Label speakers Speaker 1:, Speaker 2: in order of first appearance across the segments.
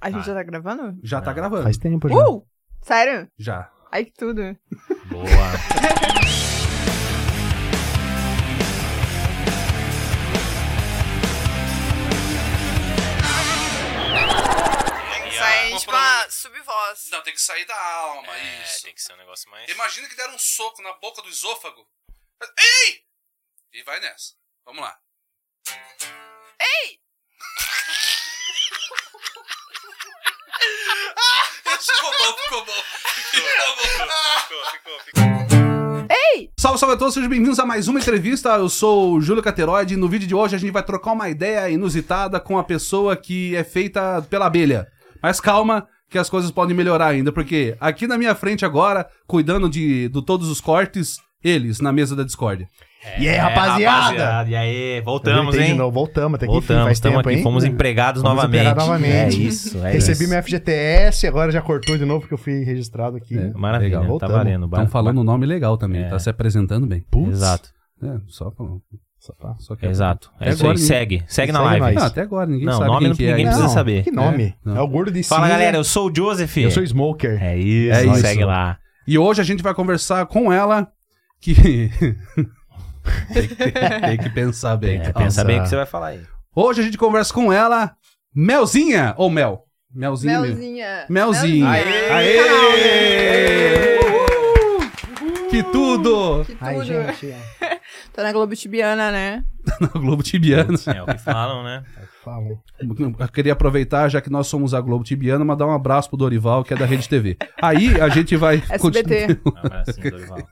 Speaker 1: A gente
Speaker 2: Ah.
Speaker 1: já tá gravando?
Speaker 2: Já tá gravando.
Speaker 3: É, Faz tempo já.
Speaker 1: Uh! Sério?
Speaker 2: Já.
Speaker 1: Ai, que tudo.
Speaker 2: Boa.
Speaker 4: Isso aí, tipo, uma
Speaker 1: subvoz.
Speaker 4: Não, tem que sair da alma,
Speaker 5: É,
Speaker 4: isso.
Speaker 5: tem que ser um negócio mais.
Speaker 4: Imagina que deram um soco na boca do esôfago. Ei! E vai nessa. Vamos lá. Ei! Esse ficou bom, ficou bom. Ficou bom.
Speaker 5: Ficou, ficou, ficou.
Speaker 2: Salve, salve a todos, sejam bem-vindos a mais uma entrevista. Eu sou o Júlio Cateroide e no vídeo de hoje a gente vai trocar uma ideia inusitada com a pessoa que é feita pela abelha. Mas calma, que as coisas podem melhorar ainda, porque aqui na minha frente agora, cuidando de, de todos os cortes, eles na mesa da Discord.
Speaker 3: E aí, rapaziada?
Speaker 5: É, E aí, voltamos,
Speaker 3: Eu gritei
Speaker 5: hein?
Speaker 3: De novo. Voltamos, até que enfim,
Speaker 5: Voltamos,
Speaker 3: faz
Speaker 5: estamos
Speaker 3: tempo,
Speaker 5: aqui,
Speaker 3: hein?
Speaker 5: fomos empregados
Speaker 3: Fomos
Speaker 5: novamente.
Speaker 3: empregados novamente.
Speaker 5: É isso, é
Speaker 3: Recebi
Speaker 5: isso.
Speaker 3: minha FGTS, agora já cortou de novo porque eu fui registrado aqui.
Speaker 2: É,
Speaker 5: Maravilha,
Speaker 3: Legal,
Speaker 5: tá
Speaker 3: voltamos.
Speaker 5: valendo.
Speaker 2: Estão falando um nome legal também,
Speaker 5: É.
Speaker 2: tá se apresentando bem.
Speaker 3: Putz.
Speaker 5: Exato,
Speaker 2: É, só, pra-
Speaker 3: Só tá. pra-
Speaker 2: só que-
Speaker 5: exato.
Speaker 2: Até
Speaker 5: É isso aí,
Speaker 2: agora
Speaker 5: segue. Segue na
Speaker 3: Segue
Speaker 5: live.
Speaker 3: nós.
Speaker 2: Não, até agora ninguém
Speaker 5: Não,
Speaker 2: sabe
Speaker 5: nome
Speaker 2: quem
Speaker 5: não-
Speaker 2: que é.
Speaker 5: ninguém
Speaker 2: ainda.
Speaker 5: precisa
Speaker 3: Não,
Speaker 5: saber. né?
Speaker 3: Que nome?
Speaker 2: É, não.
Speaker 3: É, o gordo de
Speaker 5: Fala,
Speaker 3: Cília.
Speaker 5: galera, eu sou o Joseph.
Speaker 3: Eu sou Smoker.
Speaker 5: É isso,
Speaker 2: É isso.
Speaker 5: segue lá.
Speaker 2: E hoje a gente vai conversar com ela que. tem, que ter- tem que pensar bem.
Speaker 5: É,
Speaker 2: calma.
Speaker 5: pensa bem o
Speaker 3: Nossa.
Speaker 5: que você vai falar aí.
Speaker 2: Hoje a gente conversa com ela, Melzinha ou Mel? Melzinha. mesmo.
Speaker 1: Melzinha.
Speaker 2: Melzinha.
Speaker 4: Aê!
Speaker 2: Aê! Que tudo!
Speaker 1: Que tudo.
Speaker 3: Ai, gente. é,
Speaker 1: Tá na Globo Tibiana, né?
Speaker 2: O Globo Tibiana.
Speaker 5: É o que falam, né?
Speaker 3: Fala.
Speaker 2: Eu queria aproveitar, já que nós somos a Globo Tibiana, mandar um abraço pro Dorival, que é da Rede TV. Aí a gente vai.
Speaker 1: SBT.
Speaker 5: Um abracinho, Dorival.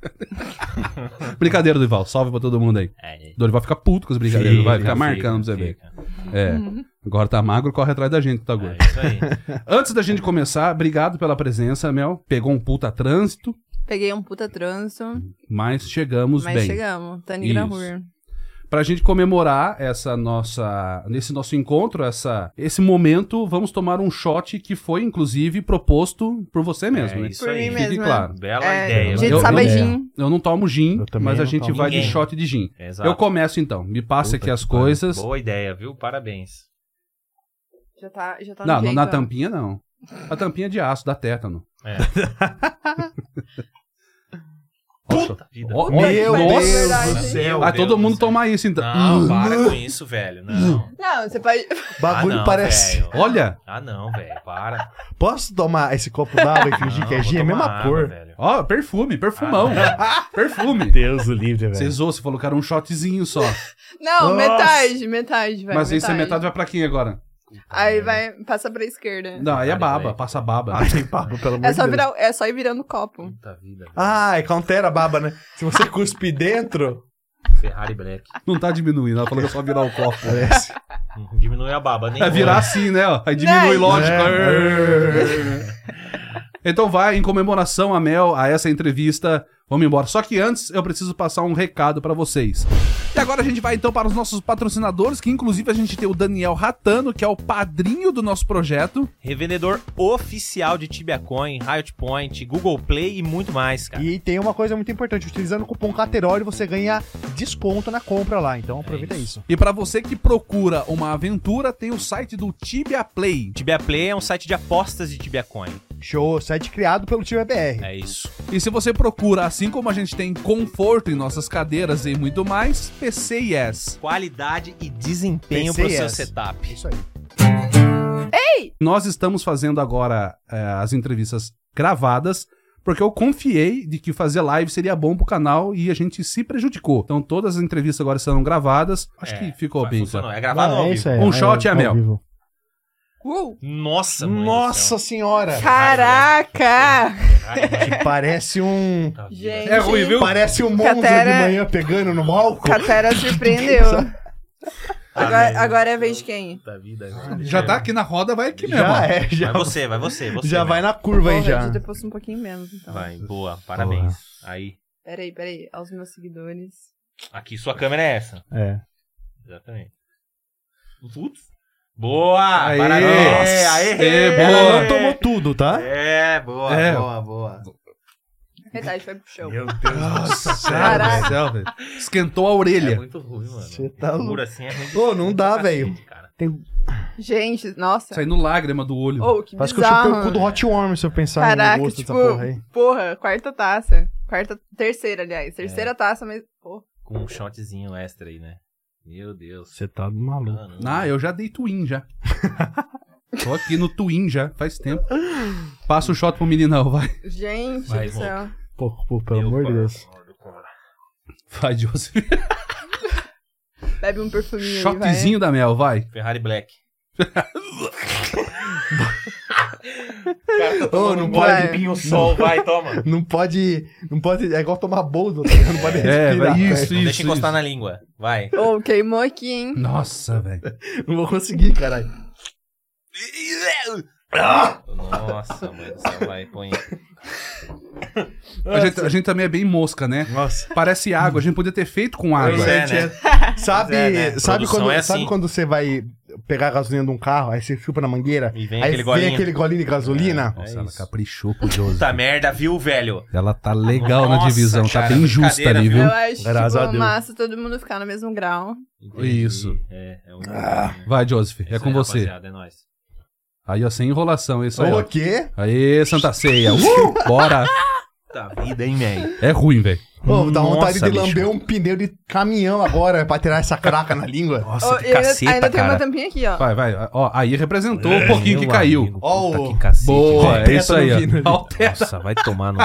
Speaker 2: Brincadeira, Dorival. Salve pra todo mundo aí.
Speaker 5: É, é.
Speaker 2: Dorival fica puto com as brincadeiras, vai ficar
Speaker 5: Fica,
Speaker 2: marcando pra você
Speaker 5: fica,
Speaker 2: ver.
Speaker 5: fica.
Speaker 2: É. Agora tá magro, corre atrás da gente que tá gordo.
Speaker 5: É isso aí.
Speaker 2: Antes da gente começar, obrigado pela presença, Mel. Pegou um puta trânsito,
Speaker 1: Peguei um puta trânsito,
Speaker 2: mas chegamos
Speaker 1: mas
Speaker 2: bem.
Speaker 1: chegamos. Tá Tani Granhur.
Speaker 2: Pra gente comemorar essa nossa, nesse nosso encontro, essa, esse momento, vamos tomar um shot que foi inclusive proposto por você mesmo,
Speaker 5: É
Speaker 2: né?
Speaker 5: isso
Speaker 1: Por
Speaker 5: aí.
Speaker 1: mim
Speaker 2: Fique
Speaker 1: mesmo,
Speaker 2: claro.
Speaker 5: Bela
Speaker 1: É,
Speaker 5: ideia.
Speaker 1: gente,
Speaker 2: Eu-
Speaker 1: sabe
Speaker 2: eu-
Speaker 1: gin.
Speaker 2: Eu não tomo gin,
Speaker 3: Eu também
Speaker 2: mas a
Speaker 3: não
Speaker 2: gente
Speaker 3: tomo.
Speaker 2: vai de
Speaker 5: Ninguém.
Speaker 2: shot de gin.
Speaker 5: Exato.
Speaker 2: Eu começo então, me passa
Speaker 3: Puta
Speaker 2: aqui
Speaker 3: que
Speaker 2: as
Speaker 3: pariu.
Speaker 2: coisas.
Speaker 5: Boa ideia, viu? Parabéns.
Speaker 1: Já tá, já tá
Speaker 2: É. Não,
Speaker 1: no
Speaker 2: não,
Speaker 1: jeito.
Speaker 2: na
Speaker 1: ó.
Speaker 2: tampinha não. A tampinha é de aço, da tétano.
Speaker 5: É.
Speaker 2: Puta
Speaker 5: vida.
Speaker 2: Oh,
Speaker 3: Meu
Speaker 2: meu
Speaker 1: Deus
Speaker 2: Nossa.
Speaker 1: do
Speaker 5: céu.
Speaker 2: Ah,
Speaker 5: Meu
Speaker 2: todo
Speaker 5: Deus
Speaker 2: mundo
Speaker 5: do céu.
Speaker 2: tomar isso então.
Speaker 5: Não,
Speaker 2: Hum.
Speaker 5: para com isso, velho. Não.
Speaker 1: Não, você pode...
Speaker 3: Bagulho
Speaker 5: ah, não,
Speaker 3: parece.
Speaker 5: velho.
Speaker 2: Uhum. Olha,
Speaker 5: Ah, não, velho. Para.
Speaker 3: Posso tomar esse copo d'água e fingir
Speaker 5: Não,
Speaker 3: que é
Speaker 5: vou
Speaker 3: gin? É a
Speaker 5: tomar
Speaker 3: mesma
Speaker 5: água,
Speaker 3: cor.
Speaker 5: velho.
Speaker 2: ó, perfume, perfumão. perfume.
Speaker 3: Deus do livre,
Speaker 2: Você zoou, você falou que era um shotzinho só.
Speaker 1: Não,
Speaker 3: Nossa.
Speaker 1: metade, metade, vai.
Speaker 2: Mas
Speaker 1: metade.
Speaker 2: isso é metade vai pra quem agora?
Speaker 1: Aí vai, passa pra esquerda.
Speaker 2: Não, aí é
Speaker 5: Caralho,
Speaker 2: baba,
Speaker 5: velho.
Speaker 2: passa baba.
Speaker 3: Ai, Ah, papo, pelo amor
Speaker 1: É
Speaker 3: de
Speaker 1: só,
Speaker 3: Deus.
Speaker 1: virar, é só ir virando copo.
Speaker 5: Puta vida. velho.
Speaker 3: Ah, é countera a baba, né? Se você cuspe dentro,
Speaker 5: Ferrari Black.
Speaker 2: Não tá diminuindo, ela falou que é só virar o copo.
Speaker 3: parece.
Speaker 5: Hum, Diminui a baba, nem.
Speaker 2: É virar assim, né? ó. Aí diminui,
Speaker 1: Não,
Speaker 2: lógico.
Speaker 3: né? É.
Speaker 2: Então vai, em comemoração a Mel, a essa entrevista, vamos embora. Só que antes, eu preciso passar um recado pra vocês. E agora a gente vai então para os nossos patrocinadores, que inclusive a gente tem o Daniel Ratano, que é o padrinho do nosso projeto.
Speaker 5: Revendedor oficial de Tibiacoin, Riot Point, Google Play e muito mais, cara.
Speaker 3: E tem uma coisa muito importante, utilizando o cupom Caterole você ganha desconto na compra lá, então aproveita
Speaker 5: isso.
Speaker 3: isso.
Speaker 2: E pra você que procura uma aventura, tem o site do Tibia Play.
Speaker 5: Tibia Play é um site de apostas de Tibiacoin.
Speaker 3: Show, site criado pelo time EBR.
Speaker 5: É isso.
Speaker 2: E se você procura, assim como a gente tem conforto em nossas cadeiras e muito mais, PCIS.
Speaker 5: Qualidade e desempenho pro seu
Speaker 3: PCS. É
Speaker 5: setup.
Speaker 3: isso aí.
Speaker 2: Nós estamos fazendo agora eh, as entrevistas gravadas, porque eu confiei de que fazer live seria bom pro canal e a gente se prejudicou. Então todas as entrevistas agora serão gravadas. Acho
Speaker 5: É,
Speaker 2: que ficou
Speaker 5: vai-
Speaker 2: bem.
Speaker 5: funcionou.
Speaker 2: cara.
Speaker 5: É gravado ao vivo.
Speaker 2: aí, Um é shot e a ao mel.
Speaker 1: Uh,
Speaker 5: Nossa, mãe do
Speaker 3: Nossa senhora!
Speaker 1: caraca!
Speaker 5: céu. Ferrari Black.
Speaker 3: Que parece um...
Speaker 5: Puta vida.
Speaker 1: Gente.
Speaker 2: É ruim, viu?
Speaker 3: Parece um Monza
Speaker 1: Catera-
Speaker 3: de manhã pegando no álcool.
Speaker 1: Catera surpreendeu. Agora,
Speaker 5: Amém.
Speaker 1: agora é a vez de quem?
Speaker 5: Puta vida, velho.
Speaker 2: Já tá aqui na roda, vai aqui mesmo.
Speaker 3: Já é, já,
Speaker 5: Vai você, vai você, você. né?
Speaker 3: já vai
Speaker 5: velho.
Speaker 3: na curva aí
Speaker 1: Porra,
Speaker 3: já.
Speaker 1: Eu depois um pouquinho menos, então.
Speaker 5: Vai, boa, parabéns. Aí.
Speaker 1: Peraí, peraí. Aos meus seguidores.
Speaker 5: Aqui, sua câmera é essa.
Speaker 3: É.
Speaker 5: Exatamente. Putz. Boa!
Speaker 2: Aê!
Speaker 5: Parabéns! Aê!
Speaker 2: É,
Speaker 3: Ela
Speaker 2: boa.
Speaker 3: não tomou tudo, tá?
Speaker 5: É, boa,
Speaker 2: É.
Speaker 5: boa, boa.
Speaker 1: Metade foi pro show.
Speaker 5: Meu Deus do
Speaker 3: Nossa,
Speaker 5: céu.
Speaker 2: Sério, velho, sério, velho. Esquentou a
Speaker 5: É
Speaker 2: orelha.
Speaker 5: muito ruim, mano.
Speaker 3: Você tá
Speaker 5: Pura assim é ruim.
Speaker 3: Ô, não dá, velho.
Speaker 5: Cara.
Speaker 3: Tem...
Speaker 1: Gente, nossa.
Speaker 2: Saindo lágrima do olho.
Speaker 1: Oh, que
Speaker 3: Acho que eu
Speaker 1: bizarro.
Speaker 3: chupei o cu do Hot Worm se eu pensar
Speaker 1: Caraca,
Speaker 3: no gosto
Speaker 1: tipo,
Speaker 3: dessa porra aí.
Speaker 1: porra, quarta taça. Quarta, terceira, aliás. Terceira
Speaker 3: É.
Speaker 1: taça, mas. oh, Pô,
Speaker 5: Com um shotzinho extra aí, né? Meu Deus.
Speaker 3: Você tá maluco.
Speaker 5: Mano.
Speaker 2: Ah, eu já dei twin já. Tô aqui no twin já, faz tempo. Passa o shot pro meninão, vai.
Speaker 1: gente
Speaker 5: Vai,
Speaker 1: do céu.
Speaker 3: Pô, pô, pelo amor de Deus.
Speaker 2: Vai, Joseph.
Speaker 1: Bebe um perfuminho
Speaker 2: Shotzinho da Mel, vai.
Speaker 5: Ferrari Black. tá
Speaker 3: Ô, não
Speaker 1: banho de
Speaker 3: pode.
Speaker 5: um sol, vai, toma.
Speaker 3: Não pode. Não pode. É igual tomar boldo, tá ligado? Não pode
Speaker 2: É,
Speaker 3: respirar.
Speaker 2: vai,
Speaker 3: velho.
Speaker 2: isso,
Speaker 5: Não
Speaker 2: isso.
Speaker 5: deixa encostar
Speaker 2: isso.
Speaker 5: na língua. Vai.
Speaker 1: aí, vai. Ô, Oh, queimou aqui, hein?
Speaker 2: Nossa, velho.
Speaker 3: Não vou conseguir, caralho.
Speaker 5: Ah! Nossa, mano. Só vai, põe. Ah,
Speaker 2: A gente, a gente também é bem mosca, né?
Speaker 3: Ah, Nossa.
Speaker 2: Parece água, a gente podia ter feito com água.
Speaker 5: Pois é, né?
Speaker 3: Sabe,
Speaker 5: Pois é, né?
Speaker 3: sabe,
Speaker 5: Produção
Speaker 3: quando,
Speaker 5: é
Speaker 3: sabe
Speaker 5: assim.
Speaker 3: quando você vai pegar a gasolina de um carro, aí você chupa na mangueira,
Speaker 5: E vem
Speaker 3: aí
Speaker 5: aquele
Speaker 3: vem
Speaker 5: golinho.
Speaker 3: aquele golinho de gasolina?
Speaker 2: Nossa,
Speaker 5: É
Speaker 2: ela
Speaker 5: isso.
Speaker 2: caprichou pro Joseph.
Speaker 5: Puta merda, viu, velho?
Speaker 2: Ela tá legal na
Speaker 5: Nossa,
Speaker 2: divisão, tá
Speaker 5: cara,
Speaker 2: bem justa
Speaker 5: brincadeira,
Speaker 2: ali, viu?
Speaker 1: Eu acho
Speaker 3: Graças a
Speaker 1: tipo,
Speaker 3: Deus.
Speaker 1: massa todo mundo ficar no mesmo grau.
Speaker 5: Entendi.
Speaker 2: Isso.
Speaker 5: É, é um...
Speaker 2: Vai, Joseph, é, com você.
Speaker 5: É nóis.
Speaker 2: Aí, ó, sem enrolação, é isso aí.
Speaker 3: Ou
Speaker 2: ó.
Speaker 3: o quê?
Speaker 2: Aê, Santa Ceia. Uh, bora.
Speaker 5: Tá vida, hein, velho?
Speaker 2: É ruim, velho.
Speaker 3: Pô, dá vontade
Speaker 5: Nossa,
Speaker 3: de lamber um pneu de caminhão agora pra tirar essa craca na língua.
Speaker 5: Nossa,
Speaker 1: Ô,
Speaker 5: que
Speaker 1: e ainda-
Speaker 5: caceta,
Speaker 1: ainda tem uma
Speaker 5: cara.
Speaker 1: tampinha aqui, ó.
Speaker 2: Vai, vai. Ó, aí representou um pouquinho que
Speaker 5: É, Meu
Speaker 2: caiu.
Speaker 5: amigo,
Speaker 3: Ó
Speaker 5: puta
Speaker 3: o-
Speaker 5: que cacete.
Speaker 2: Boa,
Speaker 3: Teta
Speaker 2: é isso
Speaker 3: no
Speaker 2: aí.
Speaker 3: vidro ali.
Speaker 2: Ó, Ó, o teta.
Speaker 5: Nossa, vai tomar no...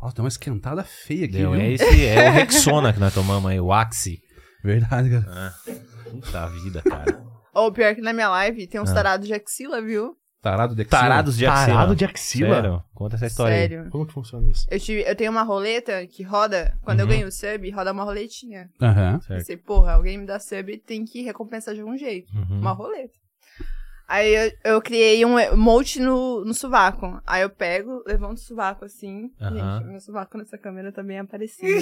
Speaker 2: Ó, tem uma esquentada feia aqui,
Speaker 5: Deu,
Speaker 2: viu?
Speaker 5: é, esse, é o Rexona que nós tomamos aí, o Axi.
Speaker 2: Verdade, cara.
Speaker 5: Ah, puta vida, cara.
Speaker 1: Ou pior que na minha live tem uns
Speaker 5: Ah.
Speaker 1: tarados de axila, viu?
Speaker 2: Tarado de axila.
Speaker 5: Tarados de axila.
Speaker 3: Parado de axila?
Speaker 5: Sério? Conta essa história aí.
Speaker 1: Sério.
Speaker 3: Como que funciona isso?
Speaker 1: Eu, tive, eu tenho uma roleta que roda, quando eu
Speaker 5: Uhum.
Speaker 1: ganho o sub, roda uma roletinha.
Speaker 2: Aham.
Speaker 5: Certo.
Speaker 1: Pensei, porra, alguém me dá sub tem que recompensar de algum jeito.
Speaker 5: Uhum.
Speaker 1: Uma roleta. Aí eu, eu criei um emote no, no sovaco. Aí eu pego, levanto o sovaco assim.
Speaker 5: Aham.
Speaker 1: Gente, meu sovaco nessa câmera tá bem aparecido.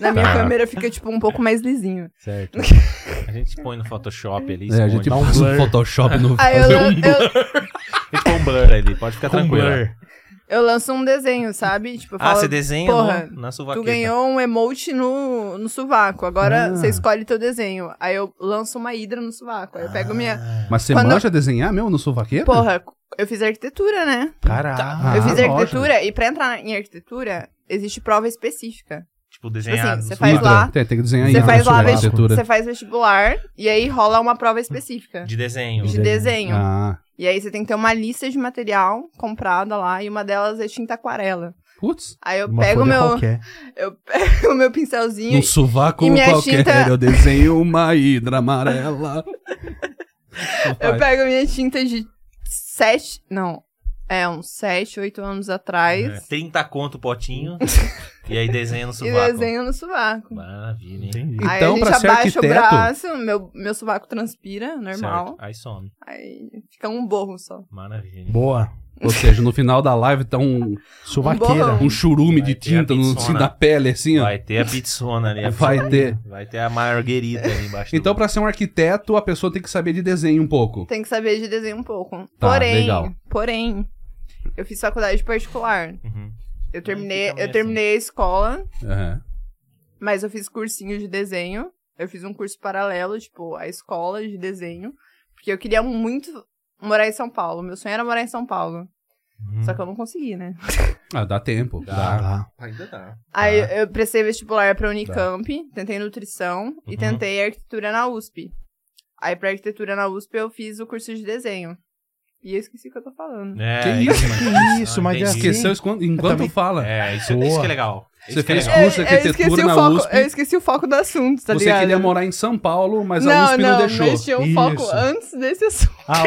Speaker 1: né? Na minha
Speaker 5: Tá.
Speaker 1: câmera fica, tipo, um pouco mais lisinho.
Speaker 5: Certo. A gente põe no Photoshop ali.
Speaker 2: É, a
Speaker 5: esconde.
Speaker 2: gente
Speaker 5: Dá um-
Speaker 2: passa um
Speaker 3: blur.
Speaker 2: Photoshop no
Speaker 1: Aí eu,
Speaker 2: fazer
Speaker 1: lan-
Speaker 2: um blur.
Speaker 1: eu,
Speaker 5: a gente põe um blur ali, pode ficar tranquilo. é.
Speaker 1: eu lanço um desenho, sabe? Tipo, eu
Speaker 5: Ah,
Speaker 1: falo,
Speaker 5: você tá." desenha
Speaker 1: porra,
Speaker 5: no, na
Speaker 1: tu
Speaker 5: suvaqueta.
Speaker 1: ganhou um emote no, no sovaco. Agora
Speaker 2: Ah.
Speaker 1: você escolhe teu desenho. Aí eu lanço uma hidra no sovaco. Aí eu pego minha...
Speaker 5: Ah,
Speaker 2: Mas você
Speaker 1: Quando-
Speaker 2: manja desenhar mesmo no sovaqueiro?
Speaker 1: Porra, eu fiz arquitetura, né?
Speaker 3: Caraca.
Speaker 2: Ah,
Speaker 5: Tá.
Speaker 1: eu fiz
Speaker 2: lógico.
Speaker 1: arquitetura e pra entrar em arquitetura, existe prova específica.
Speaker 5: Tipo, desenhado.
Speaker 1: assim, você
Speaker 5: suvaco.
Speaker 1: faz lá-
Speaker 2: Tem, tem que desenhar
Speaker 1: Você
Speaker 2: aí,
Speaker 1: faz
Speaker 2: né,
Speaker 1: lá
Speaker 2: sobre
Speaker 1: vesti-
Speaker 2: arquitetura.
Speaker 1: Você faz vestibular e aí rola uma prova específica
Speaker 5: De desenho.
Speaker 1: de desenho.
Speaker 2: Ah.
Speaker 1: E aí você tem que ter uma lista de material comprada lá e uma delas é tinta aquarela.
Speaker 2: Putz,
Speaker 1: Aí eu
Speaker 3: Uma
Speaker 1: pego o
Speaker 3: folha
Speaker 1: meu,
Speaker 3: qualquer.
Speaker 1: eu pego o meu pincelzinho
Speaker 2: um sovaco
Speaker 1: e minha
Speaker 2: qualquer,
Speaker 1: tinta-
Speaker 2: eu desenho uma hidra amarela.
Speaker 1: Eu pego minha tinta de sete. Não. É, uns sete, oito anos
Speaker 5: É,
Speaker 1: atrás.
Speaker 5: 30 conto o potinho. e aí desenha no
Speaker 1: E
Speaker 5: sovaco.
Speaker 1: desenho no sovaco.
Speaker 5: Maravilha, hein?
Speaker 3: Entendi.
Speaker 1: aí a
Speaker 2: Então,
Speaker 1: gente
Speaker 2: pra ser
Speaker 1: abaixa o
Speaker 2: arquiteto-
Speaker 1: braço, meu, meu sovaco transpira, normal.
Speaker 5: Certo. Aí some.
Speaker 1: Aí fica um borro só.
Speaker 5: Maravilha.
Speaker 1: Um
Speaker 3: Boa.
Speaker 2: Ou seja, no final da live tá um,
Speaker 3: Suvaqueira.
Speaker 2: um churume
Speaker 5: Vai
Speaker 2: de
Speaker 5: ter a
Speaker 2: tinta no,
Speaker 5: pizzona.
Speaker 2: na pele, assim, ó.
Speaker 5: Vai ter a pizzona ali. a
Speaker 2: Vai ter.
Speaker 5: Vai ter a marguerita ali embaixo.
Speaker 2: Então,
Speaker 5: do-
Speaker 2: pra ser um arquiteto, a pessoa tem que saber de desenho um pouco.
Speaker 1: Tem que saber de desenho um pouco.
Speaker 2: Tá,
Speaker 1: porém,
Speaker 2: legal.
Speaker 1: porém, eu fiz faculdade particular.
Speaker 5: Uhum.
Speaker 1: Eu terminei,
Speaker 5: fica meio
Speaker 1: eu terminei a escola,
Speaker 2: Aham.
Speaker 1: mas eu fiz cursinho de desenho. Eu fiz um curso paralelo, tipo, a escola de desenho. Porque eu queria muito morar em São Paulo. Meu sonho era morar em São Paulo.
Speaker 5: Uhum.
Speaker 1: Só que eu não consegui, né?
Speaker 2: Ah, dá tempo. Dá.
Speaker 5: Dá.
Speaker 3: Tá.
Speaker 5: Ainda dá.
Speaker 1: Aí
Speaker 2: Tá.
Speaker 1: eu- eu prestei vestibular pra Unicamp, tentei nutrição e
Speaker 5: Uhum.
Speaker 1: tentei arquitetura na USP. Aí pra arquitetura na USP eu fiz o curso de desenho. E eu esqueci o que eu tô falando.
Speaker 5: É,
Speaker 2: Que isso,
Speaker 5: mano. Ah,
Speaker 3: que isso, mas
Speaker 5: entendi.
Speaker 3: é assim.
Speaker 2: Esqueceu isso quando- enquanto
Speaker 3: também-
Speaker 2: fala.
Speaker 5: É, isso,
Speaker 3: Boa.
Speaker 5: isso que é legal.
Speaker 2: Você
Speaker 5: Isso que é
Speaker 2: fez
Speaker 5: legal.
Speaker 2: curso de
Speaker 1: esqueci
Speaker 2: arquitetura
Speaker 1: o
Speaker 2: na
Speaker 1: foco,
Speaker 2: USP.
Speaker 1: eu esqueci o foco do assunto, tá
Speaker 2: Você
Speaker 1: ligado?
Speaker 2: queria morar em São Paulo, mas a USP não, deixou.
Speaker 1: mas tinha um foco
Speaker 3: Isso.
Speaker 1: antes desse assunto.
Speaker 3: Ah,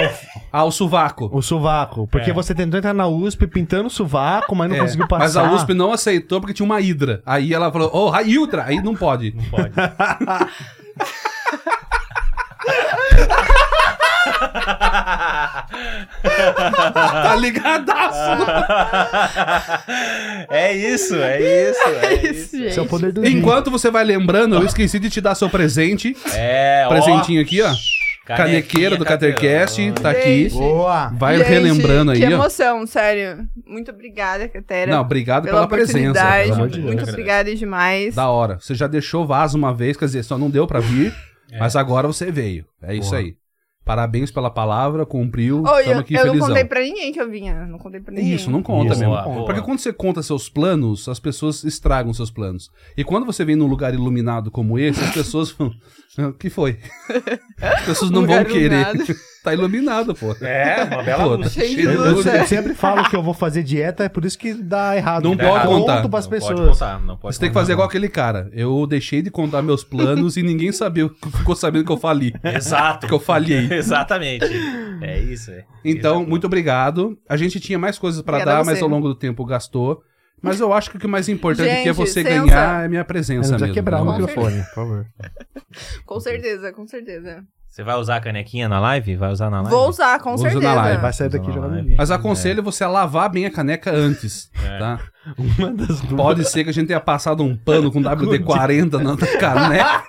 Speaker 2: Ah, o sovaco.
Speaker 3: o, o sovaco. Porque
Speaker 5: É.
Speaker 3: você tentou entrar na USP pintando o sovaco, mas não
Speaker 2: É,
Speaker 3: conseguiu passar.
Speaker 2: Mas a USP não aceitou porque tinha uma hidra. Aí ela falou, ô, oh, hidra! Aí não pode.
Speaker 5: Não pode.
Speaker 2: tá ligadaço!
Speaker 5: é isso, é isso, é isso.
Speaker 1: Isso,
Speaker 3: Esse é o
Speaker 1: gente.
Speaker 3: poder do vinho.
Speaker 2: Enquanto você vai lembrando, eu esqueci de te dar seu presente.
Speaker 5: É, ó.
Speaker 2: Presentinho aqui, ó.
Speaker 5: Canequinha,
Speaker 2: Canequeira do
Speaker 5: cadeirão.
Speaker 2: Catercast, tá aqui.
Speaker 1: Gente.
Speaker 3: Boa.
Speaker 2: Vai
Speaker 1: Gente,
Speaker 2: relembrando aí,
Speaker 1: Que
Speaker 2: ó.
Speaker 1: emoção, sério. Muito obrigada, Catera.
Speaker 2: Não, obrigado
Speaker 1: pela,
Speaker 2: pela, presença.
Speaker 1: oportunidade.
Speaker 2: pelo amor de
Speaker 5: de
Speaker 1: muito
Speaker 5: Deus.
Speaker 1: obrigada demais.
Speaker 2: Da hora. Você já deixou vaso uma vez, quer dizer, só não deu pra vir.
Speaker 5: É.
Speaker 2: Mas agora você veio. É isso
Speaker 5: Boa.
Speaker 2: aí. Parabéns pela palavra, cumpriu.
Speaker 1: Oi,
Speaker 2: Tamo
Speaker 1: eu,
Speaker 2: aqui
Speaker 1: eu não
Speaker 2: felizão.
Speaker 1: contei pra ninguém que eu vinha. Não contei pra ninguém.
Speaker 2: Isso, não conta
Speaker 3: Isso,
Speaker 2: mesmo.
Speaker 5: boa, boa.
Speaker 2: Porque quando você conta seus planos, as pessoas estragam seus planos. E quando você vem num lugar iluminado como esse, as pessoas falam: "Ah, que foi? As pessoas não vão
Speaker 1: Lugar
Speaker 2: querer.
Speaker 1: iluminado.
Speaker 2: Tá iluminado, pô.
Speaker 5: É, uma bela
Speaker 2: Pô,
Speaker 5: luz.
Speaker 2: tá cheio de
Speaker 1: Cheio de
Speaker 2: luz.
Speaker 1: luz, é.
Speaker 3: Eu sempre falo que eu vou fazer dieta, é por isso que dá errado.
Speaker 2: Não
Speaker 3: Dá
Speaker 2: pode
Speaker 3: errado.
Speaker 2: contar.
Speaker 3: Conto pras
Speaker 5: Não
Speaker 3: pessoas.
Speaker 5: Pode contar, não pode
Speaker 2: Você tem que fazer igual aquele cara. Eu deixei de contar meus planos e ninguém sabia, ficou sabendo que eu fali.
Speaker 5: Exato.
Speaker 2: Que eu falhei.
Speaker 5: Exatamente. É isso, é.
Speaker 2: Então,
Speaker 5: Isso.
Speaker 2: muito obrigado. A gente tinha mais coisas pra
Speaker 1: Obrigada
Speaker 2: dar,
Speaker 1: a você.
Speaker 2: mas ao longo do tempo gastou. Mas eu acho que o que mais importante aqui é
Speaker 1: Gente,
Speaker 2: você
Speaker 1: sensa.
Speaker 2: ganhar a minha
Speaker 3: Não
Speaker 2: presença
Speaker 3: precisa
Speaker 2: mesmo.
Speaker 3: quebrar o
Speaker 2: né?
Speaker 1: Com
Speaker 3: microfone, por favor.
Speaker 1: Com certeza, com certeza.
Speaker 5: Você vai usar a canequinha na live? Vai usar na live?
Speaker 1: Vou usar, com
Speaker 2: Usa na
Speaker 1: certeza.
Speaker 2: live,
Speaker 3: Vai sair
Speaker 5: Usar
Speaker 3: daqui
Speaker 5: na
Speaker 3: jogando
Speaker 5: live.
Speaker 3: lixo.
Speaker 2: Mas aconselho você a lavar bem a caneca antes,
Speaker 5: É.
Speaker 2: tá?
Speaker 5: Uma das duas.
Speaker 2: Pode ser que a gente tenha passado um pano com WD-40 na caneca.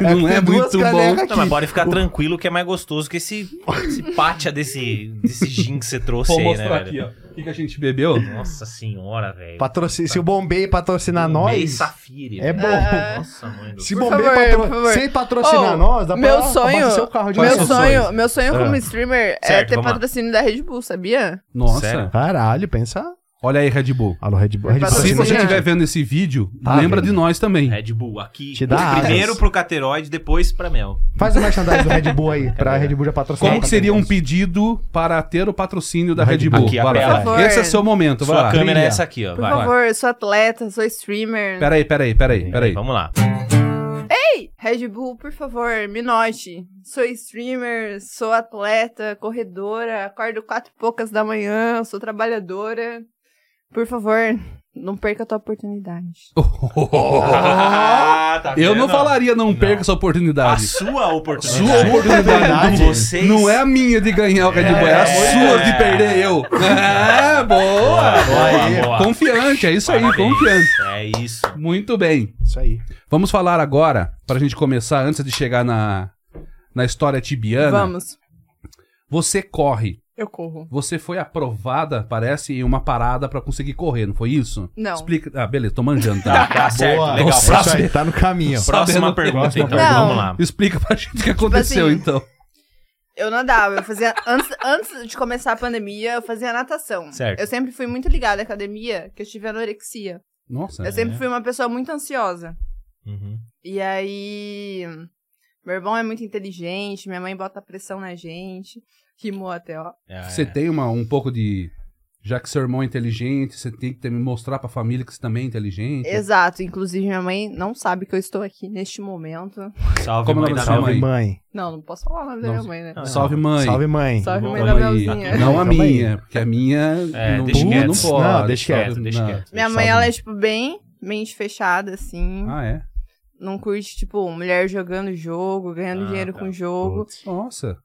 Speaker 2: Não é muito bom.
Speaker 5: Não, mas pode ficar tranquilo que é mais gostoso que esse, esse pátia desse, desse gin que você trouxe
Speaker 2: Vou
Speaker 5: aí, né,
Speaker 2: mostrar
Speaker 5: velho?
Speaker 2: aqui, ó. O que, que a gente bebeu?
Speaker 5: Nossa senhora, velho.
Speaker 3: Patrocin... Se o Bombay patrocinar
Speaker 5: Bem
Speaker 3: nós,
Speaker 5: Safiri.
Speaker 3: é
Speaker 5: velho.
Speaker 3: bom.
Speaker 5: Nossa, mãe do
Speaker 3: Se
Speaker 1: Por
Speaker 3: Bombay
Speaker 1: favor,
Speaker 3: patro-
Speaker 1: por favor.
Speaker 3: sem patrocinar
Speaker 1: Oh,
Speaker 3: nós, dá pra
Speaker 1: meu sonho-
Speaker 3: abastecer o carro de
Speaker 2: Quais
Speaker 1: Meu
Speaker 2: são os
Speaker 3: vocês.
Speaker 1: sonho,
Speaker 2: sonhos?
Speaker 1: meu sonho como streamer é
Speaker 5: Ah. Certo,
Speaker 1: ter
Speaker 5: vamos lá.
Speaker 1: patrocínio da Red Bull, sabia?
Speaker 2: Nossa.
Speaker 5: Sério?
Speaker 3: Caralho, pensa.
Speaker 2: Olha aí, Red Bull.
Speaker 3: Alô, Red Bull. Red Bull
Speaker 2: Se
Speaker 1: Patrocínio.
Speaker 2: você Ah,
Speaker 3: patrocina-
Speaker 2: estiver vendo esse vídeo,
Speaker 3: Tá
Speaker 2: lembra
Speaker 3: vendo.
Speaker 2: de nós também.
Speaker 5: Red Bull aqui.
Speaker 3: Te dá asas.
Speaker 5: primeiro pro Cateroide, depois pra Mel.
Speaker 3: Faz o merchandising do Red Bull aí, pra Red Bull já patrocinar.
Speaker 5: é,
Speaker 2: Como que seria um pedido para ter o patrocínio da Red
Speaker 3: Red
Speaker 2: Bull?
Speaker 5: Aqui,
Speaker 2: Vai lá.
Speaker 5: apela. Por
Speaker 1: favor.
Speaker 2: Esse é seu momento, vai
Speaker 5: Sua
Speaker 2: lá.
Speaker 5: câmera é
Speaker 2: Brilha.
Speaker 5: essa aqui, ó.
Speaker 1: Por
Speaker 5: Vai.
Speaker 1: favor, sou atleta, sou streamer.
Speaker 2: Peraí, peraí, peraí, peraí.
Speaker 5: Vamos lá.
Speaker 1: Ei, Red Bull, por favor, me note. Sou streamer, sou atleta, corredora, acordo quatro e poucas da manhã, sou trabalhadora. Por favor, não perca a tua oportunidade.
Speaker 5: Ah, tá
Speaker 2: Eu
Speaker 5: vendo?
Speaker 2: não falaria não perca essa
Speaker 5: A
Speaker 2: oportunidade.
Speaker 5: sua oportunidade.
Speaker 2: Sua oportunidade.
Speaker 5: De vocês.
Speaker 2: Não é a minha de ganhar o Red Bull, é, a
Speaker 5: É.
Speaker 2: sua de perder eu. É, boa!
Speaker 5: Ah, Boa, boa.
Speaker 2: Confiante, é isso aí,
Speaker 5: Parabéns.
Speaker 2: confiante.
Speaker 5: É isso.
Speaker 2: Muito bem.
Speaker 3: Isso aí.
Speaker 2: Vamos falar agora, pra gente começar, antes de chegar na, na história tibiana.
Speaker 1: Vamos.
Speaker 2: Você corre.
Speaker 1: Eu corro.
Speaker 2: Você foi aprovada, parece, em uma parada pra conseguir correr, não foi isso?
Speaker 1: Não.
Speaker 2: Explica. Ah, beleza, tô manjando,
Speaker 5: Tá,
Speaker 2: tá?
Speaker 5: tá certo.
Speaker 3: Boa.
Speaker 5: Legal.
Speaker 3: Nossa, isso aí, tá no caminho.
Speaker 5: Próxima
Speaker 2: Sabendo-
Speaker 5: pergunta,
Speaker 3: Próxima
Speaker 5: então.
Speaker 1: pergunta.
Speaker 5: Vamos lá.
Speaker 2: Explica pra gente o que aconteceu,
Speaker 1: assim,
Speaker 2: então.
Speaker 1: Eu nadava, eu fazia. antes, antes de começar a pandemia, eu fazia natação.
Speaker 5: Certo.
Speaker 1: Eu sempre fui muito ligada à academia, que eu tive anorexia.
Speaker 2: Nossa.
Speaker 1: Eu sempre fui uma pessoa muito ansiosa.
Speaker 5: Uhum.
Speaker 1: E aí. Meu irmão é muito inteligente, minha mãe bota pressão na gente. Rimou até, ó.
Speaker 5: É,
Speaker 2: Você
Speaker 5: é.
Speaker 2: tem uma, um pouco de. Já que seu irmão é inteligente, você tem que ter- mostrar pra família que você também é inteligente.
Speaker 1: Exato. Inclusive, minha mãe não sabe que eu estou aqui neste momento.
Speaker 5: Salve,
Speaker 2: Como
Speaker 5: mãe
Speaker 2: é o nome
Speaker 5: da
Speaker 2: da sua
Speaker 5: Mel.
Speaker 2: mãe?
Speaker 3: Salve, mãe.
Speaker 1: Não, não posso falar o nome da
Speaker 2: Não,
Speaker 1: minha mãe, né?
Speaker 5: não. é.
Speaker 2: Salve, mãe.
Speaker 3: Salve, mãe.
Speaker 1: Salve, mãe
Speaker 2: Calma
Speaker 1: da
Speaker 2: aí.
Speaker 1: Melzinha.
Speaker 2: Não a
Speaker 3: Calma aí.
Speaker 2: minha, porque a minha
Speaker 5: É,
Speaker 2: não,
Speaker 5: deixa
Speaker 2: não
Speaker 5: quieto.
Speaker 2: pode.
Speaker 3: Não, deixa
Speaker 2: sabe?
Speaker 5: quieto, deixa
Speaker 2: Não.
Speaker 5: quieto.
Speaker 1: Minha
Speaker 3: Salve.
Speaker 1: mãe, ela é, tipo, bem mente fechada, assim.
Speaker 2: Ah, é?
Speaker 1: Não curte, tipo, mulher jogando jogo, ganhando
Speaker 5: Ah,
Speaker 1: dinheiro
Speaker 5: tá.
Speaker 1: com jogo.
Speaker 2: Nossa,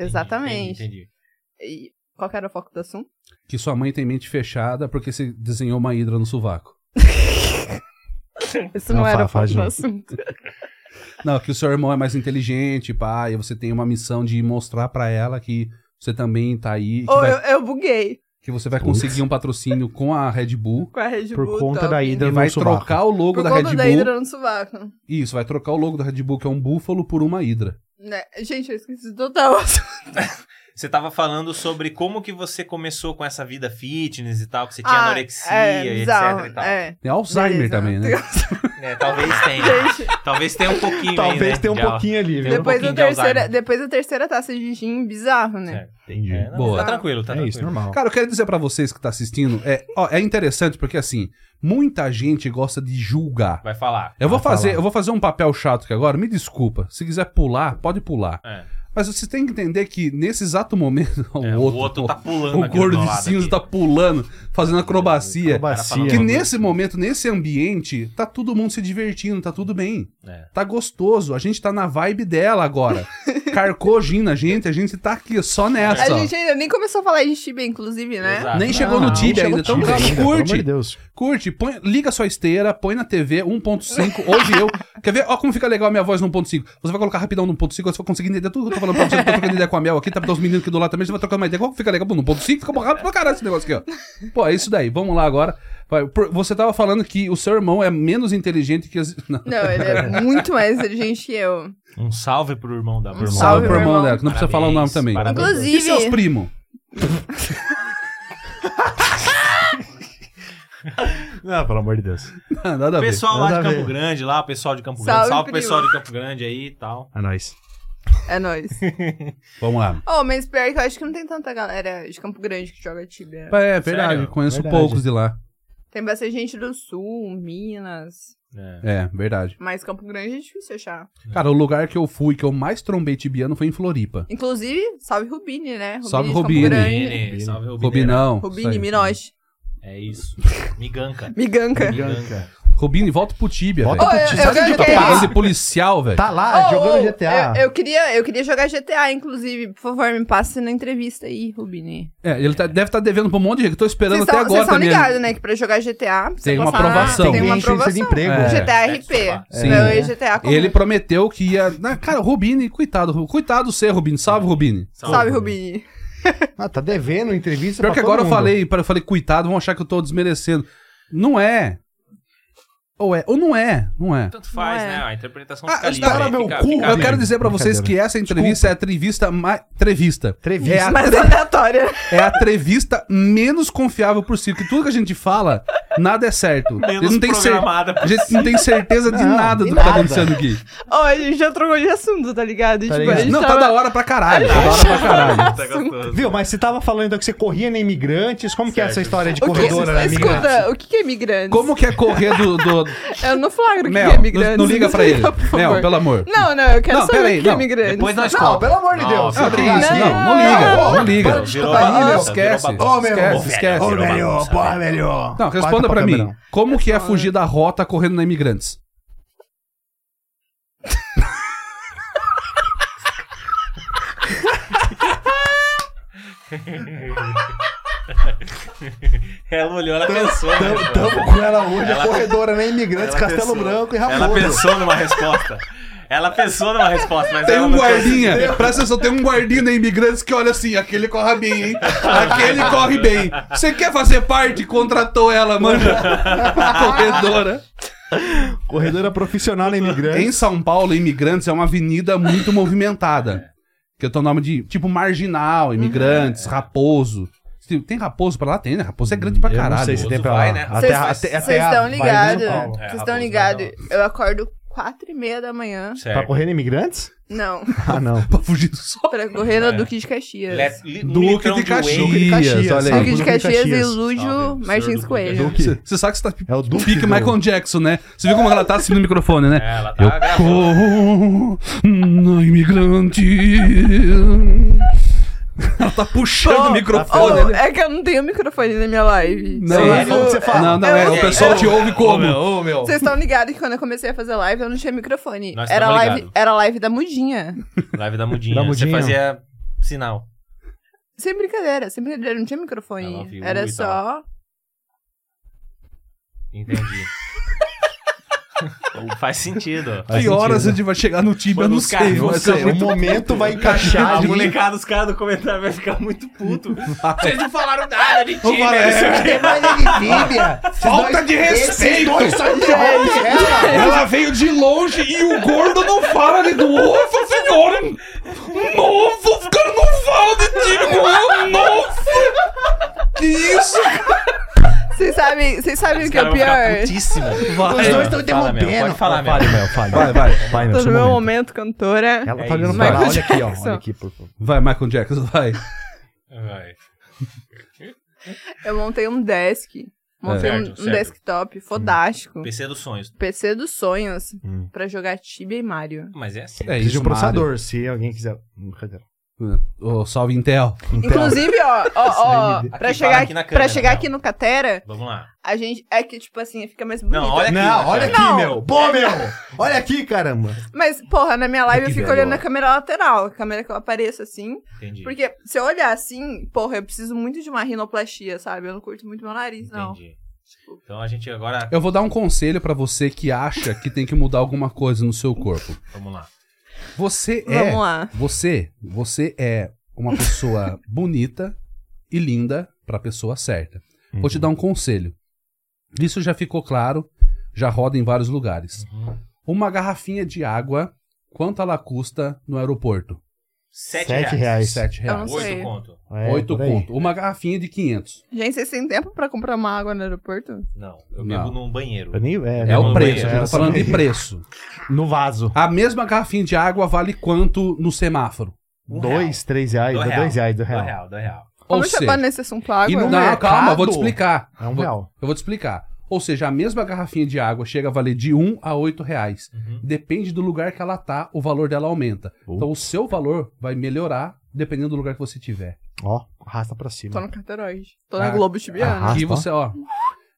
Speaker 1: é Exatamente.
Speaker 5: Entendi, entendi.
Speaker 1: E qual que era o foco do assunto?
Speaker 2: que sua mãe tem mente fechada porque você desenhou uma hidra no sovaco.
Speaker 1: Isso não,
Speaker 3: Não,
Speaker 1: era o
Speaker 3: fa- faz
Speaker 1: foco do
Speaker 3: não.
Speaker 1: assunto.
Speaker 2: Não, que o seu irmão é mais inteligente, pá, e você tem uma missão de mostrar pra ela que você também tá aí, que,
Speaker 1: Ou
Speaker 2: vai-
Speaker 1: eu, eu buguei
Speaker 2: que você vai
Speaker 3: Putz.
Speaker 2: conseguir um patrocínio com a Red Bull
Speaker 1: com a Red Bull.
Speaker 3: Por conta
Speaker 1: top.
Speaker 3: da
Speaker 2: e
Speaker 3: hidra no
Speaker 2: vai
Speaker 3: sovaco.
Speaker 2: trocar o logo
Speaker 1: Por
Speaker 2: da
Speaker 1: conta
Speaker 2: Red
Speaker 1: da
Speaker 2: Bull.
Speaker 1: hidra no sovaco.
Speaker 2: Isso, vai trocar o logo da Red Bull, que é um búfalo, por uma hidra.
Speaker 1: Né? Gente, eu esqueci total.
Speaker 5: Você tava falando sobre como que você começou com essa vida fitness e tal, que você tinha anorexia e etc e tal.
Speaker 1: Ah, É.
Speaker 2: Tem Alzheimer
Speaker 1: Beleza.
Speaker 2: também, né?
Speaker 5: É, talvez tenha.
Speaker 1: Gente,
Speaker 5: talvez tenha um pouquinho aí,
Speaker 3: Talvez
Speaker 5: né,
Speaker 3: tenha um
Speaker 5: de-
Speaker 3: pouquinho ali,
Speaker 5: Tem um
Speaker 3: viu?
Speaker 1: depois, da
Speaker 5: pouquinho de
Speaker 1: terceira,
Speaker 5: Alzheimer.
Speaker 1: depois da terceira taça de gin, bizarro, né?
Speaker 5: Certo.
Speaker 3: Entendi.
Speaker 5: É, não,
Speaker 2: Boa.
Speaker 5: Tá tranquilo, tá
Speaker 3: É
Speaker 5: tranquilo.
Speaker 3: isso, normal.
Speaker 2: Cara, eu quero dizer pra vocês que tá assistindo, é, ó, é interessante porque assim, muita gente gosta de julgar.
Speaker 5: Vai falar.
Speaker 2: Eu vou
Speaker 3: Vai
Speaker 2: fazer,
Speaker 3: falar.
Speaker 2: eu vou fazer um papel chato aqui agora, me desculpa. Se quiser pular, pode pular.
Speaker 5: É.
Speaker 2: Mas vocês têm que entender que nesse exato momento o,
Speaker 5: É,
Speaker 2: outro,
Speaker 5: o outro tá pulando
Speaker 2: o
Speaker 5: aqui do
Speaker 2: gordo
Speaker 5: meu
Speaker 2: de
Speaker 5: lado
Speaker 2: cinza
Speaker 5: aqui.
Speaker 2: tá pulando, fazendo acrobacia.
Speaker 5: Acrobacia.
Speaker 2: Que
Speaker 3: Bacia.
Speaker 1: né?
Speaker 2: nesse momento, nesse ambiente, tá todo mundo se divertindo, tá tudo bem.
Speaker 5: É.
Speaker 2: Tá gostoso, a gente tá na vibe dela agora. Carcou gin na gente, a gente tá aqui só nessa.
Speaker 1: A
Speaker 2: ó.
Speaker 1: gente ainda nem começou a falar de Tibia, inclusive, né?
Speaker 5: Exato.
Speaker 2: Nem
Speaker 5: Não,
Speaker 2: chegou
Speaker 5: Tá. não,
Speaker 3: Ah,
Speaker 2: no
Speaker 5: não
Speaker 2: Tibia
Speaker 5: chegou
Speaker 2: ainda,
Speaker 5: no
Speaker 2: então
Speaker 5: Tibia
Speaker 2: cara,
Speaker 5: ainda.
Speaker 3: Pelo
Speaker 2: curte.
Speaker 3: amor de Deus.
Speaker 2: Curte, põe, liga sua esteira, põe na um TV 1.5. Hoje eu. Quer ver? Ó, como fica legal a minha voz no 1.5. Você vai colocar rapidão no 1.5, você vai conseguir entender tudo que eu tô falando pra você. Eu tô trocando ideia com a Mel aqui, tá os meninos um aqui do lado também. Você vai trocando uma ideia. Qual que fica legal? Pô, no 1.5 fica bom, rápido pra caralho esse negócio aqui, ó. Pô, é isso daí. Vamos lá agora. Vai, por- Você tava falando que o seu irmão é menos inteligente que as. Não.
Speaker 1: Não, ele é muito mais inteligente que eu.
Speaker 5: Um salve pro irmão da pro irmão.
Speaker 1: Um salve,
Speaker 2: Salve pro
Speaker 1: meu
Speaker 2: irmão
Speaker 1: irmão.
Speaker 2: dela, que não precisa falar o nome
Speaker 5: Parabéns,
Speaker 2: também.
Speaker 5: parabéns.
Speaker 1: Inclusive-
Speaker 2: E seus primos?
Speaker 5: Não, pelo amor de Deus.
Speaker 2: Ah, Nada a ver.
Speaker 5: Pessoal lá
Speaker 3: nada
Speaker 5: de
Speaker 3: a
Speaker 5: Campo
Speaker 3: ver.
Speaker 5: Grande, lá, o pessoal de Campo
Speaker 1: Salve,
Speaker 5: Grande. Salve,
Speaker 1: primo.
Speaker 5: pessoal de Campo Grande aí e tal.
Speaker 3: É nóis.
Speaker 1: É nóis.
Speaker 2: Vamos lá.
Speaker 1: Oh, mas pior que eu acho que não tem tanta galera de Campo Grande que joga Tibia.
Speaker 2: É, é verdade,
Speaker 5: Sério?
Speaker 2: conheço
Speaker 3: Verdade.
Speaker 2: poucos de lá.
Speaker 1: Tem bastante gente do Sul, Minas.
Speaker 5: É.
Speaker 2: É, verdade.
Speaker 1: Mas Campo Grande é difícil achar.
Speaker 2: Cara, o lugar que eu fui, que eu mais trombei tibiano foi em Floripa.
Speaker 1: Inclusive, salve Rubini, né?
Speaker 2: Salve,
Speaker 1: de Campo
Speaker 2: Rubini.
Speaker 1: Grande.
Speaker 5: Rubine, salve Rubine.
Speaker 2: Robinão.
Speaker 1: Rubini, Minoche.
Speaker 5: É isso. Miganca.
Speaker 1: Miganca.
Speaker 5: Miganca.
Speaker 2: Robini, volta pro Tibia,
Speaker 3: Volta
Speaker 2: velho.
Speaker 1: Ô, eu-
Speaker 3: pro ti-
Speaker 1: eu
Speaker 3: Sabe onde
Speaker 1: ganhei
Speaker 3: tá
Speaker 1: esse-
Speaker 2: Parada
Speaker 3: parado?
Speaker 2: de policial, velho.
Speaker 3: Tá lá,
Speaker 1: Oh,
Speaker 3: jogando
Speaker 1: oh,
Speaker 3: GTA.
Speaker 1: Eu, eu queria, eu queria jogar GTA, inclusive. Por favor, me passe na entrevista aí, Rubini.
Speaker 2: É, ele tá- deve estar devendo pra um monte de gente. Tô esperando
Speaker 1: Vocês
Speaker 2: até
Speaker 1: estão
Speaker 2: agora
Speaker 1: vocês estão
Speaker 2: também.
Speaker 1: ligados, né? Que pra jogar GTA... precisa
Speaker 2: Tem uma
Speaker 1: passar-
Speaker 2: aprovação.
Speaker 1: Tem
Speaker 3: Tem
Speaker 1: uma
Speaker 3: que encher de
Speaker 1: aprovação.
Speaker 3: emprego.
Speaker 2: É.
Speaker 1: GTA
Speaker 5: É.
Speaker 1: RP.
Speaker 2: Sim.
Speaker 1: Não, é
Speaker 3: tá?
Speaker 1: GTA comum.
Speaker 2: Ele prometeu que ia. Ah, Cara, Rubini, coitado. Ru- Coitado ser, Rubini. Salve, Rubini.
Speaker 1: Salve, Rubini.
Speaker 3: Ah, tá devendo entrevista
Speaker 2: Pior
Speaker 3: pra
Speaker 2: que
Speaker 3: todo
Speaker 2: agora eu
Speaker 3: mundo.
Speaker 2: falei, eu falei, coitado, vão achar que eu tô desmerecendo. Não é. Ou é, ou não é, não é.
Speaker 5: Tanto faz,
Speaker 1: Não é.
Speaker 5: né? A interpretação
Speaker 2: Ah,
Speaker 5: fica livre.
Speaker 2: cara,
Speaker 3: é meu
Speaker 5: fica,
Speaker 3: cu,
Speaker 5: fica
Speaker 2: Eu
Speaker 5: livre.
Speaker 2: quero dizer pra vocês que essa entrevista é a entrevista mais. Trevista.
Speaker 3: Entrevista.
Speaker 2: É a,
Speaker 1: Mas aleatória.
Speaker 2: é a entrevista menos confiável possível. Que tudo que a gente fala, nada é certo.
Speaker 5: Menos
Speaker 2: não tem cer-
Speaker 5: programada.
Speaker 2: a gente não tem certeza de
Speaker 3: Não,
Speaker 2: nada
Speaker 3: de
Speaker 2: do que tá
Speaker 3: nada.
Speaker 2: acontecendo aqui.
Speaker 1: Ó, a gente já trocou de assunto, tá ligado?
Speaker 3: Tá
Speaker 1: tipo,
Speaker 3: ligado.
Speaker 1: a gente
Speaker 2: Não, tá
Speaker 1: tava-
Speaker 2: da hora pra caralho. Tá da hora pra caralho.
Speaker 5: Tá gostoso.
Speaker 3: Viu, mas você tava falando então que você corria na imigrantes. Como que é
Speaker 5: Certo.
Speaker 3: essa história de
Speaker 1: O que,
Speaker 3: corredora na imigrantes?
Speaker 1: escuta, o que que é imigrante?
Speaker 2: né, Como que é correr do. do...
Speaker 1: Eu não flagro o que que
Speaker 2: Mel,
Speaker 1: é
Speaker 2: não,
Speaker 1: imigrante.
Speaker 2: não liga pra ele. Mel, pelo amor.
Speaker 1: Não, não, eu quero
Speaker 2: Não, pera
Speaker 1: saber
Speaker 2: aí,
Speaker 1: o que é
Speaker 2: não.
Speaker 1: imigrante.
Speaker 5: Depois nós
Speaker 3: Não,
Speaker 5: contamos.
Speaker 3: pelo amor de Deus.
Speaker 5: Não,
Speaker 2: Não,
Speaker 5: que
Speaker 2: que
Speaker 3: Obrigado.
Speaker 2: isso, não, não
Speaker 1: Não,
Speaker 2: liga, não
Speaker 3: para
Speaker 2: liga.
Speaker 3: de
Speaker 5: Virou
Speaker 3: escutar aí,
Speaker 5: bagunça,
Speaker 3: meu.
Speaker 2: esquece.
Speaker 5: virou
Speaker 3: Ô,
Speaker 5: bagunça.
Speaker 3: meu.
Speaker 5: Virou
Speaker 2: Esquece, esquece.
Speaker 3: Ô,
Speaker 5: bagunça,
Speaker 3: velho,
Speaker 5: velho.
Speaker 3: porra, velho.
Speaker 2: Não,
Speaker 3: Corta
Speaker 2: responda pra mim.
Speaker 3: câmera.
Speaker 2: Como que é fugir da rota correndo na imigrantes?
Speaker 5: Ela olhou, ela pensou. né,
Speaker 3: Tamo,
Speaker 5: mano?
Speaker 3: tamo com ela hoje,
Speaker 5: Ela-
Speaker 3: a corredora na imigrantes,
Speaker 5: Ela
Speaker 3: Castelo
Speaker 5: pensou.
Speaker 3: Branco e
Speaker 5: Ela
Speaker 3: Raposo.
Speaker 5: pensou numa resposta. Ela pensou numa resposta, mas
Speaker 2: Tem
Speaker 5: ela
Speaker 2: um
Speaker 5: não
Speaker 2: guardinha, presta atenção, tem um guardinha na imigrantes que olha assim, aquele corre bem, hein? Aquele corre bem. Você quer fazer parte? Contratou ela, mano. Corredora.
Speaker 3: Corredora profissional na
Speaker 2: Em
Speaker 3: imigrantes.
Speaker 2: São Paulo, imigrantes é uma avenida muito movimentada. Que eu tô nome de, tipo, marginal,
Speaker 3: É.
Speaker 2: imigrantes, raposo. Se- Tem raposo pra lá? Tem, né? Raposo é grande pra
Speaker 3: Hum, Eu
Speaker 2: caralho.
Speaker 3: não sei se tem pra
Speaker 5: Vai,
Speaker 3: é lá.
Speaker 5: né?
Speaker 3: Até-
Speaker 1: Vocês-
Speaker 3: até- até
Speaker 1: Vocês
Speaker 3: a-
Speaker 1: estão
Speaker 3: vai de
Speaker 1: ligados?
Speaker 3: São Paulo.
Speaker 5: É,
Speaker 1: Vocês
Speaker 5: Raposo vai
Speaker 1: estão ligados?
Speaker 5: dar
Speaker 1: Eu acordo quatro e meia da manhã.
Speaker 3: Pra
Speaker 5: Certo.
Speaker 3: correr na imigrantes?
Speaker 1: Não,
Speaker 3: Ah, não.
Speaker 2: Pra fugir do sol.
Speaker 1: pra correr na
Speaker 5: É.
Speaker 1: Duque de Caxias.
Speaker 5: Le- li- um
Speaker 2: Duque de
Speaker 5: litrão whey.
Speaker 3: de
Speaker 2: Caxias,
Speaker 3: Caxias,
Speaker 2: olha aí.
Speaker 1: Duque
Speaker 3: Duque
Speaker 1: de
Speaker 3: de
Speaker 1: Caxias e
Speaker 3: Caxias.
Speaker 1: Lúdio
Speaker 5: Salve, senhor
Speaker 1: Martins
Speaker 5: Duque de
Speaker 1: Coelho.
Speaker 3: Duque.
Speaker 2: Você sabe que você tá
Speaker 3: É o Duque.
Speaker 2: pique
Speaker 3: do-
Speaker 2: Michael Jackson, né? Você viu como ela tá assim no microfone, né?
Speaker 5: É, Ela tá
Speaker 2: Eu
Speaker 5: gravando.
Speaker 2: corro na imigrante. Ela tá puxando o microfone.
Speaker 1: Oh,
Speaker 2: né?
Speaker 1: é que eu não tenho microfone na minha live.
Speaker 2: Não,
Speaker 1: Mas
Speaker 2: é,
Speaker 1: eu-
Speaker 2: como
Speaker 3: você fala?
Speaker 2: Não, não, é. O
Speaker 5: Eu-
Speaker 2: pessoal te ouve
Speaker 5: Ô,
Speaker 2: como?
Speaker 5: meu, ô, meu.
Speaker 1: Vocês estão ligados que quando eu comecei a fazer live, eu não tinha microfone.
Speaker 5: Nós
Speaker 1: Era
Speaker 5: tamo
Speaker 1: live,
Speaker 5: ligado.
Speaker 1: era live da mudinha.
Speaker 5: Live da mudinha.
Speaker 3: Da
Speaker 5: Você
Speaker 3: mudinha.
Speaker 5: fazia sinal.
Speaker 1: Sem brincadeira, sem brincadeira, não tinha
Speaker 5: Ela
Speaker 1: microfone.
Speaker 5: viu
Speaker 1: Era
Speaker 5: e
Speaker 1: só.
Speaker 5: Entendi. Faz sentido.
Speaker 3: Faz
Speaker 2: Que horas a
Speaker 3: sentido.
Speaker 2: gente vai chegar no time? Eu
Speaker 5: Mano,
Speaker 2: não
Speaker 5: os caras
Speaker 2: sei.
Speaker 5: vão
Speaker 2: Mas
Speaker 5: ficar
Speaker 2: é
Speaker 3: O
Speaker 2: muito...
Speaker 3: momento vai
Speaker 5: A
Speaker 3: encaixar ali.
Speaker 5: molecada, os caras do comentário vai ficar muito puto. Vocês não falaram nada de né?
Speaker 2: Vamos falar,
Speaker 5: Tinder.
Speaker 2: é, Falta de respeito!
Speaker 1: É,
Speaker 2: Ela veio de longe e o gordo não fala ali do Nossa senhora! Nossa, os caras não falam de time! Nossa! Que isso?
Speaker 1: Vocês sabem, vocês sabem o
Speaker 5: Os
Speaker 1: que é
Speaker 5: caras
Speaker 1: o
Speaker 5: vão ficar né?
Speaker 1: pior?
Speaker 5: putíssimo.
Speaker 3: Os dois estão
Speaker 5: Fala, Mel,
Speaker 3: interrompendo.
Speaker 5: Pode falar,
Speaker 3: Vai,
Speaker 5: Mel.
Speaker 3: Mel, fala.
Speaker 2: Vai, vai.
Speaker 3: Vai, Mel,
Speaker 1: Tô
Speaker 3: seu
Speaker 1: no meu
Speaker 3: momento.
Speaker 1: momento, cantora.
Speaker 3: Ela
Speaker 5: É
Speaker 3: tá olhando
Speaker 5: isso.
Speaker 3: pra lá.
Speaker 1: Michael
Speaker 3: Olha aqui, ó.
Speaker 1: Jackson.
Speaker 3: Olha aqui, por favor.
Speaker 2: Vai, Michael Jackson, vai.
Speaker 5: Vai.
Speaker 1: Eu montei um desk. Montei
Speaker 5: É.
Speaker 1: um,
Speaker 5: Certo,
Speaker 1: um
Speaker 5: certo.
Speaker 1: desktop fodástico.
Speaker 5: PC dos sonhos.
Speaker 1: PC dos sonhos
Speaker 5: Hum.
Speaker 1: pra jogar Tibia e Mario.
Speaker 5: Mas é assim.
Speaker 2: É
Speaker 3: Precisa de um
Speaker 2: Mário.
Speaker 3: processador, se alguém quiser. Hum, Brincadeira.
Speaker 2: Ô, salve Intel.
Speaker 5: Então,
Speaker 1: Inclusive, ó, ó, ó,
Speaker 3: Aqui,
Speaker 1: pra
Speaker 5: fala
Speaker 1: chegar,
Speaker 5: aqui na
Speaker 1: pra
Speaker 5: câmera, né?
Speaker 1: chegar
Speaker 5: não.
Speaker 1: aqui no Catera,
Speaker 5: Vamos lá.
Speaker 1: a gente. É que, tipo assim, fica mais bonito.
Speaker 5: Não, olha aqui.
Speaker 3: Não,
Speaker 5: né,
Speaker 3: olha
Speaker 5: cara?
Speaker 3: aqui, meu. Pô, meu. Olha aqui, caramba.
Speaker 1: Mas, porra, na minha live eu
Speaker 3: Que
Speaker 1: fico
Speaker 3: velho,
Speaker 1: olhando
Speaker 3: ó.
Speaker 1: a câmera lateral, a câmera que eu apareço assim.
Speaker 5: Entendi.
Speaker 1: Porque se eu olhar assim, porra, eu preciso muito de uma rinoplastia, sabe? Eu não curto muito meu nariz, não.
Speaker 5: Entendi. Então a gente agora.
Speaker 2: Eu vou dar um conselho pra você que acha que tem que mudar alguma coisa no seu corpo.
Speaker 5: Vamos lá.
Speaker 2: Você é.
Speaker 1: Vamos lá.
Speaker 2: Você, você é uma
Speaker 3: Uhum.
Speaker 2: pessoa bonita e linda pra pessoa certa. Vou te dar um conselho. Isso já ficou claro, já roda em vários lugares. Uma garrafinha de água, quanto ela custa no aeroporto?
Speaker 5: Sete
Speaker 3: Sete
Speaker 5: reais.
Speaker 3: reais.
Speaker 2: Sete
Speaker 1: não
Speaker 2: reais.
Speaker 1: sei.
Speaker 5: Oito conto.
Speaker 3: É,
Speaker 2: Oito
Speaker 3: por aí.
Speaker 2: conto. Uma garrafinha de 500.
Speaker 1: Gente, vocês têm tempo pra comprar uma água no aeroporto?
Speaker 5: Não, eu
Speaker 2: Não.
Speaker 5: bebo num banheiro.
Speaker 3: Eu nem-
Speaker 2: É,
Speaker 5: não,
Speaker 2: o
Speaker 5: não
Speaker 2: preço, a gente
Speaker 5: é,
Speaker 2: tá
Speaker 3: eu
Speaker 2: falando de
Speaker 3: também.
Speaker 2: preço.
Speaker 3: No vaso.
Speaker 2: A mesma garrafinha de água vale quanto no semáforo?
Speaker 5: Um
Speaker 3: dois, três reais,
Speaker 5: real.
Speaker 3: dois, reais,
Speaker 5: Do
Speaker 3: dois real.
Speaker 5: real, do real.
Speaker 1: Vamos chegar nesse assunto água?
Speaker 2: e no-
Speaker 3: né?
Speaker 2: não,
Speaker 3: mercado-
Speaker 2: calma, eu vou te explicar.
Speaker 3: É um
Speaker 2: Vou-
Speaker 3: real.
Speaker 2: Eu vou te explicar. Ou seja, a mesma garrafinha de água chega a valer de 1 a 8 reais.
Speaker 5: Uhum.
Speaker 2: Depende do lugar que ela tá, o valor dela aumenta.
Speaker 3: Putz.
Speaker 2: Então o seu valor vai melhorar dependendo do lugar que você tiver.
Speaker 3: Ó, arrasta pra cima.
Speaker 1: Tô no Cateróide. Tô na
Speaker 2: Ah,
Speaker 1: Globo Tibiana.
Speaker 3: ah,
Speaker 2: Aqui
Speaker 3: ó.
Speaker 2: você, ó.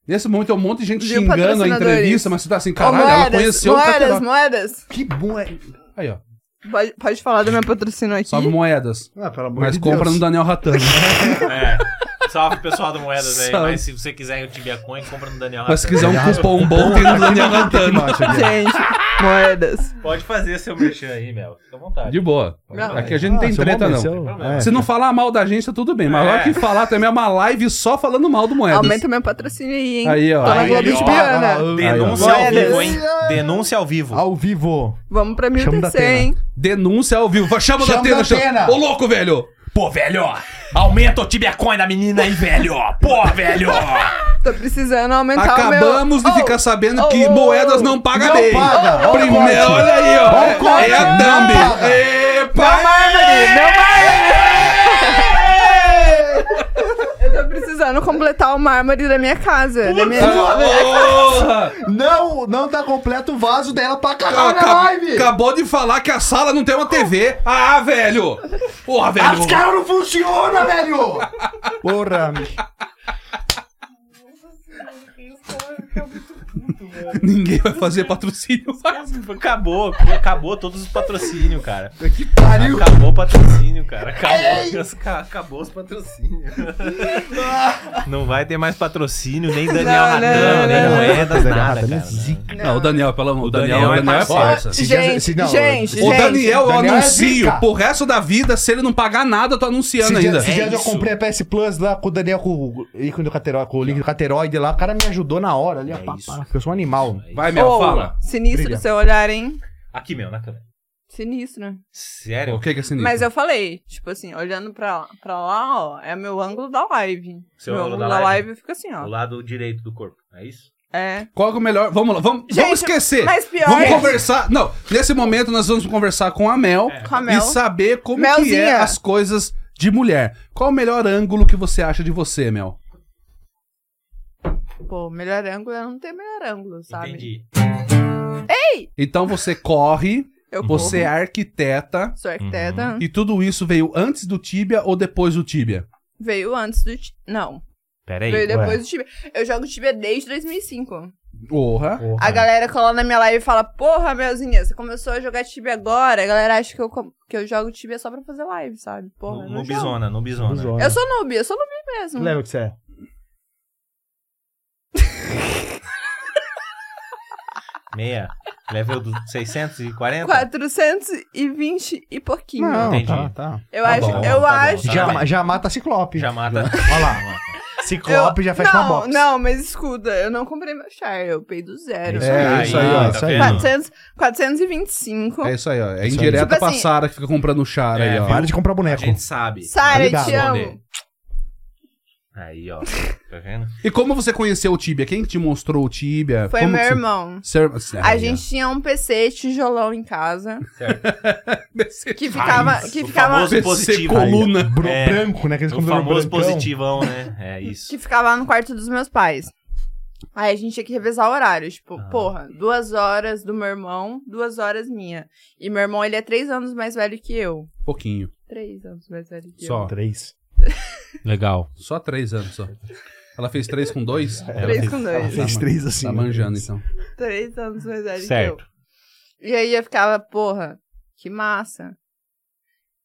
Speaker 2: Nesse momento é um monte de gente
Speaker 1: Viu,
Speaker 2: xingando a
Speaker 1: patrocinadores?
Speaker 2: entrevista, mas você tá assim,
Speaker 1: Ó,
Speaker 2: caralho, ela conheceu o
Speaker 1: moedas,
Speaker 2: Cateró-
Speaker 1: moedas.
Speaker 3: Que bom é.
Speaker 2: Aí, ó.
Speaker 1: Pode, pode falar da minha patrocínio aqui?
Speaker 2: Salve moedas.
Speaker 3: Ah, pelo amor
Speaker 2: Mas
Speaker 3: de
Speaker 2: compra
Speaker 3: Deus.
Speaker 2: no Daniel Ratano.
Speaker 5: É. Salve pessoal do Moedas aí,
Speaker 2: Salve.
Speaker 5: mas se você quiser o Tibia Coin, compra no Daniel
Speaker 2: mas se
Speaker 5: Ratano.
Speaker 2: quiser um cupom bom, tem no Daniel Ratano.
Speaker 1: Gente, moedas.
Speaker 5: Pode fazer seu merchan aí, Mel. Fica à vontade.
Speaker 2: De boa.
Speaker 1: Não.
Speaker 2: Aqui a gente não
Speaker 3: Ah,
Speaker 2: tem
Speaker 3: seu
Speaker 2: treta,
Speaker 3: momento,
Speaker 2: não.
Speaker 3: seu-
Speaker 5: problema.
Speaker 3: é.
Speaker 2: Se não falar mal da gente, tá tudo bem. Mas
Speaker 5: É.
Speaker 2: agora que falar também é uma live só falando mal do Moedas.
Speaker 1: Aumenta meu patrocínio aí, hein?
Speaker 2: Aí, ó.
Speaker 1: Tô na
Speaker 5: Aí,
Speaker 1: Globo
Speaker 5: ó.
Speaker 1: Tibiana.
Speaker 5: Denúncia ao
Speaker 1: Moedas.
Speaker 5: vivo, hein? Denúncia ao vivo.
Speaker 3: Ao vivo.
Speaker 1: Vamos pra mil
Speaker 3: Chama da
Speaker 1: TC,
Speaker 3: Atena.
Speaker 1: hein?
Speaker 2: Denúncia ao vivo. Vai, Chama,
Speaker 3: Chama
Speaker 2: da Atena,
Speaker 3: da
Speaker 2: chama.
Speaker 3: Atena.
Speaker 2: Ô, louco, velho.
Speaker 5: Pô, velho, aumenta o Tibia Coin da menina aí, velho. Pô, velho.
Speaker 1: Tô precisando
Speaker 3: Então,
Speaker 1: aumentar
Speaker 2: Acabamos
Speaker 1: o meu...
Speaker 2: de ficar sabendo
Speaker 1: oh,
Speaker 2: que
Speaker 1: oh,
Speaker 2: moedas não paga
Speaker 3: não
Speaker 2: bem.
Speaker 3: paga. Ó o corte.
Speaker 2: Primeiro, olha aí, ó.
Speaker 3: Ó o corte.
Speaker 2: É a
Speaker 3: Não
Speaker 2: thumb.
Speaker 3: paga.
Speaker 2: Epa!
Speaker 1: Eu tô precisando completar o mármore da minha casa. Da minha...
Speaker 2: Tá. Porra!
Speaker 3: Não, não tá completo o vaso dela pra caralho Tá na
Speaker 2: Acab-
Speaker 3: live.
Speaker 2: Acabou de falar que a sala não tem uma TV. Ah, velho! Porra, velho!
Speaker 3: As caras não funcionam, velho. Porra,
Speaker 2: Ninguém vai fazer patrocínio.
Speaker 5: Acabou, acabou todos os patrocínios, cara.
Speaker 3: que pariu.
Speaker 5: Acabou o patrocínio, cara. Acabou, os, ca- acabou os patrocínios. Não vai ter mais patrocínio, nem Daniel
Speaker 1: Não,
Speaker 5: Ratan,
Speaker 1: não,
Speaker 5: nem
Speaker 1: não,
Speaker 5: moedas,
Speaker 3: Daniel
Speaker 5: nada,
Speaker 3: Ratan é
Speaker 5: cara.
Speaker 3: zica.
Speaker 1: Não.
Speaker 2: Não, o Daniel, pelo amor. O
Speaker 5: Daniel
Speaker 2: Daniel,
Speaker 5: é
Speaker 2: o Daniel é
Speaker 5: parceiro.
Speaker 2: parça.
Speaker 3: Se já-
Speaker 1: Gente,
Speaker 3: se não,
Speaker 1: gente,
Speaker 2: O
Speaker 1: gente.
Speaker 2: Daniel, eu
Speaker 3: Daniel é
Speaker 2: anuncio
Speaker 3: zica.
Speaker 2: pro resto da vida, se ele não pagar nada, eu tô anunciando
Speaker 3: Esse dia,
Speaker 2: ainda.
Speaker 3: esse dia
Speaker 5: É
Speaker 3: eu
Speaker 5: isso.
Speaker 3: comprei a PS Plus lá com o Daniel com o ícone do cateroide, com o link do cateroide lá. O cara me ajudou na hora ali, ó.
Speaker 5: É
Speaker 3: pá,
Speaker 5: isso.
Speaker 3: pá, porque eu sou um animal.
Speaker 2: Vai, Mel,
Speaker 1: Ô,
Speaker 2: fala.
Speaker 1: Sinistro
Speaker 3: Brilha.
Speaker 1: seu olhar, hein?
Speaker 5: Aqui, meu, na câmera.
Speaker 1: Sinistro.
Speaker 5: Sério?
Speaker 2: O que que é sinistro?
Speaker 1: Mas eu falei, tipo assim, olhando pra lá, pra lá, ó, é meu ângulo da live.
Speaker 5: Seu
Speaker 1: meu
Speaker 5: ângulo
Speaker 1: ângulo
Speaker 5: da
Speaker 1: da,
Speaker 5: live
Speaker 1: live fica assim,
Speaker 5: O
Speaker 1: ó.
Speaker 5: lado direito do corpo, é isso?
Speaker 1: É.
Speaker 2: Qual que é o melhor? Vamos lá, vamos,
Speaker 1: Gente,
Speaker 2: vamos esquecer.
Speaker 1: mas pior
Speaker 2: Vamos
Speaker 1: é-
Speaker 2: conversar. Não, nesse momento nós vamos conversar com a Mel
Speaker 1: Com a É. Mel.
Speaker 2: e saber como que é
Speaker 1: Melzinha.
Speaker 2: as coisas de mulher. Qual o melhor ângulo que você acha de você, Mel?
Speaker 1: Pô, melhor ângulo é não ter melhor ângulo, sabe?
Speaker 5: Entendi.
Speaker 2: Então você corre,
Speaker 1: Eu
Speaker 2: você é
Speaker 1: corro,
Speaker 2: arquiteta
Speaker 1: sou
Speaker 5: Uhum.
Speaker 1: arquiteta.
Speaker 2: e tudo isso veio antes do Tibia ou depois do Tibia?
Speaker 1: Veio antes do. ti- Não.
Speaker 5: Pera aí.
Speaker 1: veio depois
Speaker 3: ué.
Speaker 1: do Tibia. Eu jogo Tibia desde 2005.
Speaker 2: Porra.
Speaker 1: A galera cola na minha live e fala: Porra, Melzinha, você começou a jogar Tibia agora? A galera acha que eu, com- que eu jogo Tibia só pra fazer live, sabe? Porra. eu não jogo.
Speaker 5: Nubizona, nubizona.
Speaker 1: Eu sou assim. noob, eu sou noob mesmo.
Speaker 3: Lembra que você é?
Speaker 5: Meia. Level do 640?
Speaker 1: 420 e pouquinho.
Speaker 3: Não,
Speaker 5: entendi.
Speaker 3: tá, tá.
Speaker 1: eu
Speaker 5: tá
Speaker 1: acho.
Speaker 5: bom,
Speaker 1: eu
Speaker 5: tá bom,
Speaker 1: acho.
Speaker 5: tá
Speaker 3: Já,
Speaker 5: bem.
Speaker 3: já mata Ciclope.
Speaker 5: Já mata.
Speaker 3: Olha lá. Ciclope
Speaker 1: eu-
Speaker 3: já fecha
Speaker 1: não,
Speaker 3: uma box.
Speaker 1: Não, mas escuta, eu não comprei meu char, eu pei do zero.
Speaker 3: É, isso aí, ó,
Speaker 5: tá
Speaker 3: isso aí.
Speaker 5: vendo?
Speaker 1: 400, 425.
Speaker 2: É isso aí, ó. É indireta
Speaker 1: Tipo
Speaker 2: pra
Speaker 1: assim-
Speaker 2: Sara que fica comprando char
Speaker 5: É,
Speaker 2: aí, ó.
Speaker 5: viu?
Speaker 3: Para de comprar
Speaker 5: A
Speaker 3: boneco.
Speaker 5: gente sabe.
Speaker 1: Sara, eu
Speaker 3: Obrigado,
Speaker 1: te amo.
Speaker 5: Alê. Aí, ó. Tá vendo?
Speaker 2: E como você conheceu o Tibia? Quem que te mostrou o Tibia?
Speaker 1: Foi
Speaker 2: Como
Speaker 1: meu
Speaker 2: que você- É,
Speaker 1: irmão.
Speaker 2: Ser- Sério?
Speaker 1: A gente tinha um PC tijolão em casa que ficava. Que
Speaker 5: o
Speaker 1: ficava
Speaker 5: famoso positivo.
Speaker 2: coluna.
Speaker 3: Bro-
Speaker 5: É.
Speaker 3: Branco, né? Aqueles
Speaker 5: O
Speaker 3: computador
Speaker 5: famoso
Speaker 3: brancão.
Speaker 5: positivão, né? É isso.
Speaker 1: que ficava lá no quarto dos meus pais. Aí a gente tinha que revezar horário, tipo,
Speaker 5: Ah.
Speaker 1: porra, duas horas do meu irmão, duas horas minha. E meu irmão, ele é três anos mais velho que eu.
Speaker 2: Pouquinho.
Speaker 1: Três anos mais velho que
Speaker 2: Só.
Speaker 3: Três.
Speaker 5: Legal.
Speaker 2: Só três anos só. Ela fez três com dois?
Speaker 1: eu. Três com
Speaker 3: Ela
Speaker 1: dois.
Speaker 3: fez três assim.
Speaker 2: Tá
Speaker 3: né?
Speaker 2: manjando, então.
Speaker 1: Três anos mais velho que
Speaker 5: Certo.
Speaker 1: eu. E aí eu ficava, porra, que massa.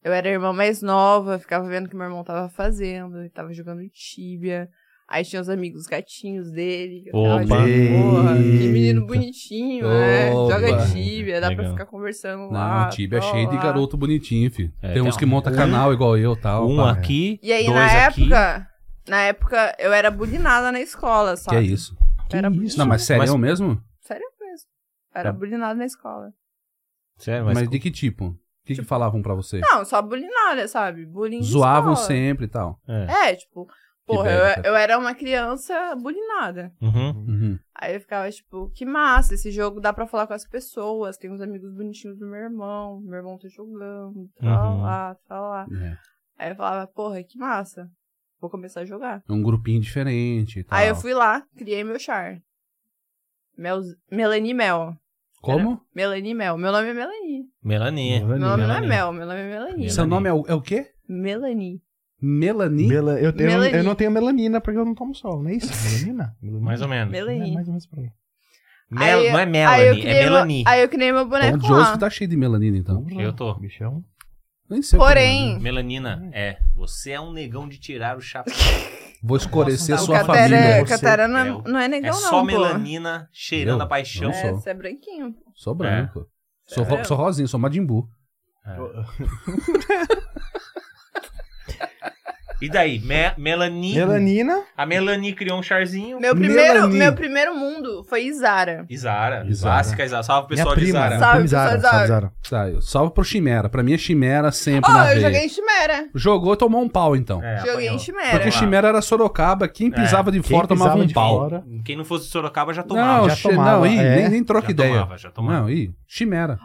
Speaker 1: Eu era a irmã mais nova, ficava vendo o que meu irmão tava fazendo, ele tava jogando tíbia. Aí tinha os amigos gatinhos dele. Eu ficava,
Speaker 5: Opa.
Speaker 1: tipo, porra, que menino
Speaker 3: Eita.
Speaker 1: bonitinho, né?
Speaker 2: Opa.
Speaker 1: Joga tíbia, dá pra
Speaker 5: Legal.
Speaker 1: ficar conversando lá.
Speaker 2: Não, o Tibia é
Speaker 1: blá,
Speaker 2: cheio de
Speaker 1: blá.
Speaker 2: garoto bonitinho, filho.
Speaker 5: É,
Speaker 2: tem
Speaker 5: tem
Speaker 2: uns que
Speaker 5: um-
Speaker 2: monta canal igual eu e tal.
Speaker 5: Um
Speaker 2: pá.
Speaker 5: aqui,
Speaker 1: é. E aí,
Speaker 5: dois
Speaker 1: na
Speaker 5: aqui.
Speaker 1: época, na época, eu era bulinada na escola,
Speaker 2: Que
Speaker 1: sabe?
Speaker 2: é isso.
Speaker 3: Que
Speaker 1: Era
Speaker 3: isso?
Speaker 2: Não, mas sério
Speaker 5: Mas-
Speaker 2: mesmo?
Speaker 1: Sério mesmo. Era
Speaker 2: É.
Speaker 1: bulinado na escola.
Speaker 5: Sério,
Speaker 2: Mas, de que tipo? O que, que falavam pra você?
Speaker 1: Não, só bulinada, sabe? Bullying de
Speaker 2: Zoavam
Speaker 1: Ah, escola.
Speaker 2: sempre e tal.
Speaker 5: É.
Speaker 1: É, tipo, porra,
Speaker 2: beleza.
Speaker 1: eu, eu era uma criança bulinada.
Speaker 5: Uhum.
Speaker 2: Uhum.
Speaker 1: Aí eu ficava tipo, que massa, esse jogo dá pra falar com as pessoas, tem uns amigos bonitinhos do meu irmão, meu irmão tá jogando, tá
Speaker 5: Uhum.
Speaker 1: lá, tá lá.
Speaker 2: É.
Speaker 1: Aí eu falava, porra, que massa, vou começar a jogar.
Speaker 2: É Um grupinho diferente e tal.
Speaker 1: Aí eu fui lá, criei meu char. Mel, Melanie Mel.
Speaker 2: Como?
Speaker 1: Melanie Mel. Meu nome é Melanie.
Speaker 5: Melania.
Speaker 1: Meu nome não é Mel, meu nome é Melanie.
Speaker 2: Seu
Speaker 5: Melanie.
Speaker 2: nome é o, é o quê?
Speaker 1: Melanie.
Speaker 2: Melanie?
Speaker 3: Mela- eu, tenho-
Speaker 1: Melanina.
Speaker 3: eu não tenho melanina porque eu não tomo sol, não é isso? Melanina? Melanina?
Speaker 5: Mais ou menos.
Speaker 1: Mel-
Speaker 3: É, mais ou menos por aí.
Speaker 5: Mel-
Speaker 1: Aí-
Speaker 5: não é
Speaker 1: aí eu
Speaker 5: Melanie,
Speaker 1: criei
Speaker 5: é Melanie.
Speaker 1: Meu, aí eu criei meu boneco
Speaker 2: Então, o
Speaker 1: lá.
Speaker 2: Joseph tá cheio de melanina, então.
Speaker 3: Vamos lá,
Speaker 5: Eu tô.
Speaker 3: Bichão.
Speaker 2: Nem sei o que é
Speaker 1: Porém-
Speaker 2: melanina.
Speaker 5: Melanina, é. Você é um negão de tirar o chapéu.
Speaker 2: Vou escurecer
Speaker 3: Nossa, tá.
Speaker 1: O
Speaker 2: sua
Speaker 3: Catera-
Speaker 2: família.
Speaker 1: Catara,
Speaker 2: um-
Speaker 3: Você-
Speaker 1: Catara não, é-
Speaker 5: Mel.
Speaker 1: não é negão,
Speaker 5: É
Speaker 1: não.
Speaker 5: só
Speaker 1: pô.
Speaker 5: melanina cheirando
Speaker 2: Eu?
Speaker 5: a paixão.
Speaker 2: Não
Speaker 1: É,
Speaker 2: sou.
Speaker 1: você é branquinho.
Speaker 2: Sou branco. Sou, ro-
Speaker 1: É.
Speaker 2: sou rosinho, sou Majin Buu.
Speaker 5: É. E daí? Me Melanie.
Speaker 3: Melanina.
Speaker 5: A Melanie criou um charzinho.
Speaker 1: Meu primeiro,
Speaker 2: Melanie.
Speaker 1: meu primeiro mundo foi Isara.
Speaker 5: Isara.
Speaker 2: Isara.
Speaker 5: Clássica Isara. Salve
Speaker 3: Minha
Speaker 5: pessoal de
Speaker 3: prima. né?
Speaker 5: Isara.
Speaker 1: Sa- Salve,
Speaker 3: Salve, Zara.
Speaker 1: pessoal,
Speaker 3: Salve,
Speaker 1: Zara.
Speaker 3: Zara.
Speaker 2: Saiu. Salve pro Chimera. Pra mim é Chimera sempre
Speaker 1: Oh,
Speaker 2: na
Speaker 1: eu
Speaker 2: veia.
Speaker 1: joguei em Chimera.
Speaker 2: Jogou, tomou um pau, então.
Speaker 5: É,
Speaker 1: joguei em
Speaker 5: apanhou.
Speaker 1: Chimera.
Speaker 2: Porque Chimera era Sorocaba, quem pisava de fora tomava um pau.
Speaker 5: Quem não fosse de Sorocaba já tomava.
Speaker 2: Não,
Speaker 3: já
Speaker 2: che-
Speaker 3: tomava,
Speaker 2: não, ih,
Speaker 3: é.
Speaker 2: nem, nem troca
Speaker 5: já
Speaker 2: ideia.
Speaker 5: tomava, já tomava.
Speaker 2: Não, ih, chimera.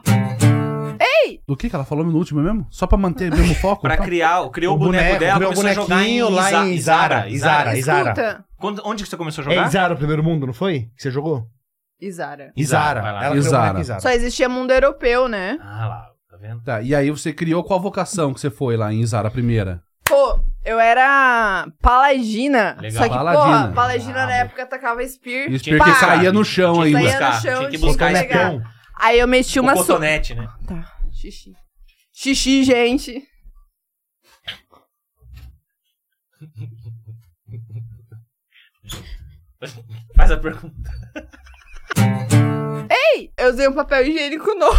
Speaker 2: Ei! Do que que ela falou no último mesmo? Só pra manter o mesmo foco?
Speaker 5: Pra
Speaker 2: Tá?
Speaker 5: criar, criou o,
Speaker 3: O
Speaker 5: boneco,
Speaker 3: boneco,
Speaker 5: dela,
Speaker 3: criou o
Speaker 5: começou a jogar em,
Speaker 3: bonequinho lá
Speaker 5: Isa-
Speaker 3: em
Speaker 5: Isara.
Speaker 3: Isara,
Speaker 5: Isara.
Speaker 3: Isara. Isara.
Speaker 1: Escuta.
Speaker 5: Quando- onde que você começou a
Speaker 3: É
Speaker 5: jogar?
Speaker 3: Isara o primeiro mundo, não foi? Que você jogou?
Speaker 1: Isara.
Speaker 5: Isara, vai lá.
Speaker 3: Ela criou o
Speaker 2: Isara.
Speaker 3: boneco
Speaker 1: Só existia mundo europeu, né?
Speaker 5: Ah lá, tá vendo?
Speaker 2: Tá, e aí você criou qual vocação que você foi lá em Isara primeira?
Speaker 1: Pô, eu era paladina.
Speaker 5: Legal.
Speaker 1: Só que,
Speaker 2: Paladina.
Speaker 1: porra, paladina na
Speaker 5: Bravo.
Speaker 1: época atacava spear.
Speaker 2: Isso
Speaker 5: Tinha
Speaker 2: porque
Speaker 1: que-
Speaker 2: caía no chão
Speaker 5: Tinha que
Speaker 1: Saía
Speaker 2: ainda.
Speaker 5: buscar,
Speaker 1: no chão,
Speaker 5: tinha que
Speaker 1: tinha que
Speaker 5: buscar esse
Speaker 1: pegar.
Speaker 5: pão.
Speaker 1: Aí eu meti uma
Speaker 5: o
Speaker 1: so...
Speaker 5: cotonete, né?
Speaker 1: Tá, xixi. Xixi, gente.
Speaker 5: Faz a pergunta.
Speaker 1: Ei, eu usei um papel higiênico novo.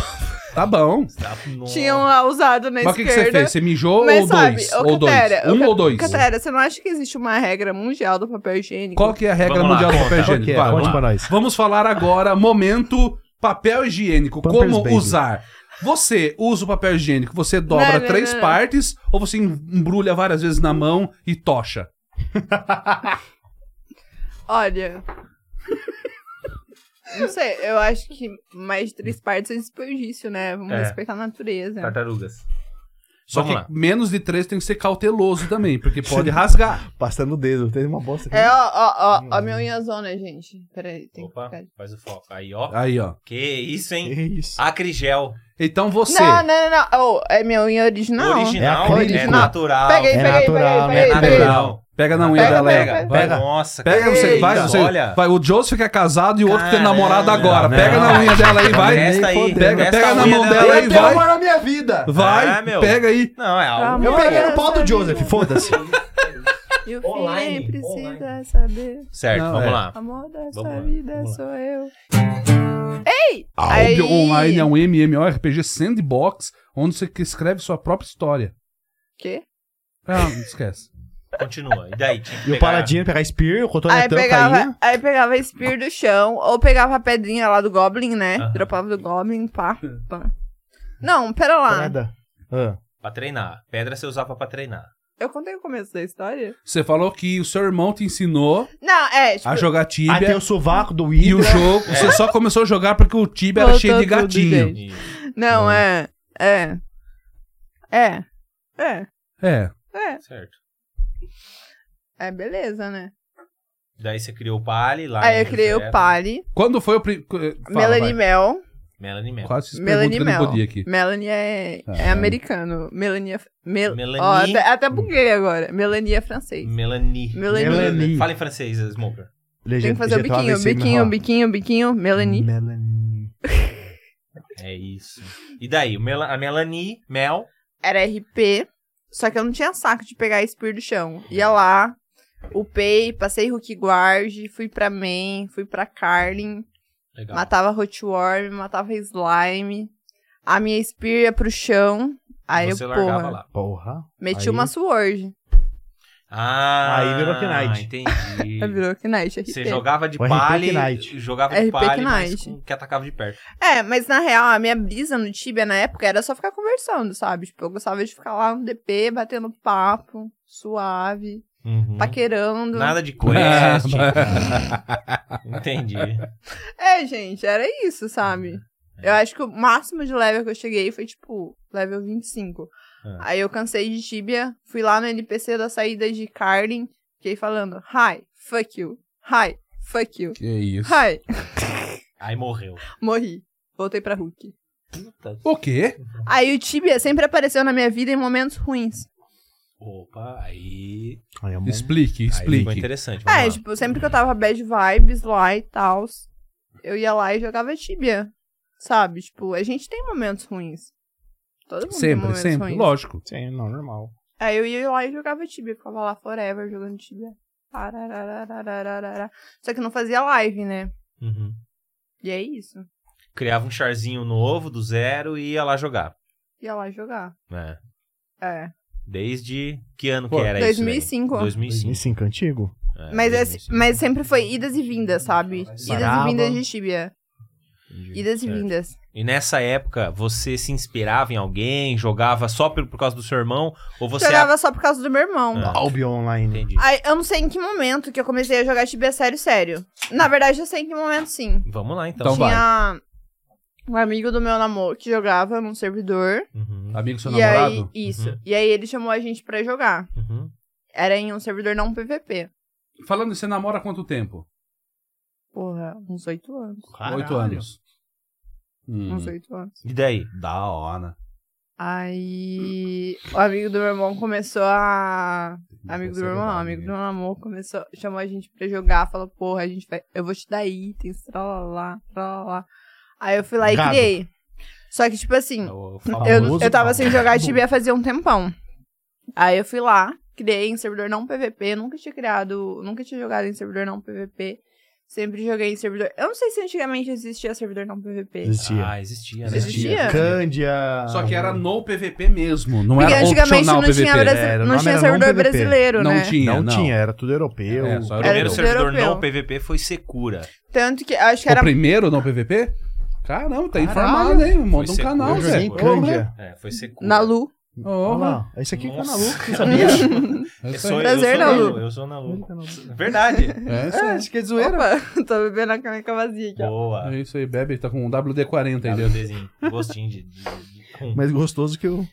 Speaker 2: Tá bom.
Speaker 5: Tá, nossa.
Speaker 1: Tinham lá usado na
Speaker 2: Mas o que, que
Speaker 1: esquerda.
Speaker 2: você fez? Você mijou ou dois?
Speaker 1: ô,
Speaker 2: ou dois?
Speaker 1: Catera, ô,
Speaker 2: um
Speaker 1: Ca-
Speaker 2: ou dois?
Speaker 1: Catera, você não acha que existe uma regra mundial do papel higiênico?
Speaker 2: Qual que é a regra
Speaker 5: Vamos lá,
Speaker 2: mundial do
Speaker 5: conta.
Speaker 2: papel
Speaker 3: Qual que
Speaker 2: higiênico?
Speaker 3: é?
Speaker 2: Vai,
Speaker 3: Conte
Speaker 2: vamos,
Speaker 3: pra
Speaker 2: lá.
Speaker 3: nós.
Speaker 2: Vamos falar agora, momento papel higiênico.
Speaker 3: Pampers
Speaker 2: como
Speaker 3: Baby.
Speaker 2: usar? Você usa o papel higiênico, você dobra
Speaker 1: não,
Speaker 2: três
Speaker 1: não, não.
Speaker 2: partes ou você embrulha várias vezes na mão e tocha?
Speaker 1: Olha. Não sei, eu acho que mais de três partes é desperdício, né? Vamos
Speaker 5: É.
Speaker 1: respeitar a natureza.
Speaker 2: Tá.
Speaker 5: Tartarugas.
Speaker 2: Só
Speaker 5: Vamos
Speaker 2: que
Speaker 5: lá.
Speaker 2: menos de três tem que ser cauteloso também, porque pode rasgar.
Speaker 3: Passando o dedo. Teve uma bosta aqui.
Speaker 1: É, ó, ó, ó, ó, a minha unhazona, gente. Peraí, tem que
Speaker 5: Hum. Opa,
Speaker 1: ficar.
Speaker 5: faz o foco. Aí, ó.
Speaker 2: Aí, ó.
Speaker 5: Que isso, hein?
Speaker 3: Que isso.
Speaker 5: Acrigel.
Speaker 2: Então você.
Speaker 1: Não, não, não, não. Oh, é minha unha original.
Speaker 5: Original,
Speaker 3: É
Speaker 5: é,
Speaker 3: acrílico.
Speaker 5: natural.
Speaker 1: Peguei,
Speaker 3: É
Speaker 1: peguei,
Speaker 3: natural,
Speaker 1: peguei,
Speaker 5: é
Speaker 1: peguei, peguei.
Speaker 5: natural.
Speaker 2: Pega na unha
Speaker 1: Pega,
Speaker 2: dela,
Speaker 1: pega,
Speaker 2: aí.
Speaker 1: pega.
Speaker 5: Vai,
Speaker 2: Pega.
Speaker 5: Nossa,
Speaker 2: Pega
Speaker 5: cara.
Speaker 2: você, vai,
Speaker 5: Eita,
Speaker 2: você.
Speaker 5: Olha.
Speaker 2: Vai, o Joseph que é casado e o outro que tem
Speaker 5: Caramba.
Speaker 2: namorado agora.
Speaker 5: Não.
Speaker 2: Pega na unha dela aí, vai.
Speaker 5: Presta aí,
Speaker 2: Pega,
Speaker 5: presta
Speaker 2: pega
Speaker 5: a
Speaker 2: na
Speaker 5: unha
Speaker 2: mão
Speaker 5: dela
Speaker 2: dela aí,
Speaker 5: aí.
Speaker 2: vai.
Speaker 3: na minha vida.
Speaker 2: Vai,
Speaker 5: É, meu.
Speaker 2: pega aí.
Speaker 5: Não, é algo.
Speaker 3: Eu peguei no pau do Joseph, foda-se.
Speaker 1: E o
Speaker 5: Online,
Speaker 1: filho precisa
Speaker 5: online.
Speaker 1: saber.
Speaker 5: Certo,
Speaker 2: Não,
Speaker 5: vamos
Speaker 2: é.
Speaker 5: lá.
Speaker 1: Amor da
Speaker 5: Vamos lá,
Speaker 1: sua vida
Speaker 5: vamos lá.
Speaker 1: sou eu.
Speaker 2: Albion
Speaker 1: Aí.
Speaker 2: Online é um MMORPG sandbox onde você que escreve sua própria história.
Speaker 1: Quê?
Speaker 2: Ah, não esquece.
Speaker 5: Continua. E daí? Tinha que
Speaker 3: E o
Speaker 5: pegar-
Speaker 3: paladino pegar spear, o
Speaker 1: Aí
Speaker 3: cotonetão caía.
Speaker 1: pegava, tá aí pegava spear do chão, ou pegava a pedrinha lá do Goblin, né?
Speaker 5: Aham.
Speaker 1: Dropava do Goblin, pá, pá. Não, pera lá.
Speaker 3: Nada. Ah.
Speaker 5: Pra treinar. Pedra você usava pra treinar.
Speaker 1: Eu contei o começo da história?
Speaker 2: Você falou que o seu irmão te ensinou
Speaker 1: Não, é, tipo...
Speaker 2: a jogar
Speaker 3: Aí tem
Speaker 2: Tibia
Speaker 3: o sovaco do
Speaker 2: e o
Speaker 3: Will.
Speaker 2: jogo. Você só começou a jogar porque o Tibia era
Speaker 1: É. Voltou
Speaker 2: cheio de
Speaker 1: tudo,
Speaker 2: gatinho.
Speaker 1: gente.
Speaker 5: E-
Speaker 1: Não, é... É... É... É...
Speaker 2: É.
Speaker 1: É...
Speaker 5: Certo.
Speaker 1: É beleza, né?
Speaker 5: Daí você criou o Pali lá.
Speaker 1: Aí
Speaker 5: no
Speaker 1: eu criei o
Speaker 5: deserto.
Speaker 1: Pali,
Speaker 2: Quando foi o primeiro.
Speaker 1: Melanie Mel.
Speaker 5: Melanie Mel.
Speaker 2: Quase se
Speaker 1: Melanie
Speaker 2: pergunta que eu não
Speaker 1: Mel.
Speaker 2: podia aqui.
Speaker 1: Melanie é,
Speaker 2: Tá.
Speaker 1: é americano. Melanie é... Mel...
Speaker 5: Melanie.
Speaker 1: Ó, até, até buguei agora. Melanie é francês.
Speaker 5: Melanie.
Speaker 1: Melanie.
Speaker 3: Melanie.
Speaker 5: Fala em francês, Smoker.
Speaker 1: Tem que fazer o biquinho, biquinho, biquinho, biquinho. Melanie.
Speaker 3: Melanie.
Speaker 5: É isso. E daí? o Mela- A Melanie, Mel.
Speaker 1: era RP, só que eu não tinha saco de pegar Spear do
Speaker 5: Uhum.
Speaker 1: chão. Ia lá, upei, passei Hulk Guard, fui pra Main, fui pra Carlin,
Speaker 5: Legal.
Speaker 1: matava Hotworm, matava Slime. A minha Spear ia pro chão, aí
Speaker 5: você
Speaker 1: eu,
Speaker 5: largava
Speaker 1: porra,
Speaker 5: lá.
Speaker 3: Porra.
Speaker 1: meti
Speaker 3: Aí-
Speaker 1: uma Sword.
Speaker 5: Ah,
Speaker 3: Aí virou Knight.
Speaker 5: Entendi.
Speaker 1: É, Virou Knight RP.
Speaker 5: Você jogava de
Speaker 3: O RP
Speaker 5: pali,
Speaker 3: Knight.
Speaker 5: jogava
Speaker 1: RP
Speaker 5: de pali, mas
Speaker 1: Knight.
Speaker 5: com- que atacava de perto.
Speaker 1: É, mas na real, a minha brisa no Tibia na época era só ficar conversando, sabe? Tipo, eu gostava de ficar lá no DP, batendo papo, suave,
Speaker 5: Uhum.
Speaker 1: Tá paquerando.
Speaker 5: Nada de quest. Entendi.
Speaker 1: É, gente, era isso, sabe? Eu acho que o máximo de level que eu cheguei foi, tipo, level 25.
Speaker 5: É.
Speaker 1: Aí eu cansei de Tibia, fui lá no NPC da saída de Carlin, fiquei falando, hi, fuck you, hi, fuck you,
Speaker 6: Que isso.
Speaker 1: hi,
Speaker 5: Aí morreu.
Speaker 1: morri. Voltei pra Hulk.
Speaker 5: Puta.
Speaker 2: O quê?
Speaker 1: Aí o Tibia sempre apareceu na minha vida em momentos ruins.
Speaker 5: Opa, aí.
Speaker 3: Ai, amor.
Speaker 2: Explique,
Speaker 5: Aí ficou
Speaker 2: explique.
Speaker 5: interessante. vamos
Speaker 1: É,
Speaker 5: lá.
Speaker 1: tipo, sempre que eu tava bad vibes lá e tal, eu ia lá e jogava Tibia. Sabe? Tipo, a gente tem momentos ruins. Todo mundo tem
Speaker 2: Sempre,
Speaker 1: momentos
Speaker 2: sempre,
Speaker 1: ruins.
Speaker 2: lógico.
Speaker 3: Sim, não, normal.
Speaker 1: Aí eu ia lá e jogava Tibia, ficava lá forever jogando Tibia. Arararararararara. Só que não fazia live, né?
Speaker 5: Uhum.
Speaker 1: E é isso.
Speaker 5: Criava um charzinho novo do zero e ia lá jogar.
Speaker 1: Ia lá jogar.
Speaker 5: né?
Speaker 1: É.
Speaker 5: Desde que ano
Speaker 2: Pô,
Speaker 5: que era isso?
Speaker 1: 2005.
Speaker 5: daí? 2005.
Speaker 3: 2005, antigo?
Speaker 5: É,
Speaker 1: Mas, é-
Speaker 5: 2005.
Speaker 1: mas sempre foi idas e vindas, sabe? Idas
Speaker 3: Parava.
Speaker 1: e vindas de Tibia.
Speaker 5: Entendi.
Speaker 1: Idas e
Speaker 5: Certo.
Speaker 1: vindas.
Speaker 5: É. E nessa época, você se inspirava em alguém? Jogava só por, por causa do seu irmão? Ou você...
Speaker 1: Jogava só por causa do meu irmão.
Speaker 5: Ah.
Speaker 3: Albion Online.
Speaker 5: Entendi.
Speaker 1: Aí, eu não sei em que momento que eu comecei a jogar Tibia sério, sério. Na verdade, eu sei em que momento sim.
Speaker 5: Vamos lá, então.
Speaker 2: Então vai.
Speaker 1: Tinha um amigo do meu namoro que jogava num servidor.
Speaker 5: Uhum,
Speaker 2: Amigo do seu
Speaker 1: e aí,
Speaker 2: namorado?
Speaker 1: isso.
Speaker 5: Uhum.
Speaker 1: E aí ele chamou a gente pra jogar.
Speaker 5: uhum.
Speaker 1: Era em um servidor não PVP.
Speaker 2: Falando, você namora há quanto tempo?
Speaker 1: Porra, uns oito anos.
Speaker 2: Oito anos. Hum,
Speaker 1: Uns oito anos.
Speaker 5: E daí?
Speaker 2: Da hora.
Speaker 1: Aí o amigo do meu irmão começou a. Amigo do meu irmão, não,
Speaker 2: né?
Speaker 1: amigo do meu namoro começou, chamou a gente pra jogar, falou, porra, a gente vai, eu vou te dar itens, tralalá, tralalá. Aí eu fui lá e
Speaker 3: Gado.
Speaker 1: criei. Só que, tipo assim,
Speaker 2: É
Speaker 5: Eu,
Speaker 1: Eu, eu tava sem jogar Tibia fazia um tempão. Aí eu fui lá, criei em servidor não PVP, nunca tinha criado, nunca tinha jogado em servidor não PVP. Sempre joguei em servidor. Eu não sei se antigamente existia servidor não PVP.
Speaker 3: Existia.
Speaker 5: Ah, existia, né?
Speaker 1: Existia?
Speaker 3: Cândia.
Speaker 2: Só que era no PVP mesmo, não
Speaker 1: Porque
Speaker 2: era
Speaker 1: antigamente
Speaker 2: opcional
Speaker 1: não tinha,
Speaker 2: PVP.
Speaker 1: brasi-
Speaker 3: É, era- o
Speaker 1: não
Speaker 3: nome
Speaker 1: tinha
Speaker 3: era
Speaker 1: servidor
Speaker 3: não PVP.
Speaker 1: brasileiro,
Speaker 2: né? Não
Speaker 1: né?
Speaker 2: tinha,
Speaker 3: Não, tinha, era tudo europeu.
Speaker 2: É, só
Speaker 5: O
Speaker 2: era
Speaker 5: primeiro
Speaker 1: Era
Speaker 5: servidor
Speaker 1: europeu.
Speaker 5: não PVP foi Secura.
Speaker 1: Tanto que acho que
Speaker 2: O
Speaker 1: era.
Speaker 2: primeiro não PVP? Caramba, tá
Speaker 3: Caralho.
Speaker 2: informado, hein? Monta um
Speaker 5: Foi
Speaker 2: canal,
Speaker 3: Eu
Speaker 5: seguro,
Speaker 2: Zé.
Speaker 3: joguei em
Speaker 5: seguro.
Speaker 2: Porra.
Speaker 3: Cândia.
Speaker 5: É, foi Secura.
Speaker 1: Na Lu.
Speaker 3: Olha
Speaker 2: Porra.
Speaker 3: lá, esse aqui é o
Speaker 5: Nossa.
Speaker 3: canal Lu, sabia?
Speaker 2: É
Speaker 5: Eu
Speaker 2: isso
Speaker 5: sou,
Speaker 2: aí.
Speaker 1: Prazer,
Speaker 5: eu sou
Speaker 1: Nalu.
Speaker 5: Nalu, Eu sou Nalu. Verdade.
Speaker 2: É isso aí.
Speaker 3: acho que é
Speaker 1: Opa, tô bebendo a caneca vazia aqui, ó.
Speaker 5: Boa.
Speaker 2: É isso aí, bebe, tá com um WD-40 aí dentro.
Speaker 5: WDzinho. Gostinho de... de- de- Hum.
Speaker 3: Mais gostoso que o...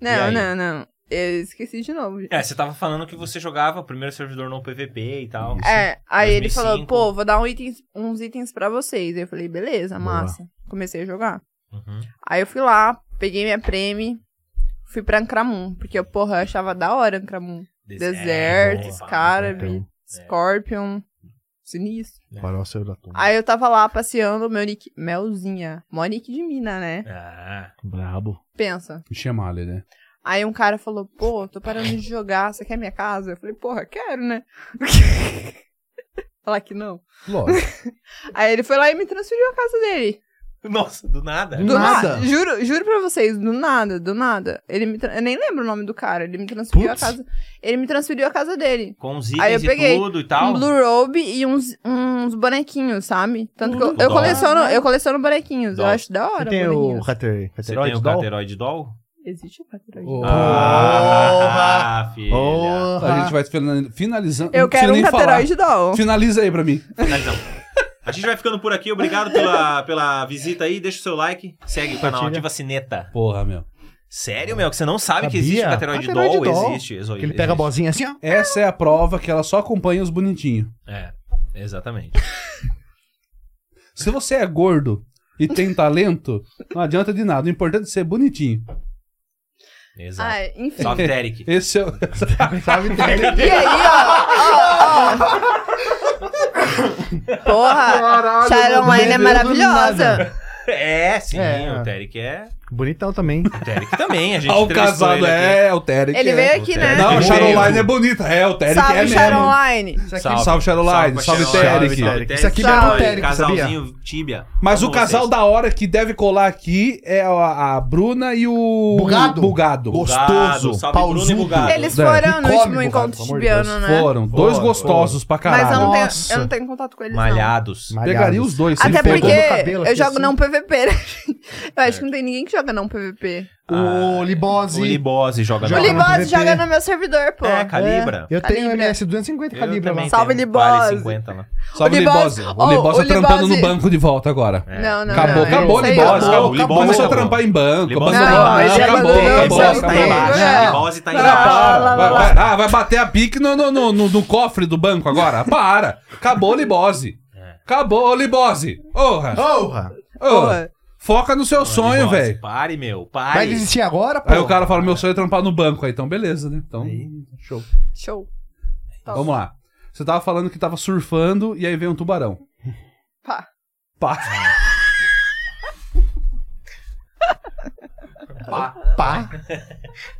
Speaker 1: Não,
Speaker 5: aí?
Speaker 1: não, não. Eu esqueci de novo. gente.
Speaker 5: É, você tava falando que você jogava o primeiro servidor não PVP e tal.
Speaker 1: É, aí ele
Speaker 5: 2005.
Speaker 1: falou, pô, vou dar um itens- uns itens pra vocês. Eu falei, beleza, massa. Comecei a jogar.
Speaker 5: Uhum.
Speaker 1: Aí eu fui lá, peguei minha prêmio, fui pra Ancramum, porque eu, porra, eu achava da hora Ancramum. Deserto,
Speaker 5: É, boa.
Speaker 1: Scarab,
Speaker 3: Então,
Speaker 1: Scorpion, sinistro.
Speaker 3: Farol saiu da tumba.
Speaker 1: Aí eu tava lá passeando, meu nick, Melzinha, mó nick de mina, né?
Speaker 5: Ah,
Speaker 3: Brabo.
Speaker 1: Pensa.
Speaker 2: Chamale, né?
Speaker 1: Aí um cara falou, pô, tô parando de jogar, você quer minha casa? Eu falei, porra, quero, né? Falar que não.
Speaker 2: Lógico.
Speaker 1: Aí ele foi lá e me transferiu a casa dele.
Speaker 5: nossa, do nada.
Speaker 3: Do
Speaker 1: Do
Speaker 3: nada?
Speaker 1: nada. Juro, juro pra vocês, do nada, do nada. Ele me tra- Eu nem lembro o nome do cara. Ele me transferiu
Speaker 3: Putz.
Speaker 1: a casa. Ele me transferiu a casa dele.
Speaker 5: Com os
Speaker 1: Aí eu
Speaker 5: itens e
Speaker 1: peguei
Speaker 5: tudo e tal.
Speaker 1: Um blue robe e uns, uns bonequinhos, sabe? Tanto que eu,
Speaker 5: Tudo
Speaker 1: eu
Speaker 5: da hora.
Speaker 1: coleciono, eu coleciono bonequinhos. Eu
Speaker 5: Da-
Speaker 1: acho da
Speaker 3: Você
Speaker 1: hora.
Speaker 3: tem o
Speaker 1: bonequinhos.
Speaker 3: Hater...
Speaker 5: Você
Speaker 3: Hateroid
Speaker 5: tem o
Speaker 3: Doll?
Speaker 5: Cateroid Doll?
Speaker 1: Existe o Patrulha.
Speaker 2: Ô,
Speaker 5: Ah, filha.
Speaker 2: A gente
Speaker 3: Porra!
Speaker 2: vai fina- finalizando.
Speaker 1: Eu
Speaker 2: não precisa
Speaker 1: quero um
Speaker 2: nem falar.
Speaker 1: caterói de doll.
Speaker 2: Finaliza aí pra mim.
Speaker 5: Finalizamos. A gente vai ficando por aqui. Obrigado pela, pela visita aí. Deixa o seu like. Segue o canal.
Speaker 3: Compartilha.
Speaker 5: Ativa a sineta.
Speaker 2: Porra, meu.
Speaker 5: Sério, meu? Que você não sabe que
Speaker 3: Sabia?
Speaker 5: existe o Cateroid
Speaker 3: Cateroide
Speaker 5: Doll?
Speaker 3: Doll.
Speaker 5: Existe. exo-
Speaker 3: Que ele pega a
Speaker 5: existe.
Speaker 3: bozinha assim, ó.
Speaker 2: Essa é a prova que ela só acompanha os bonitinhos.
Speaker 5: É, exatamente.
Speaker 2: Se você é gordo e tem talento, não adianta de nada. O importante é ser bonitinho.
Speaker 5: Exato.
Speaker 1: Ah, enfim.
Speaker 5: Salve, Derek.
Speaker 2: Esse é o.
Speaker 3: Sabe?
Speaker 1: E aí, ó, ó, ó. Porra, Sharon Lane é
Speaker 3: meu Deus, do
Speaker 1: maravilhosa.
Speaker 5: É, sim.
Speaker 3: É. Ah,
Speaker 5: O Derek é...
Speaker 3: Bonitão também.
Speaker 5: O Derek também, a gente
Speaker 2: Olha o
Speaker 5: entrevistou
Speaker 2: casado,
Speaker 5: ele aqui.
Speaker 2: é, o Terek.
Speaker 1: Ele
Speaker 2: é.
Speaker 1: veio aqui, né?
Speaker 2: Não, a
Speaker 5: Ele
Speaker 2: Charoline
Speaker 5: veio.
Speaker 2: é bonita. É, o Terek
Speaker 1: Salve,
Speaker 2: é mesmo.
Speaker 1: Sharon Line.
Speaker 2: Isso aqui-
Speaker 5: Salve.
Speaker 2: Salve, Charoline. Salve,
Speaker 5: Salve, Charoline.
Speaker 2: Terek.
Speaker 3: Derek. Isso aqui
Speaker 1: Salve.
Speaker 3: mesmo é o
Speaker 1: Salve,
Speaker 3: Derek, sabia?
Speaker 5: Casalzinho tíbia.
Speaker 2: Mas
Speaker 5: Amo
Speaker 2: o casal
Speaker 5: vocês.
Speaker 2: da hora que deve colar aqui é a, a Bruna e o.
Speaker 3: Bugado?
Speaker 2: Bugado.
Speaker 3: Gostoso,
Speaker 5: Bugado, salve
Speaker 3: pausudo.
Speaker 5: Bruno e Bugado.
Speaker 1: Eles
Speaker 2: É,
Speaker 1: foram no
Speaker 3: e Ah, come,
Speaker 1: último
Speaker 3: Bugatti,
Speaker 1: encontro
Speaker 3: pelo amor de Deus,
Speaker 1: tibiano, né?
Speaker 2: Foram. Dois
Speaker 3: Foram,
Speaker 2: gostosos pra caralho.
Speaker 1: Mas eu não, tenho,
Speaker 3: Nossa.
Speaker 1: eu não tenho contato com eles, não.
Speaker 5: Malhados.
Speaker 2: Pegaria os dois. se
Speaker 1: Até
Speaker 2: ele pegou.
Speaker 1: porque
Speaker 3: no cabelo
Speaker 1: eu
Speaker 3: aqui,
Speaker 1: jogo
Speaker 3: assim.
Speaker 1: não PVP, né? Eu
Speaker 5: É.
Speaker 1: acho que não tem ninguém que joga não PVP.
Speaker 3: O
Speaker 5: O
Speaker 3: Libose.
Speaker 5: Libose joga
Speaker 1: O
Speaker 3: Joga
Speaker 5: na-
Speaker 3: Libose.
Speaker 1: Libose
Speaker 3: PVP.
Speaker 1: joga no meu servidor, pô.
Speaker 5: É, Calibra.
Speaker 3: Eu tenho um
Speaker 1: Calibra.
Speaker 3: MS 250
Speaker 5: Eu
Speaker 3: Calibra lá.
Speaker 5: também
Speaker 1: Salve,
Speaker 5: tenho
Speaker 1: Libose.
Speaker 5: Vale 50 lá.
Speaker 2: Salve,
Speaker 1: O
Speaker 2: o
Speaker 1: Libose-
Speaker 2: Libose.
Speaker 1: Ô,
Speaker 2: O Libose
Speaker 1: o
Speaker 2: tá trampando
Speaker 1: Libose-
Speaker 2: no banco de volta agora.
Speaker 5: É.
Speaker 1: Não, não,
Speaker 2: acabou,
Speaker 1: não.
Speaker 2: acabou o
Speaker 1: ele
Speaker 2: Libose.
Speaker 1: saiu.
Speaker 2: Acabou,
Speaker 5: O Libose
Speaker 2: Começou a
Speaker 5: acabou.
Speaker 2: trampar em banco.
Speaker 5: Libose
Speaker 2: começou a
Speaker 1: acabou. Não,
Speaker 2: trampar-
Speaker 1: ele
Speaker 2: Acabou,
Speaker 1: acabou,
Speaker 2: acabou,
Speaker 1: ele
Speaker 5: Libose tá
Speaker 1: acabou.
Speaker 5: embaixo.
Speaker 1: É.
Speaker 5: Libose tá
Speaker 2: Não, para,
Speaker 5: embaixo.
Speaker 2: vai, vai, ah, vai bater a pique no, no, no, no, no cofre do banco agora? Para! Acabou o Libose. Acabou o Libose. Porra!
Speaker 3: Porra!
Speaker 2: Porra. Foca no seu sonho,
Speaker 5: Libose,
Speaker 2: velho.
Speaker 5: Pare, meu.
Speaker 3: Vai
Speaker 5: Pare.
Speaker 3: desistir agora, pô?
Speaker 2: Aí o cara fala: meu sonho é trampar no banco. Aí então, beleza, né? Então, show.
Speaker 1: Show. Top.
Speaker 2: Então, Vamos lá. Você tava falando que tava surfando e aí veio um tubarão.
Speaker 1: Pá.
Speaker 2: Pá. Pá.
Speaker 3: Pá!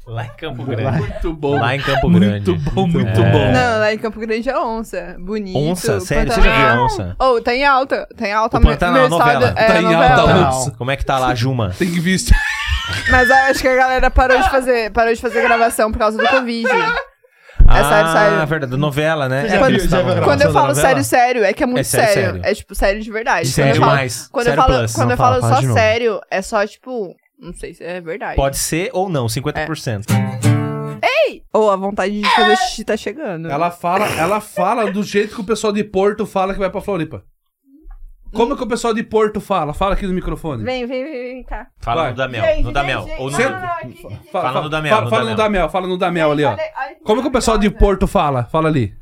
Speaker 5: Lá em Campo Grande.
Speaker 2: Muito bom.
Speaker 5: Lá em Campo Grande.
Speaker 2: muito bom, muito
Speaker 5: É.
Speaker 2: bom.
Speaker 1: Não, lá em Campo Grande é onça. Bonito.
Speaker 5: Onça, sério? Você
Speaker 1: Pantanal.
Speaker 5: já viu onça?
Speaker 1: Ô, tá em alta. Tá em alta.
Speaker 5: O Pantanal,
Speaker 1: meu
Speaker 5: a novela.
Speaker 1: estado- É,
Speaker 2: Tá em
Speaker 1: novela.
Speaker 2: alta,
Speaker 5: Tá.
Speaker 3: Nossa.
Speaker 5: Como é que tá lá, Juma?
Speaker 2: Tem que visto.
Speaker 1: Mas eu acho que a galera parou de fazer, parou de fazer gravação por causa do Covid. É sério, sério.
Speaker 5: Ah, verdade. Novela, né?
Speaker 3: Você já
Speaker 5: É
Speaker 3: viu,
Speaker 5: isso,
Speaker 3: já
Speaker 5: tá
Speaker 3: viu a
Speaker 5: bom.
Speaker 1: Quando eu
Speaker 5: Novela?
Speaker 1: falo sério, sério, é que é muito
Speaker 5: É
Speaker 1: sério,
Speaker 5: sério, sério.
Speaker 1: É tipo, sério de verdade.
Speaker 5: Sério
Speaker 1: quando eu falo,
Speaker 5: demais.
Speaker 1: quando
Speaker 5: Sério
Speaker 1: eu falo,
Speaker 5: plus,
Speaker 1: quando
Speaker 5: não
Speaker 1: eu falo
Speaker 5: fala, fala de
Speaker 1: só
Speaker 5: novo.
Speaker 1: sério, é só tipo, não sei se é verdade.
Speaker 5: Pode ser ou não,
Speaker 1: É.
Speaker 5: 50%.
Speaker 1: Ou a vontade de fazer xixi tá chegando.
Speaker 2: Ela fala, ela fala do jeito que o pessoal de Porto fala que vai pra Floripa. Como que o pessoal de Porto fala? Fala aqui no microfone.
Speaker 1: Vem, vem, vem, vem cá.
Speaker 5: Fala
Speaker 2: Vai.
Speaker 5: no da Mel,
Speaker 1: Gente,
Speaker 5: no da
Speaker 1: gente,
Speaker 5: Mel.
Speaker 1: gente,
Speaker 5: Ou no...
Speaker 1: não, não, não, aqui, aqui, aqui.
Speaker 5: Fala no da
Speaker 2: Fala,
Speaker 5: Mel, no
Speaker 2: fala
Speaker 5: da
Speaker 2: no
Speaker 5: Mel.
Speaker 2: da Mel, fala no da Mel ali, ó.
Speaker 1: Olha- olha que
Speaker 2: Como que o pessoal de
Speaker 1: maravilhosa.
Speaker 2: Porto fala? Fala ali.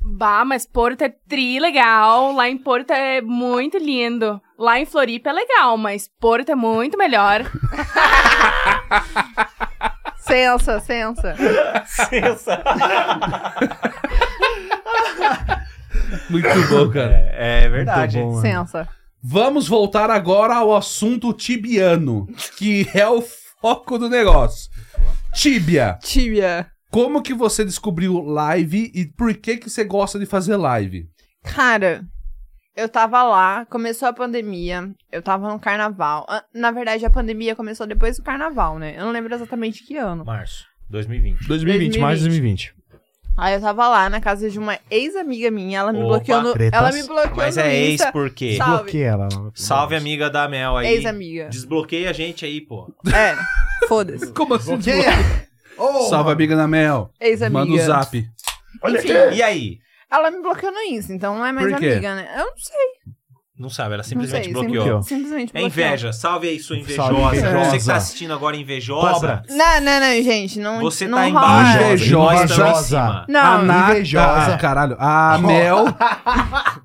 Speaker 6: Bah, mas Porto é tri legal. Lá em Porto é muito lindo. Lá em Floripa é legal, mas Porto é muito melhor.
Speaker 1: Sensa, sensa.
Speaker 2: Muito bom, cara.
Speaker 5: É, é verdade.
Speaker 3: Muito bom, mano.
Speaker 1: Sensa.
Speaker 2: Vamos voltar agora ao assunto tibiano, que é o foco do negócio. Tíbia.
Speaker 1: Tibia.
Speaker 2: Como que você descobriu live e por que que você gosta de fazer live?
Speaker 1: Cara, eu tava lá, começou a pandemia, eu tava no carnaval. Ah, Na verdade, a pandemia começou depois do carnaval, né? Eu não lembro exatamente que ano.
Speaker 5: Março, 2020.
Speaker 1: 2020, mais
Speaker 3: 2020.
Speaker 1: Aí eu tava lá na casa de uma ex-amiga minha, ela me
Speaker 5: Opa,
Speaker 1: bloqueou no.
Speaker 3: tretas.
Speaker 1: Ela me bloqueou
Speaker 5: Mas
Speaker 1: no
Speaker 5: é ex
Speaker 1: Insta.
Speaker 5: por quê?
Speaker 1: Salve.
Speaker 3: Bloqueia ela.
Speaker 5: Salve, amiga da Mel aí.
Speaker 1: Ex-amiga.
Speaker 5: Desbloqueia a gente aí, pô.
Speaker 1: É, foda-se.
Speaker 2: Como assim?
Speaker 3: Bloqueia. Oh,
Speaker 2: Salve, amiga da Mel.
Speaker 1: Ex-amiga.
Speaker 2: Manda o zap.
Speaker 3: Olha
Speaker 1: Enfim,
Speaker 5: E aí?
Speaker 1: ela me bloqueou no Insta, então não é mais
Speaker 2: Por quê?
Speaker 1: amiga, né? Eu não sei,
Speaker 5: Não sabe, ela
Speaker 1: não
Speaker 5: simplesmente
Speaker 1: sei.
Speaker 5: bloqueou.
Speaker 1: Simplesmente, simplesmente
Speaker 5: É
Speaker 1: bloqueou.
Speaker 5: inveja. Salve aí, sua invejosa.
Speaker 3: Salve, invejosa.
Speaker 5: Você que tá assistindo agora invejosa,
Speaker 3: Cobra.
Speaker 1: Não, não, não, gente. Não,
Speaker 5: você
Speaker 1: não
Speaker 5: tá
Speaker 1: rola.
Speaker 5: embaixo.
Speaker 2: Invejosa.
Speaker 5: nós estamos em cima.
Speaker 1: Não,
Speaker 2: Ana-
Speaker 3: invejosa.
Speaker 2: Ah, caralho. A Mel.
Speaker 1: Tá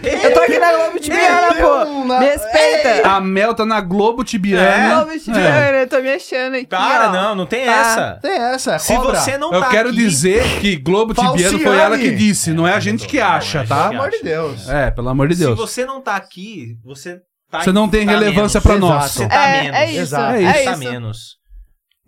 Speaker 1: eu tô aqui na Globo de Biana, pô. Me respeita.
Speaker 2: A Mel tá na Globo
Speaker 5: É.
Speaker 2: Tibiana.
Speaker 1: Globo de Biana, eu tô me achando aqui.
Speaker 5: Para,
Speaker 1: ó.
Speaker 5: não, não tem
Speaker 1: Tá.
Speaker 5: essa.
Speaker 3: Tem essa, é
Speaker 5: Se
Speaker 3: cobra.
Speaker 5: você não
Speaker 2: Eu
Speaker 5: tá
Speaker 2: quero
Speaker 5: aqui-
Speaker 2: dizer que Globo Tibiano foi
Speaker 3: Falciane.
Speaker 2: ela que disse, não é a gente que
Speaker 5: Não,
Speaker 2: acha,
Speaker 5: é
Speaker 3: Pelo
Speaker 5: a
Speaker 2: tá?
Speaker 5: gente
Speaker 3: amor de Deus.
Speaker 2: É, pelo amor de
Speaker 5: Se
Speaker 2: Deus.
Speaker 5: você não tá aqui, você tá
Speaker 2: Você não tem
Speaker 5: tá
Speaker 2: relevância
Speaker 5: menos.
Speaker 2: pra
Speaker 3: Exato.
Speaker 2: nós.
Speaker 5: Você tá
Speaker 1: É,
Speaker 5: menos.
Speaker 1: é isso.
Speaker 3: Exato.
Speaker 1: É
Speaker 2: É
Speaker 5: Você
Speaker 1: isso.
Speaker 5: tá menos.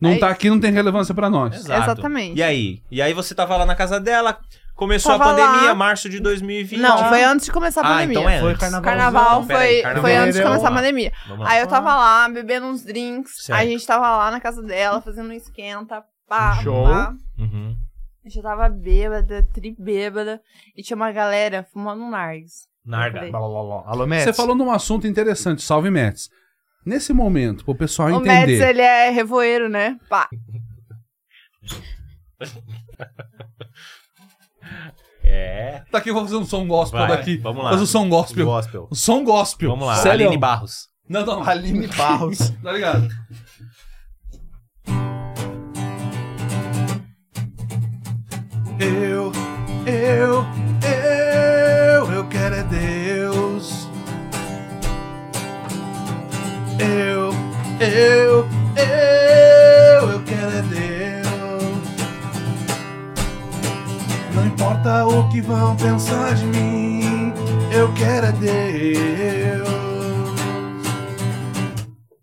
Speaker 2: Não
Speaker 1: É
Speaker 2: tá aqui, não tem relevância pra nós.
Speaker 5: Exato.
Speaker 1: Exatamente.
Speaker 5: E aí? E aí você tava lá na casa dela, começou
Speaker 1: Tava
Speaker 5: a pandemia,
Speaker 1: lá.
Speaker 5: março de 2020.
Speaker 1: Não, foi antes de começar a
Speaker 5: tá. Ah,
Speaker 1: pandemia.
Speaker 5: então é
Speaker 3: Foi
Speaker 5: antes.
Speaker 3: carnaval.
Speaker 1: Carnaval
Speaker 5: Não,
Speaker 1: foi,
Speaker 5: peraí, carnaval.
Speaker 1: foi antes de
Speaker 3: Vamos
Speaker 1: começar a
Speaker 5: lá.
Speaker 1: pandemia.
Speaker 5: Vamos lá.
Speaker 1: Aí eu tava lá, bebendo uns drinks.
Speaker 5: Certo.
Speaker 1: A gente tava lá na casa dela, fazendo um esquenta. Pá,
Speaker 3: Show.
Speaker 1: pá.
Speaker 5: Uhum.
Speaker 1: Eu já tava bêbada, tribêbada. E tinha uma galera fumando um nargues.
Speaker 5: Narga.
Speaker 3: Lá, lá, lá. Alô, Messi.
Speaker 2: Você falou num assunto interessante, salve Mets. Nesse momento, pro pessoal
Speaker 1: O Mets,
Speaker 2: entender.
Speaker 1: ele é revoeiro, né? Pá.
Speaker 5: É.
Speaker 2: Tá aqui, eu vou fazer um som gospel
Speaker 5: Vai,
Speaker 2: daqui.
Speaker 5: vamos lá.
Speaker 2: Fazer um som gospel.
Speaker 3: Gospel.
Speaker 2: Um som gospel.
Speaker 5: Vamos lá.
Speaker 2: Sério?
Speaker 5: Aline Barros.
Speaker 2: Não, não.
Speaker 3: Aline Barros.
Speaker 2: Tá ligado? Eu, eu, eu, eu quero é Deus. Eu, eu, eu, eu quero é Deus. Não importa o que vão pensar de mim, eu quero é Deus.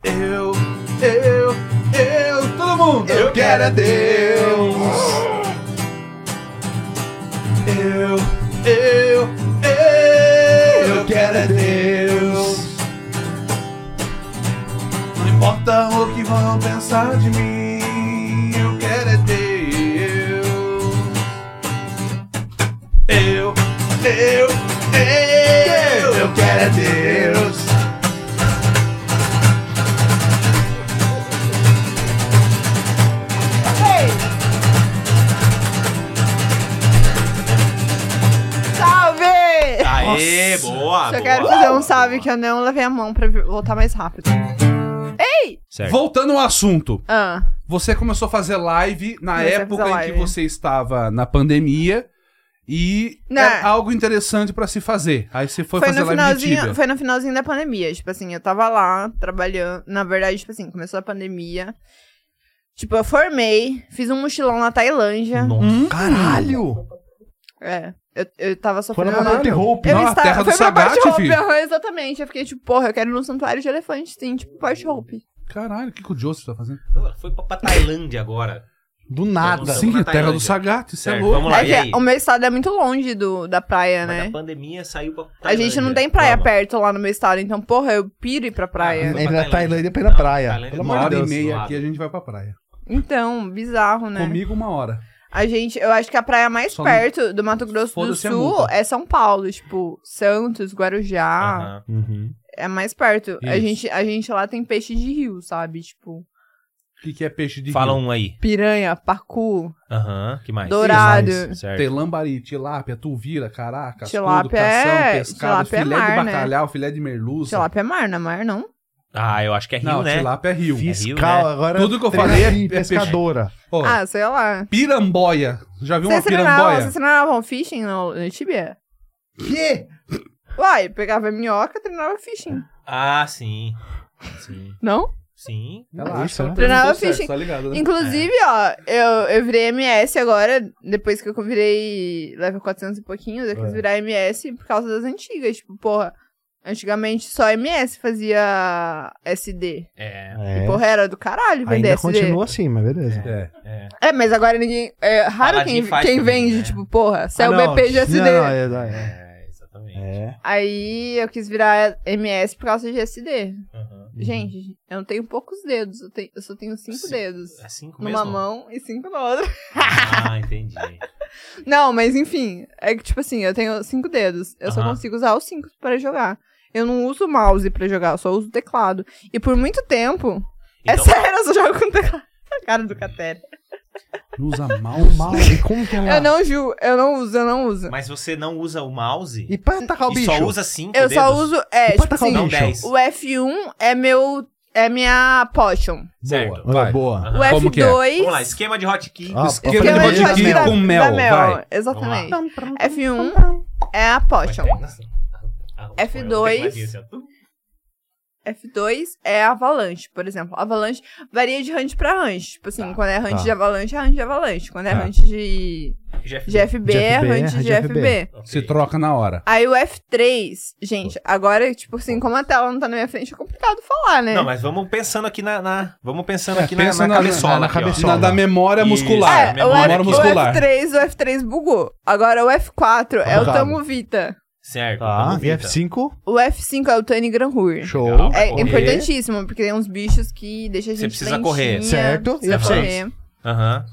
Speaker 2: Eu, eu, eu, todo mundo. Eu quero é Deus. Eu, eu, eu, eu quero é Deus. Não importa o que vão pensar de mim, eu quero é Deus. Eu, eu, eu, eu quero é Deus.
Speaker 1: Salve!
Speaker 5: Aê,
Speaker 2: Nossa.
Speaker 5: boa,
Speaker 1: Só
Speaker 5: Ah, boa.
Speaker 1: quero fazer um salve que eu não levei a mão pra vi- voltar mais rápido.
Speaker 5: Certo.
Speaker 2: Voltando ao assunto,
Speaker 1: Ah,
Speaker 2: você começou a fazer live na
Speaker 1: Comecei a
Speaker 2: época
Speaker 1: fazer
Speaker 2: em
Speaker 1: live.
Speaker 2: que você estava na pandemia e
Speaker 1: Né.
Speaker 2: era algo interessante pra se fazer. Aí você foi,
Speaker 1: foi,
Speaker 2: fazer
Speaker 1: no
Speaker 2: live de
Speaker 1: finalzinho,
Speaker 2: Tibia.
Speaker 1: foi no finalzinho da pandemia. Tipo assim, eu tava lá trabalhando. Na verdade, tipo assim, começou a pandemia. Tipo, eu formei, fiz um mochilão na Tailândia.
Speaker 5: Nossa.
Speaker 3: Caralho!
Speaker 1: É. Eu, eu tava
Speaker 3: Foi
Speaker 1: sofrendo.
Speaker 3: na Monte Hope.
Speaker 1: Eu
Speaker 2: Não, a
Speaker 1: estava,
Speaker 2: terra do
Speaker 1: foi pra
Speaker 2: Sagat,
Speaker 1: Port Hope,
Speaker 2: filho.
Speaker 1: aham, exatamente. Eu fiquei tipo, porra, eu quero ir num santuário de elefante, sim, tipo Port Hope.
Speaker 2: Caralho, o que, que o Joseph tá fazendo?
Speaker 5: Pô, Foi pra, pra Tailândia agora.
Speaker 3: Do nada.
Speaker 5: Vamos
Speaker 2: Sim,
Speaker 5: pra
Speaker 2: é terra do
Speaker 5: Tailândia.
Speaker 2: Sagat, isso é
Speaker 5: Certo,
Speaker 2: louco.
Speaker 5: vamos lá,
Speaker 1: é
Speaker 5: e
Speaker 1: que
Speaker 5: aí?
Speaker 1: o meu estado é muito longe do, da praia,
Speaker 5: Mas
Speaker 1: né?
Speaker 5: a pandemia saiu pra
Speaker 1: A
Speaker 5: Tailândia.
Speaker 1: gente não tem praia
Speaker 5: Vamos.
Speaker 1: perto lá no meu estado, então, porra, eu piro ir pra praia.
Speaker 5: Ah,
Speaker 3: É na Tailândia pra ir na
Speaker 5: Não,
Speaker 3: praia.
Speaker 5: Tailândia
Speaker 3: Pelo
Speaker 5: não. é
Speaker 2: Uma
Speaker 3: amor de
Speaker 2: hora
Speaker 3: Deus.
Speaker 2: e meia
Speaker 5: lado.
Speaker 2: aqui a gente vai pra praia.
Speaker 1: Então, bizarro, né?
Speaker 2: Comigo, uma hora.
Speaker 1: A gente, eu acho que a praia mais
Speaker 2: Só não-
Speaker 1: perto do Mato Grosso do
Speaker 2: Foda-se a
Speaker 1: Sul
Speaker 2: multa.
Speaker 1: é São Paulo, tipo, Santos,
Speaker 2: Ah.
Speaker 1: Guarujá,
Speaker 5: Aham.
Speaker 3: Uhum.
Speaker 1: é mais perto. A
Speaker 2: Isso.
Speaker 1: gente, a gente lá tem peixe de rio, sabe? Tipo,
Speaker 2: O que, que é peixe de
Speaker 5: Fala
Speaker 2: rio?
Speaker 5: um aí.
Speaker 1: piranha, pacu,
Speaker 5: Aham, que mais?
Speaker 1: Dourado.
Speaker 5: Que mais? Certo.
Speaker 2: Tem lambari, tilápia, tuvira, caracas, tudo,
Speaker 1: Tilápia
Speaker 2: cação,
Speaker 1: é-
Speaker 2: pescado,
Speaker 1: tilápia é
Speaker 2: filé
Speaker 1: mar,
Speaker 2: de
Speaker 1: né?
Speaker 2: bacalhau, filé de merluça.
Speaker 1: tilápia é mar, não é mar, não?
Speaker 5: Ah, eu acho que é Rio,
Speaker 2: Não,
Speaker 5: né?
Speaker 2: tilápia é rio.
Speaker 5: Fiz-
Speaker 3: Fiscal,
Speaker 5: né?
Speaker 3: agora.
Speaker 2: Tudo que eu falei é-
Speaker 3: Sim,
Speaker 2: é peixe.
Speaker 3: pescadora.
Speaker 2: Ó,
Speaker 1: Ah, sei lá.
Speaker 2: piramboia. Já viu uma
Speaker 1: Vocês treinavam,
Speaker 2: piramboia?
Speaker 1: vocês treinavam fishing no, no Tibia?
Speaker 3: Que?
Speaker 1: Uai, pegava minhoca e treinava fishing.
Speaker 5: Ah, sim. Sim.
Speaker 1: Não?
Speaker 5: Sim.
Speaker 2: Ela
Speaker 3: Isso,
Speaker 2: acha que ela
Speaker 3: né?
Speaker 1: Treinava
Speaker 2: perguntou certo,
Speaker 1: fishing.
Speaker 2: Tá ligado,
Speaker 3: É.
Speaker 2: né?
Speaker 1: Inclusive, ó, eu, eu virei MS agora, depois que eu virei level 400 e pouquinho, eu quis
Speaker 3: É.
Speaker 1: virar MS por causa das antigas. Tipo, porra, antigamente só MS fazia SD.
Speaker 5: É.
Speaker 3: É.
Speaker 1: Porra, era do caralho vender
Speaker 3: Ainda
Speaker 1: SD.
Speaker 3: continua assim, mas beleza.
Speaker 2: É.
Speaker 5: é.
Speaker 1: É, mas agora ninguém. É raro
Speaker 5: Paladin
Speaker 1: quem,
Speaker 5: faz
Speaker 1: quem
Speaker 5: também,
Speaker 1: vende,
Speaker 5: né?
Speaker 1: tipo, porra, se é
Speaker 3: Ah,
Speaker 1: o
Speaker 3: não,
Speaker 1: BP de SD.
Speaker 3: Não, não, é, é.
Speaker 5: É, exatamente.
Speaker 3: É.
Speaker 1: Aí eu quis virar MS por causa de SD.
Speaker 5: Aham.
Speaker 3: Uhum.
Speaker 1: Gente, eu não tenho poucos dedos, eu, tenho- eu só tenho cinco
Speaker 5: Sim.
Speaker 1: dedos.
Speaker 5: É cinco
Speaker 1: Numa
Speaker 5: mesmo?
Speaker 1: mão e cinco na outra.
Speaker 5: Ah, entendi.
Speaker 1: Não, mas enfim, é que tipo assim, eu tenho cinco dedos. Eu só
Speaker 5: Aham.
Speaker 1: consigo usar os cinco para jogar. Eu não uso o mouse pra jogar, eu só uso o teclado. E por muito tempo. É
Speaker 5: Então-
Speaker 1: sério, eu só jogo com o teclado. Cara do Catera.
Speaker 2: Não usa mal.
Speaker 3: O É um mal, e como que é ela.
Speaker 1: Eu não ju, eu não uso, eu não uso.
Speaker 5: Mas você não usa o mouse?
Speaker 3: E pra atacar o
Speaker 5: E
Speaker 3: bicho?
Speaker 5: só usa cinco
Speaker 1: Eu
Speaker 5: dedos?
Speaker 1: só uso. É,
Speaker 3: E
Speaker 1: tipo
Speaker 3: pra atacar
Speaker 1: assim,
Speaker 5: Não,
Speaker 3: o bicho?
Speaker 5: dez.
Speaker 1: o F1 é meu. É minha potion.
Speaker 5: Certo.
Speaker 2: Boa. Vai.
Speaker 3: Boa.
Speaker 1: O
Speaker 5: Aham.
Speaker 2: Como que é?
Speaker 1: F2.
Speaker 5: Vamos lá, esquema de hotkey.
Speaker 3: Ah,
Speaker 2: Esquema
Speaker 1: que é
Speaker 2: de
Speaker 1: o
Speaker 3: Vamos
Speaker 2: hot
Speaker 3: lá.
Speaker 2: key
Speaker 1: da-
Speaker 2: com mel,
Speaker 1: da
Speaker 2: vai.
Speaker 1: Exatamente.
Speaker 5: Vamos
Speaker 1: F1 é a potion.
Speaker 5: Ah,
Speaker 1: F2.
Speaker 5: foi o tecladinho, assim, ó.
Speaker 1: F2 é avalanche, por exemplo. Avalanche varia de range pra range. Tipo assim, quando é range
Speaker 3: Tá.
Speaker 1: de avalanche, é range de avalanche. Quando é
Speaker 2: Tá.
Speaker 1: range de,
Speaker 5: Jeff.
Speaker 1: de FB, é
Speaker 3: FB,
Speaker 1: range de
Speaker 3: range
Speaker 1: FB.
Speaker 3: FB.
Speaker 5: Ok.
Speaker 2: Se troca na hora.
Speaker 1: Aí o F3, gente, agora, tipo assim, como a tela não tá na minha frente, é complicado falar, né?
Speaker 5: Não, mas vamos pensando aqui na. na- vamos pensando
Speaker 2: É,
Speaker 5: aqui na,
Speaker 2: pensa na-
Speaker 5: na cabeçola.
Speaker 3: na
Speaker 5: aqui, ó.
Speaker 3: cabeçola.
Speaker 2: Na, da memória
Speaker 5: né? Isso.
Speaker 2: muscular.
Speaker 5: Ah,
Speaker 1: é, o,
Speaker 5: memória
Speaker 1: F,
Speaker 2: memória
Speaker 5: aqui.
Speaker 2: muscular.
Speaker 1: o F3, o F3 bugou. Agora o F4 é o
Speaker 3: Bugado.
Speaker 1: Tamo Vita.
Speaker 5: Certo.
Speaker 3: Tá,
Speaker 5: vamos,
Speaker 3: e
Speaker 5: Vita.
Speaker 3: F5,
Speaker 1: O F5 é o Tony Granhur.
Speaker 3: show.
Speaker 5: Ah, é Legal.
Speaker 1: É
Speaker 5: Correr.
Speaker 1: importantíssimo, porque tem uns bichos que deixam a
Speaker 5: Você
Speaker 1: gente
Speaker 5: precisa correr.
Speaker 1: lentinha,
Speaker 3: Certo. E
Speaker 1: precisa
Speaker 5: F6?
Speaker 1: correr.
Speaker 5: então. Aham.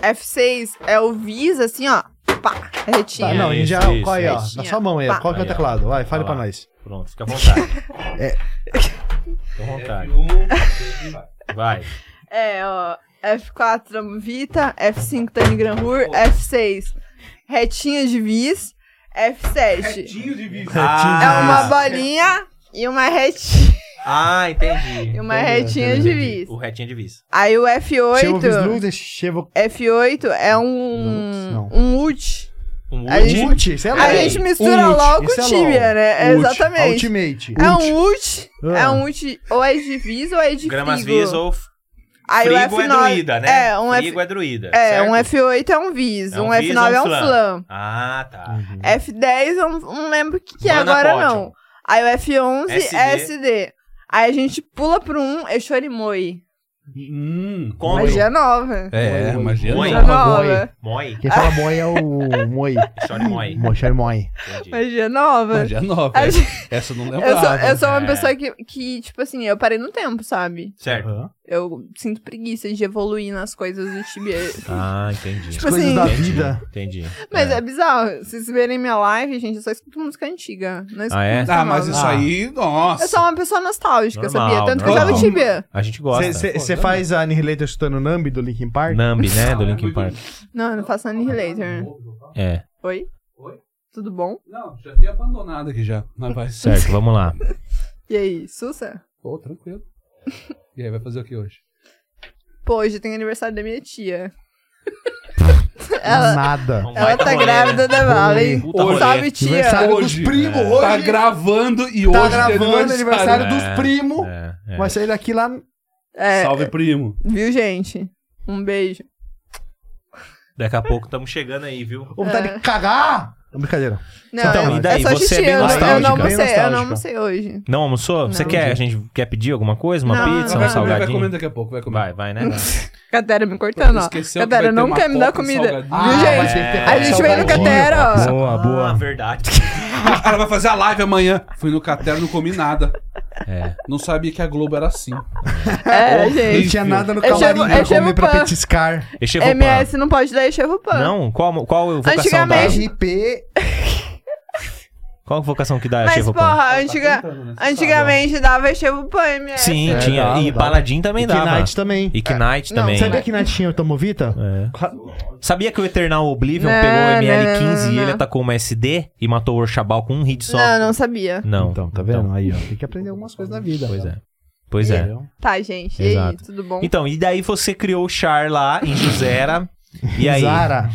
Speaker 1: F6 é o Visa, assim, ó. Pá, retinha.
Speaker 3: Tá, não,
Speaker 5: Isso,
Speaker 3: e já,
Speaker 5: isso,
Speaker 3: qual aí, ó,
Speaker 1: isso.
Speaker 3: na sua mão aí, ó, qual que é o
Speaker 5: Aí, ó.
Speaker 3: teclado? Vai,
Speaker 5: Vai
Speaker 3: fale pra
Speaker 5: lá.
Speaker 3: nós.
Speaker 5: Pronto, fica à vontade. É. Fica à vontade. Vai.
Speaker 1: É, ó. F4 Trambo Vita, F5 Tani Granhur, F6 Retinha de Vis,
Speaker 5: um
Speaker 1: F7 é
Speaker 5: Ah,
Speaker 1: uma bolinha e uma retinha,
Speaker 5: Ah, entendi.
Speaker 1: e uma
Speaker 3: Beleza,
Speaker 1: retinha de vis.
Speaker 5: O retinho de vis.
Speaker 1: Aí o
Speaker 3: Chevo
Speaker 1: F8,
Speaker 3: Visludes, Chevo...
Speaker 1: F8 é
Speaker 3: Lutz,
Speaker 1: um
Speaker 3: não.
Speaker 1: um ult.
Speaker 5: Um
Speaker 1: A
Speaker 5: último.
Speaker 1: gente-
Speaker 3: Ulti, sei lá.
Speaker 1: A
Speaker 5: Peraí,
Speaker 1: gente mistura
Speaker 3: um ult,
Speaker 1: logo
Speaker 3: isso
Speaker 1: o
Speaker 3: é
Speaker 1: Tibia,
Speaker 3: LOL.
Speaker 1: né?
Speaker 2: Ult,
Speaker 1: Exatamente.
Speaker 3: Ultimate.
Speaker 1: É
Speaker 3: Ult.
Speaker 1: um ult, é
Speaker 3: Ah.
Speaker 1: um ult ou é de vis ou é de
Speaker 5: Gramas
Speaker 1: figo.
Speaker 5: vis ou
Speaker 1: Aí o
Speaker 5: frigo é
Speaker 1: F9
Speaker 5: druida, né?
Speaker 1: É, um F...
Speaker 5: frigo é druida.
Speaker 1: É,
Speaker 5: certo?
Speaker 1: um F8 é um Viz,
Speaker 5: É um
Speaker 1: um,
Speaker 5: Viz,
Speaker 1: F9 é um
Speaker 5: um flan.
Speaker 1: Flam.
Speaker 5: Ah, tá.
Speaker 3: Uhum.
Speaker 1: é F10 eu não- não lembro o que, que é
Speaker 5: Mana
Speaker 1: agora,
Speaker 5: Potion.
Speaker 1: não. Aí o F11 é
Speaker 5: SD.
Speaker 1: SD. Aí a gente pula pro um é Shorimoi.
Speaker 2: Hum.
Speaker 5: Come.
Speaker 1: Magia nova.
Speaker 2: É,
Speaker 3: Oi, oi,
Speaker 2: magia
Speaker 5: oi.
Speaker 2: nova.
Speaker 1: Magia nova.
Speaker 5: Moi.
Speaker 3: Quem fala moi é o moi.
Speaker 5: Shone moi.
Speaker 3: Mo- Shine moi.
Speaker 5: Entendi.
Speaker 1: Magia nova.
Speaker 2: Magia nova.
Speaker 1: A
Speaker 2: é.
Speaker 1: gente-
Speaker 2: Essa eu não lembro.
Speaker 1: Eu sou, eu sou uma
Speaker 5: É.
Speaker 1: pessoa que, que, tipo assim, eu parei no tempo, sabe?
Speaker 5: Certo.
Speaker 3: Aham.
Speaker 1: Eu sinto preguiça de evoluir nas coisas do Tibia.
Speaker 5: Ah, entendi.
Speaker 1: Tipo assim,
Speaker 3: Coisas da
Speaker 5: Entendi,
Speaker 3: vida.
Speaker 5: Entendi.
Speaker 1: Mas
Speaker 5: É.
Speaker 1: é. bizarro. Se vocês verem minha live, gente, eu só escuto música antiga. Não escuto
Speaker 5: Ah, é?
Speaker 1: música
Speaker 2: Ah, mas
Speaker 1: nova.
Speaker 2: isso aí, nossa.
Speaker 1: Tá Eu sou uma pessoa nostálgica,
Speaker 5: Normal,
Speaker 1: sabia? Tanto que eu
Speaker 5: normal.
Speaker 1: jogo Tibia.
Speaker 5: A gente gosta.
Speaker 3: Você faz a Annihilator escutando Nambi do Linkin Park?
Speaker 5: Nambi, né? Do Linkin Park.
Speaker 1: Não, eu não faço Annihilator.
Speaker 5: É,
Speaker 1: Oi?
Speaker 2: Oi?
Speaker 1: Tudo bom?
Speaker 2: Não, já tinha abandonado aqui já. Mas vai.
Speaker 5: certo, vamos lá.
Speaker 1: E aí, Sussa?
Speaker 2: Pô, tranquilo. E aí, vai fazer o que hoje?
Speaker 1: Pô, hoje tem aniversário da minha tia. ela
Speaker 3: Nada.
Speaker 1: ela tá grávida da Vale.
Speaker 5: Puta né? rolê.
Speaker 1: Salve, tia.
Speaker 3: Aniversário
Speaker 2: Hoje.
Speaker 3: dos primos hoje. É.
Speaker 2: Tá gravando e
Speaker 3: Tá
Speaker 2: hoje
Speaker 3: gravando aniversário dos primos.
Speaker 5: É, é.
Speaker 3: Vai sair daqui lá.
Speaker 1: É,
Speaker 2: Salve, primo.
Speaker 1: viu, gente? Um beijo.
Speaker 5: Daqui a pouco estamos chegando aí, viu?
Speaker 3: Ô, vontade tá
Speaker 1: É.
Speaker 3: de cagar! Não, É brincadeira.
Speaker 1: Não,
Speaker 5: Então,
Speaker 1: eu-
Speaker 5: e daí?
Speaker 1: eu só
Speaker 5: Você é
Speaker 1: assisti,
Speaker 5: bem
Speaker 1: eu, não- eu
Speaker 5: nostálgica.
Speaker 1: não
Speaker 3: Bem
Speaker 1: almocei, eu não
Speaker 3: nostálgica.
Speaker 1: almocei hoje.
Speaker 5: Não almoçou? Você
Speaker 1: Não.
Speaker 5: quer? A gente quer pedir alguma coisa? Uma
Speaker 1: Não,
Speaker 5: pizza,
Speaker 1: não.
Speaker 5: um
Speaker 1: Vai, Hum.
Speaker 2: vai
Speaker 5: salgadinho?
Speaker 2: comer daqui a pouco, vai comer.
Speaker 5: Vai, vai, né?
Speaker 1: Catera me cortando, ó.
Speaker 2: Esqueceu que
Speaker 1: Catera
Speaker 2: vai ter
Speaker 1: Então, não
Speaker 2: uma
Speaker 1: quer me dar
Speaker 2: coca e
Speaker 1: comida.
Speaker 2: salgadinho.
Speaker 1: viu,
Speaker 5: Ah,
Speaker 1: gente?
Speaker 5: vai.
Speaker 1: A gente veio no
Speaker 3: Salgadinho.
Speaker 1: Catera, ó.
Speaker 5: Boa, boa. Ah, verdade.
Speaker 2: Ela vai fazer a live amanhã. Fui no Caterno, não comi nada.
Speaker 5: É.
Speaker 2: Não sabia que a Globo era assim.
Speaker 1: É,
Speaker 3: Não
Speaker 1: gente.
Speaker 3: tinha nada no
Speaker 1: Eu chamo-
Speaker 3: camarim
Speaker 1: eu
Speaker 3: pra
Speaker 1: chamo
Speaker 3: comer pra
Speaker 1: pan.
Speaker 3: petiscar.
Speaker 5: Echevopan.
Speaker 1: MS não pode dar Echevopan.
Speaker 5: Não? Qual, qual a vocação dá?
Speaker 1: Antigamente-
Speaker 3: RP.
Speaker 5: Qual a vocação que dá
Speaker 1: Mas,
Speaker 5: Echevopan?
Speaker 1: porra, antiga-
Speaker 2: cantando, né? Você
Speaker 1: antigamente dava Echevopan, MS.
Speaker 5: Sim,
Speaker 3: É,
Speaker 5: tinha.
Speaker 3: dá,
Speaker 5: e
Speaker 3: dá.
Speaker 5: Paladin também
Speaker 3: E
Speaker 5: dava.
Speaker 3: Knight também.
Speaker 5: E Knight
Speaker 1: Não,
Speaker 5: também.
Speaker 3: Sabia que Knight tinha o Tomovita?
Speaker 5: É.
Speaker 3: Claro.
Speaker 5: Sabia que o Eternal Oblivion
Speaker 1: Não,
Speaker 5: pegou o
Speaker 1: não,
Speaker 5: ML15
Speaker 1: não,
Speaker 5: e ele
Speaker 1: não.
Speaker 5: atacou uma SD e matou o Orchabal com um hit só?
Speaker 1: Não, não sabia.
Speaker 5: Não.
Speaker 3: Então, tá vendo? Aí, ó. Tem que aprender algumas coisas na vida.
Speaker 5: Pois é. Pois é.
Speaker 1: Tá, gente. E aí,
Speaker 5: Exato.
Speaker 1: tudo bom?
Speaker 5: Então, e daí você criou o Char lá em Juzera. e aí?
Speaker 3: Zara.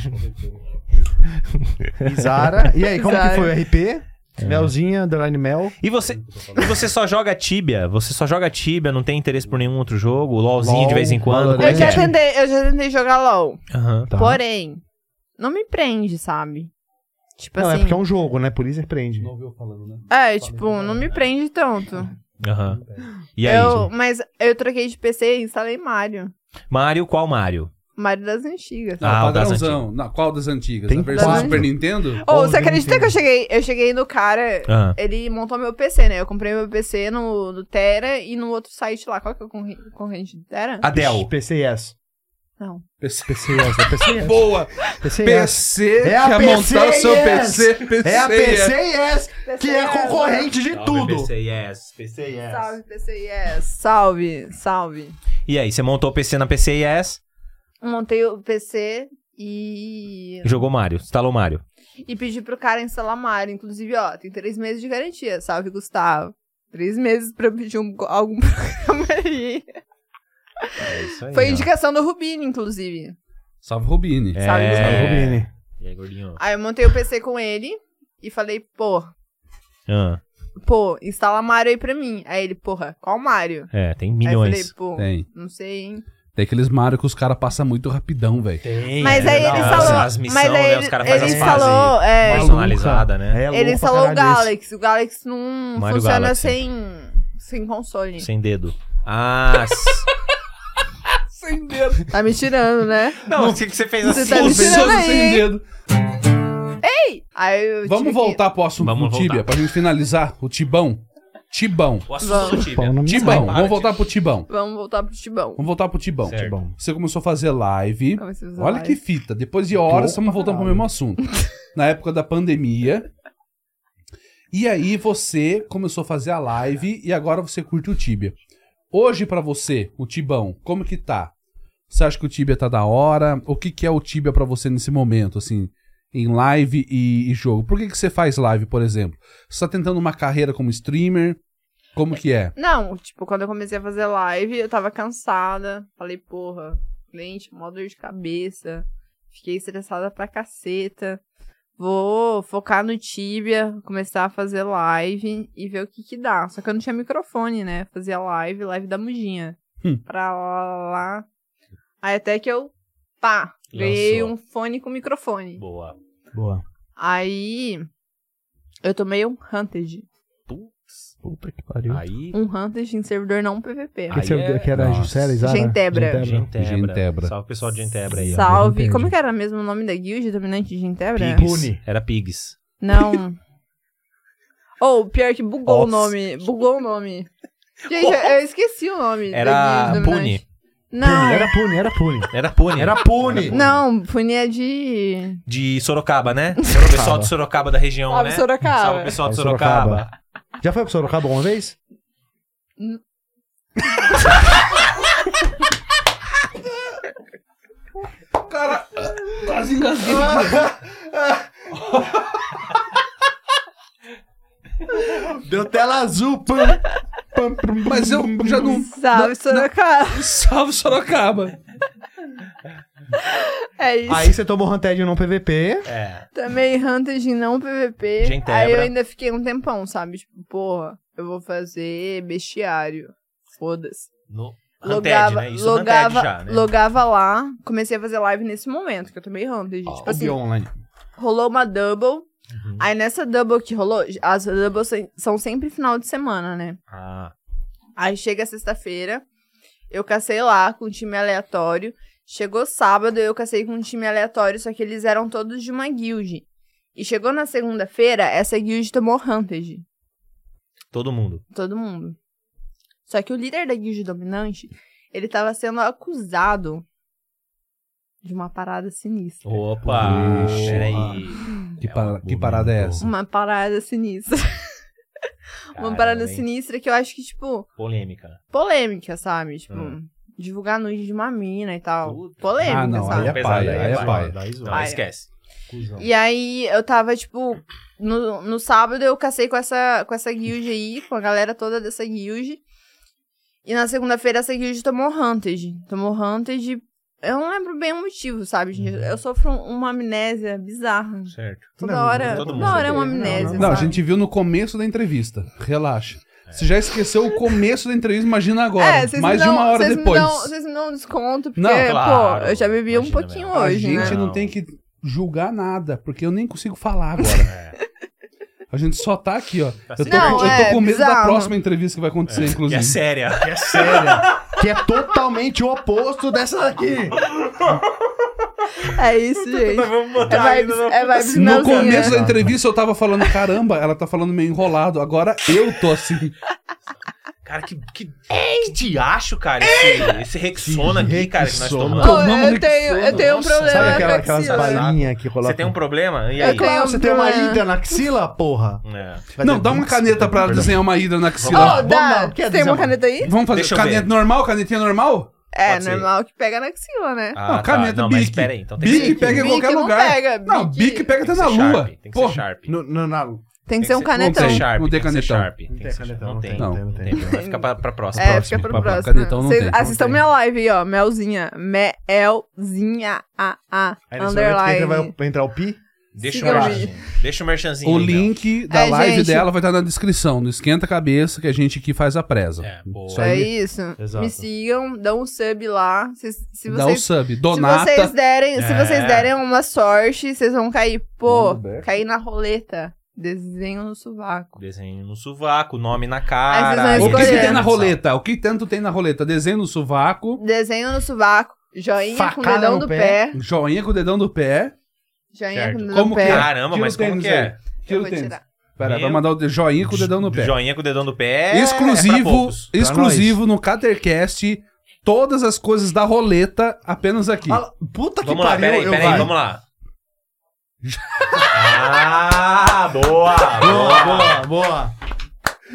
Speaker 3: Zara. E aí, como
Speaker 1: Zara.
Speaker 3: que foi o RP? Melzinha, Underline Mel.
Speaker 5: E você, e você só joga Tibia? Você só joga Tibia, não tem interesse por nenhum outro jogo? LOLzinho
Speaker 3: LOL,
Speaker 5: de vez em quando? Como é
Speaker 1: eu,
Speaker 3: Valorant.
Speaker 5: que
Speaker 1: já
Speaker 5: é?
Speaker 1: tentei, eu já tentei jogar LOL.
Speaker 5: Aham.
Speaker 3: Tá.
Speaker 1: Porém, não me prende, sabe? Tipo
Speaker 3: Não, é
Speaker 1: assim.
Speaker 3: porque é um jogo, né? Por isso prende.
Speaker 2: Não ouviu falando, né?
Speaker 1: É, tipo, não me prende tanto.
Speaker 5: Aham. E aí?
Speaker 1: eu,
Speaker 5: gente?
Speaker 1: mas eu troquei de PC e instalei Mario.
Speaker 5: Mario, qual Mario?
Speaker 1: Mario das antigas.
Speaker 2: Não,
Speaker 5: Ah, o das
Speaker 2: padrãozão. Não, qual das antigas?
Speaker 3: Tem
Speaker 2: a versão do
Speaker 1: quatro.
Speaker 2: Super Nintendo?
Speaker 1: Ô,
Speaker 3: Ou
Speaker 1: você
Speaker 3: eu não
Speaker 1: acredita que eu cheguei? Eu cheguei no cara.
Speaker 5: Aham.
Speaker 1: Ele montou meu PC, né? Eu comprei meu PC no, no Tera e no outro site lá. Qual que é o concorre- concorrente do Tera?
Speaker 5: Adel.
Speaker 3: PCS.
Speaker 1: Não.
Speaker 2: PC.
Speaker 3: PCS, é PCS.
Speaker 2: Boa!
Speaker 3: PCS.
Speaker 2: PC
Speaker 3: É a
Speaker 2: quer
Speaker 3: PC,
Speaker 2: montar o seu
Speaker 3: yes!
Speaker 2: PC. PC.
Speaker 3: É a PCS, que é
Speaker 1: PCS.
Speaker 3: concorrente de tudo.
Speaker 5: PCIS, PCIS.
Speaker 1: Salve, PCIS. Salve, salve.
Speaker 5: E aí, você montou o PC na PCIS,
Speaker 1: Montei o PC e.
Speaker 5: jogou Mario, instalou Mario.
Speaker 1: E pedi pro cara instalar Mario. Inclusive, ó, tem três meses de garantia. Salve, Gustavo. Três meses pra eu pedir um- algum programa aí.
Speaker 5: É isso aí.
Speaker 1: Foi indicação do Rubinho, inclusive.
Speaker 2: Salve, Robini.
Speaker 5: É.
Speaker 1: Salve, Gustavo
Speaker 3: Rubini.
Speaker 5: E aí, gordinho?
Speaker 1: Aí eu montei o PC com ele e falei, pô,
Speaker 5: Ah,
Speaker 1: pô, instala Mario aí pra mim. Aí ele, porra, qual Mario?
Speaker 5: é, tem
Speaker 1: Aí eu
Speaker 5: milhões. É.
Speaker 1: falei, pô,
Speaker 2: Tem.
Speaker 1: não sei, hein?
Speaker 2: Tem aqueles Mario que os caras passam muito rapidão, velho.
Speaker 5: Tem,
Speaker 1: Mas aí ele
Speaker 5: Nossa,
Speaker 1: instalou.
Speaker 5: As missões,
Speaker 1: mas aí
Speaker 5: né?
Speaker 1: ele,
Speaker 5: Os caras fazem
Speaker 1: ele
Speaker 5: as fases
Speaker 1: instalou, é,
Speaker 3: Maluca.
Speaker 5: personalizada, né?
Speaker 3: É louco
Speaker 1: ele
Speaker 3: pra
Speaker 1: instalou o
Speaker 3: caralho esse.
Speaker 1: Galaxy. O Galaxy não
Speaker 5: Mario
Speaker 1: funciona
Speaker 5: Galaxy.
Speaker 1: sem sem console.
Speaker 5: Sem dedo. Ah, s-
Speaker 2: Sem dedo.
Speaker 1: Tá me tirando, né?
Speaker 5: não, o que que você fez
Speaker 1: Você
Speaker 5: assim?
Speaker 1: tá me
Speaker 2: Funciona
Speaker 1: tirando aí,
Speaker 2: sem
Speaker 1: hein?
Speaker 2: dedo.
Speaker 1: Aí eu tive
Speaker 2: Vamos
Speaker 1: que-
Speaker 2: voltar pro assunto
Speaker 5: Vamos
Speaker 2: do
Speaker 5: voltar.
Speaker 2: Tibia, pra gente finalizar. O Tibão. Tibão.
Speaker 5: O assunto do Tibia.
Speaker 3: Não me sai.
Speaker 2: Tibão. Vamos voltar pro Tibão.
Speaker 1: Vamos voltar pro Tibão.
Speaker 2: Vamos voltar pro Tibão.
Speaker 5: Certo.
Speaker 3: Bom.
Speaker 2: Você começou a fazer live.
Speaker 1: Comecei a fazer
Speaker 2: Olha
Speaker 1: live.
Speaker 2: que fita. Depois de horas,
Speaker 3: Pô,
Speaker 2: estamos voltando pro
Speaker 3: caralho.
Speaker 2: mesmo assunto. Na época da pandemia. E aí você começou a fazer a live e agora você curte o Tibia. Hoje pra você, o Tibão, como que tá? Você acha que o Tibia tá da hora? O que que é o Tibia pra você nesse momento, assim, em live e, e jogo? Por que que você faz live, por exemplo? Você tá tentando uma carreira como streamer? Como que é?
Speaker 1: Não, tipo, quando eu comecei a fazer live, eu tava cansada. Falei, porra, cliente, mó dor de cabeça. Fiquei estressada pra caceta. Vou focar no Tibia, começar a fazer live e ver o que que dá. Só que eu não tinha microfone, né? Fazia live, live da mudinha.
Speaker 2: Hum.
Speaker 1: Pra lá, lá. Aí até que eu, pá, ganhei
Speaker 5: Lançou.
Speaker 1: um fone com microfone.
Speaker 5: Boa.
Speaker 3: é- Boa.
Speaker 1: Aí eu tomei um Hunted.
Speaker 7: Puta que pariu.
Speaker 5: Aí.
Speaker 1: Um Hunter em servidor não PVP.
Speaker 7: Aí Esse é,
Speaker 5: é-
Speaker 7: que era
Speaker 2: Nossa.
Speaker 7: Juscelis, Zara?
Speaker 1: Gentebra.
Speaker 5: Gentebra.
Speaker 2: Gentebra.
Speaker 5: Salve pessoal de Gentebra aí. ó.
Speaker 1: Salve.
Speaker 7: entendi.
Speaker 1: Como que era mesmo o nome da guild dominante de Gentebra?
Speaker 5: Pigs.
Speaker 7: Pune.
Speaker 5: Era Pigs.
Speaker 1: Não. Ou pior que bugou o
Speaker 5: Ops.
Speaker 1: nome. Bugou o nome. Gente, eu- eu esqueci o nome.
Speaker 5: Era
Speaker 1: da guild dominante.
Speaker 5: Pune. né?
Speaker 7: Pune,
Speaker 1: Não. é-
Speaker 7: Era Pune, era Pune.
Speaker 5: Era Pune.
Speaker 7: Era Pune.
Speaker 1: Não, Pune é de.
Speaker 5: De Sorocaba, né? Era o pessoal de Sorocaba da região,
Speaker 1: Salve,
Speaker 5: né?
Speaker 1: Sorocaba.
Speaker 5: Salve pessoal de
Speaker 7: Salve,
Speaker 5: Sorocaba.
Speaker 7: Sorocaba. Já foi pro Sorocaba uma vez?
Speaker 2: Cara, quase engasguei.
Speaker 7: Deu tela azul.
Speaker 2: Mas eu já não.
Speaker 1: Salve, Sorocaba.
Speaker 2: Salve Sorocaba.
Speaker 1: É isso.
Speaker 7: Aí você tomou Hunted no PVP.
Speaker 5: É.
Speaker 1: Também Hunter de não PVP.
Speaker 5: Gentebra.
Speaker 1: Aí eu ainda fiquei um tempão, sabe? Tipo, porra, eu vou fazer bestiário. Foda-se.
Speaker 5: No Hunted,
Speaker 1: Logava,
Speaker 5: né? Isso
Speaker 1: logava,
Speaker 5: Hunted já, né?
Speaker 1: logava lá, comecei a fazer live nesse momento, que eu tomei Hunter. tipo assim,
Speaker 7: online.
Speaker 1: rolou uma double.
Speaker 5: Uhum.
Speaker 1: Aí nessa double que rolou, as doubles se- são sempre final de semana, né?
Speaker 5: Ah,
Speaker 1: Aí chega sexta-feira, eu cacei lá com um time aleatório. Chegou sábado, eu cacei com um time aleatório, só que eles eram todos de uma guild. E chegou na segunda-feira, essa guild tomou Hunted.
Speaker 5: todo mundo.
Speaker 1: Todo mundo. Só que o líder da guild dominante, ele tava sendo acusado de uma parada sinistra.
Speaker 5: Opa!
Speaker 2: Ixi.
Speaker 5: Peraí.
Speaker 2: Que,
Speaker 5: É um
Speaker 2: pa- que
Speaker 5: momento.
Speaker 2: parada é essa?
Speaker 1: Uma parada sinistra. uma
Speaker 5: Caramba,
Speaker 1: parada
Speaker 5: hein?
Speaker 1: sinistra que eu acho que, tipo,
Speaker 5: Polêmica.
Speaker 1: polêmica, sabe? Tipo,
Speaker 5: Hum.
Speaker 1: divulgar nude de uma mina e tal.
Speaker 5: Puta.
Speaker 1: Polêmica,
Speaker 2: Ah, não,
Speaker 1: sabe?
Speaker 2: aí é
Speaker 5: Pesado,
Speaker 2: paia, aí é
Speaker 5: paia.
Speaker 2: paia.
Speaker 5: Não,
Speaker 1: Ai,
Speaker 5: esquece.
Speaker 2: Então.
Speaker 1: E aí eu tava, tipo, no, no sábado eu casei com essa, com essa guild aí, com a galera toda dessa guild. E na segunda-feira essa guild tomou Hunted. Tomou Hunted. Eu não lembro bem o motivo, sabe, gente?
Speaker 2: Uhum.
Speaker 1: Eu sofro um, uma amnésia bizarra.
Speaker 5: Certo.
Speaker 1: Toda
Speaker 7: Não,
Speaker 1: hora.
Speaker 5: todo
Speaker 1: Toda
Speaker 5: mundo
Speaker 1: hora é uma
Speaker 7: tem, não,
Speaker 1: amnésia.
Speaker 7: não,
Speaker 2: Não, a
Speaker 1: sabe?
Speaker 2: gente viu no começo da entrevista. Relaxa.
Speaker 5: É.
Speaker 2: Você já esqueceu o começo da entrevista, imagina agora.
Speaker 1: É, vocês
Speaker 2: mais
Speaker 1: me dão-
Speaker 2: de uma hora
Speaker 1: vocês me
Speaker 2: depois.
Speaker 1: dão- Vocês me dão um desconto, porque,
Speaker 2: Não,
Speaker 5: claro.
Speaker 1: pô, eu já bebi um
Speaker 5: Imagina,
Speaker 1: pouquinho
Speaker 5: velho.
Speaker 2: a
Speaker 1: hoje, né?
Speaker 2: gente não
Speaker 5: Não.
Speaker 2: tem que julgar nada, porque eu nem consigo falar agora.
Speaker 5: é.
Speaker 2: A gente só tá aqui, ó.
Speaker 5: Tá
Speaker 2: eu tô,
Speaker 5: certo.
Speaker 2: com-
Speaker 1: Não,
Speaker 2: eu tô
Speaker 1: é
Speaker 2: com medo da
Speaker 1: bizarro.
Speaker 2: próxima entrevista que vai acontecer,
Speaker 5: E é
Speaker 2: inclusive.
Speaker 5: séria.
Speaker 7: É séria. que é totalmente o oposto dessa daqui.
Speaker 1: É isso, gente.
Speaker 5: Vamos
Speaker 1: É
Speaker 5: botar
Speaker 1: vibes, é vibes
Speaker 2: No
Speaker 1: finalzinha.
Speaker 2: começo é da entrevista eu tava falando, caramba, ela tá falando meio enrolado. Agora eu tô assim.
Speaker 1: é
Speaker 5: Cara, que, que, que diacho, cara, esse, esse Rexona aqui, cara, que nós
Speaker 7: Rexona.
Speaker 5: tomamos.
Speaker 1: Ô,
Speaker 2: Tomamos
Speaker 1: eu, tenho, eu tenho um
Speaker 5: Nossa,
Speaker 1: problema
Speaker 7: Sabe
Speaker 1: na
Speaker 7: aquela- aquelas
Speaker 1: axila.
Speaker 7: balinhas que colocam?
Speaker 5: Você tem um problema? E
Speaker 1: Eu
Speaker 5: aí?
Speaker 7: É
Speaker 1: tenho
Speaker 7: claro,
Speaker 1: um
Speaker 7: você tem uma
Speaker 1: problema.
Speaker 7: ida na axila, porra.
Speaker 5: É.
Speaker 7: Quer
Speaker 2: Não,
Speaker 7: dizer,
Speaker 2: dá uma
Speaker 7: pix-
Speaker 2: caneta pra ela
Speaker 7: perdão.
Speaker 2: desenhar uma ida na axila.
Speaker 1: Ô,
Speaker 7: Vamos lá,
Speaker 1: Dá,
Speaker 7: quer
Speaker 1: tem
Speaker 7: dizer,
Speaker 1: uma caneta aí?
Speaker 2: Vamos fazer
Speaker 5: Deixa eu
Speaker 2: caneta
Speaker 5: ver.
Speaker 2: normal? Canetinha normal?
Speaker 1: É,
Speaker 5: Pode ser.
Speaker 1: normal que pega na axila, né?
Speaker 5: Ah,
Speaker 2: não,
Speaker 5: tá.
Speaker 2: caneta
Speaker 5: Não,
Speaker 2: Bic.
Speaker 5: mas pera aí, então tem
Speaker 2: Bic
Speaker 5: que ser-
Speaker 2: pega em
Speaker 1: Bic
Speaker 2: qualquer
Speaker 1: não
Speaker 2: lugar.
Speaker 1: pega,
Speaker 2: não,
Speaker 1: Bic-
Speaker 2: Bic pega até
Speaker 5: Tem que
Speaker 2: na
Speaker 5: ser
Speaker 2: lua.
Speaker 5: Sharp, tem que
Speaker 2: Porra,
Speaker 5: ser Sharp.
Speaker 7: No, no, na...
Speaker 1: Tem que ser um
Speaker 2: não
Speaker 1: canetão.
Speaker 2: tem.
Speaker 5: Sharp,
Speaker 2: Não tem
Speaker 5: que ser
Speaker 2: canetão.
Speaker 5: Sharp,
Speaker 7: Não
Speaker 5: tem
Speaker 7: tem
Speaker 5: que ser Sharp.
Speaker 7: canetão,
Speaker 5: Não
Speaker 7: não
Speaker 5: tem,
Speaker 7: tem,
Speaker 5: não
Speaker 7: não tem, não
Speaker 5: tem. Vai ficar pra, pra próxima.
Speaker 1: É, fica pro
Speaker 2: Próximo, papo.
Speaker 1: próximo.
Speaker 2: Canetão não
Speaker 1: Vocês
Speaker 2: tem, então
Speaker 1: assistam
Speaker 7: tem.
Speaker 1: minha live aí, ó. Melzinha. Melzinha. A, a,
Speaker 7: Aí nesse momento que entra,
Speaker 1: underline.
Speaker 7: vai entrar o pi.
Speaker 5: Deixa o
Speaker 1: Siga-me.
Speaker 5: merchanzinho. Deixa o merchanzinho.
Speaker 2: O
Speaker 5: aí, Mel.
Speaker 2: link da
Speaker 1: É,
Speaker 2: live
Speaker 1: gente.
Speaker 2: dela vai estar na descrição. Não esquenta a cabeça que a gente aqui faz a presa.
Speaker 5: É, boa.
Speaker 2: Isso
Speaker 1: É
Speaker 2: aí.
Speaker 1: isso.
Speaker 7: Exato.
Speaker 1: Me sigam, dão um sub lá. Se, se
Speaker 2: Dá um o
Speaker 1: vocês,
Speaker 2: sub.
Speaker 1: se
Speaker 2: Donata.
Speaker 1: vocês derem, se
Speaker 5: É.
Speaker 1: vocês derem uma sorte, vocês vão cair. Pô,
Speaker 7: Manda o beco.
Speaker 1: cair na roleta. Desenho no sovaco.
Speaker 5: Desenho no sovaco, nome na
Speaker 1: Aí vocês
Speaker 5: cara.
Speaker 1: vão
Speaker 2: O que, que
Speaker 1: escolher.
Speaker 2: tem na roleta? O que tanto tem na roleta? Desenho no sovaco,
Speaker 1: Desenho no sovaco. Joinha com
Speaker 7: Facada
Speaker 1: o dedão
Speaker 7: no
Speaker 1: do
Speaker 7: pé.
Speaker 1: pé.
Speaker 2: joinha com o dedão do pé.
Speaker 1: Joinha
Speaker 5: Certo. é?
Speaker 1: com o dedão
Speaker 2: Como
Speaker 1: do
Speaker 2: que
Speaker 1: pé.
Speaker 5: Caramba,
Speaker 2: Tira
Speaker 5: mas
Speaker 2: o
Speaker 5: como
Speaker 2: tênis
Speaker 5: que é?
Speaker 1: Eu
Speaker 2: Tira o
Speaker 1: vou
Speaker 2: tênis.
Speaker 1: tirar.
Speaker 2: Pera,
Speaker 5: Meu-
Speaker 2: vai mandar o joinha com o dedão no pé.
Speaker 5: Joinha com o dedão do pé. é- É pra
Speaker 2: exclusivo,
Speaker 5: poucos.
Speaker 2: exclusivo no Catercast. Todas as coisas da roleta apenas aqui.
Speaker 7: Ah, puta que
Speaker 5: Vamos lá,
Speaker 7: pariu,
Speaker 5: peraí,
Speaker 7: eu
Speaker 5: peraí,
Speaker 7: vai.
Speaker 5: vamos lá. Ah,
Speaker 7: Boa,
Speaker 5: boa, boa,
Speaker 7: boa, boa.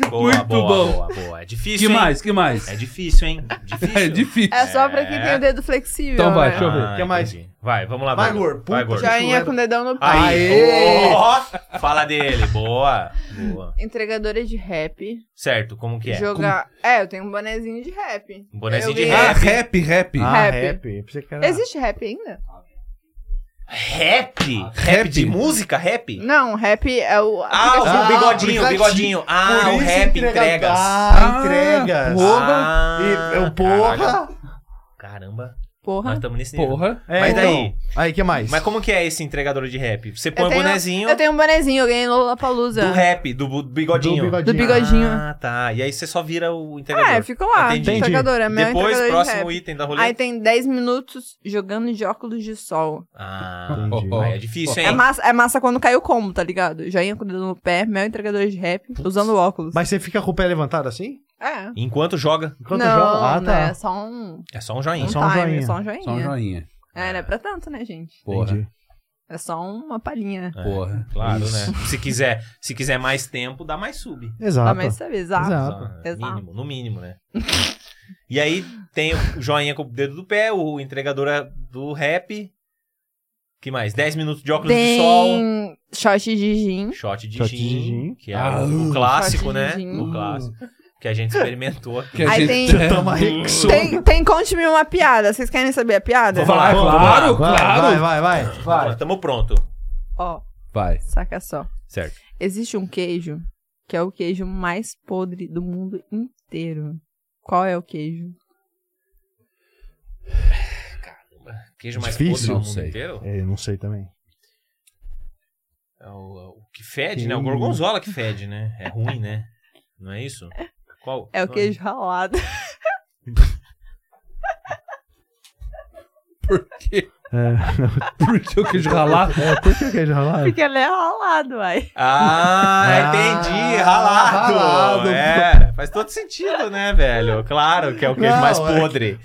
Speaker 5: boa,
Speaker 2: Muito
Speaker 5: boa,
Speaker 2: bom.
Speaker 5: boa, boa. É
Speaker 2: que
Speaker 5: difícil, hein?
Speaker 2: mais? Que mais?
Speaker 5: É difícil, hein? Difícil.
Speaker 2: É difícil.
Speaker 1: É só pra quem tem o dedo flexível.
Speaker 2: Então vai,
Speaker 1: né?
Speaker 2: deixa eu ver.
Speaker 5: Ah,
Speaker 7: Que mais?
Speaker 5: entendi. Vai, vamos lá.
Speaker 7: Vai,
Speaker 5: Gordo.
Speaker 7: Gordo.
Speaker 5: Vai,
Speaker 7: Puta,
Speaker 5: Gordo.
Speaker 7: já-
Speaker 1: Joinha com o dedão no pé.
Speaker 5: Aí,
Speaker 7: Aê!
Speaker 5: ó, fala dele. Boa, boa.
Speaker 1: Entregadora de rap.
Speaker 5: Certo, como que é?
Speaker 1: Jogar. É, eu tenho um bonezinho de rap.
Speaker 5: Um bonezinho
Speaker 1: Eu
Speaker 5: de
Speaker 1: vi-
Speaker 2: Ah,
Speaker 5: rap.
Speaker 2: rap, rap.
Speaker 7: Ah,
Speaker 1: Rap.
Speaker 7: rap. Pensei que era-
Speaker 1: Existe rap ainda?
Speaker 5: Rap? Rap de música? Rap?
Speaker 1: Não, rap é o.
Speaker 5: Ah, o
Speaker 7: Ah,
Speaker 5: bigodinho, o
Speaker 7: aplicativo.
Speaker 5: bigodinho. Ah,
Speaker 7: Por
Speaker 5: o
Speaker 7: isso
Speaker 5: rap
Speaker 7: entrega-
Speaker 5: entregas.
Speaker 7: Ah, entregas.
Speaker 2: porra.
Speaker 5: Ah,
Speaker 7: E eu, porra.
Speaker 5: Caramba. Nós
Speaker 1: Porra.
Speaker 5: estamos nesse nível.
Speaker 2: Porra.
Speaker 3: É,
Speaker 5: Mas
Speaker 3: então.
Speaker 5: daí?
Speaker 3: Aí, que mais?
Speaker 5: Mas como que é esse entregador de rap? Você põe
Speaker 1: Eu
Speaker 5: o
Speaker 1: tenho-
Speaker 5: bonezinho
Speaker 1: Eu tenho um bonezinho, eu ganhei Lola
Speaker 5: do
Speaker 1: Palusa.
Speaker 5: rap, do bu- bigodinho.
Speaker 3: Do bigodinho.
Speaker 1: Do bigodinho.
Speaker 5: Ah, tá. E aí você só vira o entregador.
Speaker 1: É, fica lá.
Speaker 5: Entendi.
Speaker 1: Entregadora, meu
Speaker 5: Depois,
Speaker 1: entregador de
Speaker 5: próximo
Speaker 1: rap.
Speaker 5: item da roleta.
Speaker 1: Aí tem 10 minutos jogando de óculos de sol.
Speaker 5: Ah,
Speaker 3: Entendi.
Speaker 5: aí é difícil,
Speaker 1: É
Speaker 5: hein?
Speaker 1: massa, é massa quando cai o combo, tá ligado? Joinha com o dedo no pé, meu entregador de rap, usando óculos.
Speaker 3: Mas você fica com o pé levantado assim?
Speaker 1: É.
Speaker 5: Enquanto joga,
Speaker 3: Enquanto
Speaker 1: não,
Speaker 3: joga? Ah,
Speaker 1: não,
Speaker 3: tá.
Speaker 1: é só um,
Speaker 5: é só um
Speaker 1: um
Speaker 5: joinha.
Speaker 3: Só um
Speaker 1: timer,
Speaker 3: joinha.
Speaker 1: só um joinha.
Speaker 2: Só um joinha.
Speaker 1: É, não é pra tanto, né, gente?
Speaker 2: Porra.
Speaker 3: Entendi.
Speaker 1: É só uma palhinha. né?
Speaker 5: É,
Speaker 1: um-
Speaker 2: Porra.
Speaker 5: Claro,
Speaker 2: Isso.
Speaker 5: né? Se quiser, se quiser mais tempo, dá mais sub.
Speaker 1: Tá,
Speaker 3: Exato.
Speaker 1: mas isso é bizarro.
Speaker 3: Exato.
Speaker 5: Só,
Speaker 1: Exato.
Speaker 5: Mínimo, no mínimo, né? e aí tem o joinha com o dedo do pé, o entregadora do rap. que mais? 10 minutos de óculos de sol.
Speaker 1: Tem shot de gin.
Speaker 5: Shot de
Speaker 3: Shot de
Speaker 5: gin,
Speaker 3: gin.
Speaker 5: que é
Speaker 2: Ah,
Speaker 5: o
Speaker 1: shot
Speaker 5: clássico,
Speaker 1: de
Speaker 5: né?
Speaker 1: gin.
Speaker 5: O clássico. Que a gente experimentou aqui.
Speaker 2: Que a
Speaker 1: Aí
Speaker 2: gente-
Speaker 1: tem-
Speaker 2: É.
Speaker 3: Toma aí.
Speaker 1: Tem, tem conte-me uma piada. Vocês querem saber a piada?
Speaker 2: Vamos lá,
Speaker 5: Vamos lá,
Speaker 2: claro,
Speaker 3: Vai, vai,
Speaker 2: claro.
Speaker 3: vai, vai.
Speaker 5: Agora Tamo pronto.
Speaker 1: Ó,
Speaker 2: Vai.
Speaker 1: saca só.
Speaker 5: Certo.
Speaker 1: Existe um queijo que é o queijo mais podre do mundo inteiro. Qual é o queijo?
Speaker 5: Queijo mais
Speaker 3: Difícil,
Speaker 5: podre do
Speaker 2: não
Speaker 5: mundo
Speaker 2: sei.
Speaker 5: inteiro?
Speaker 3: É, eu não sei também.
Speaker 5: É o, é o que fede, né? O gorgonzola que fede, né? É ruim, né? Não é isso? Qual?
Speaker 1: É o
Speaker 5: Não
Speaker 1: queijo ralado.
Speaker 2: Por quê?
Speaker 3: É,
Speaker 2: Por que eu quis ralar?
Speaker 3: é, por que queijo ralado?
Speaker 1: Porque ele é ralado, uai.
Speaker 5: Ah,
Speaker 3: Ah,
Speaker 5: entendi. Ralado.
Speaker 3: ralado.
Speaker 5: É, faz todo sentido, né, velho? Claro que é o queijo
Speaker 3: Não,
Speaker 5: mais
Speaker 3: é
Speaker 5: podre.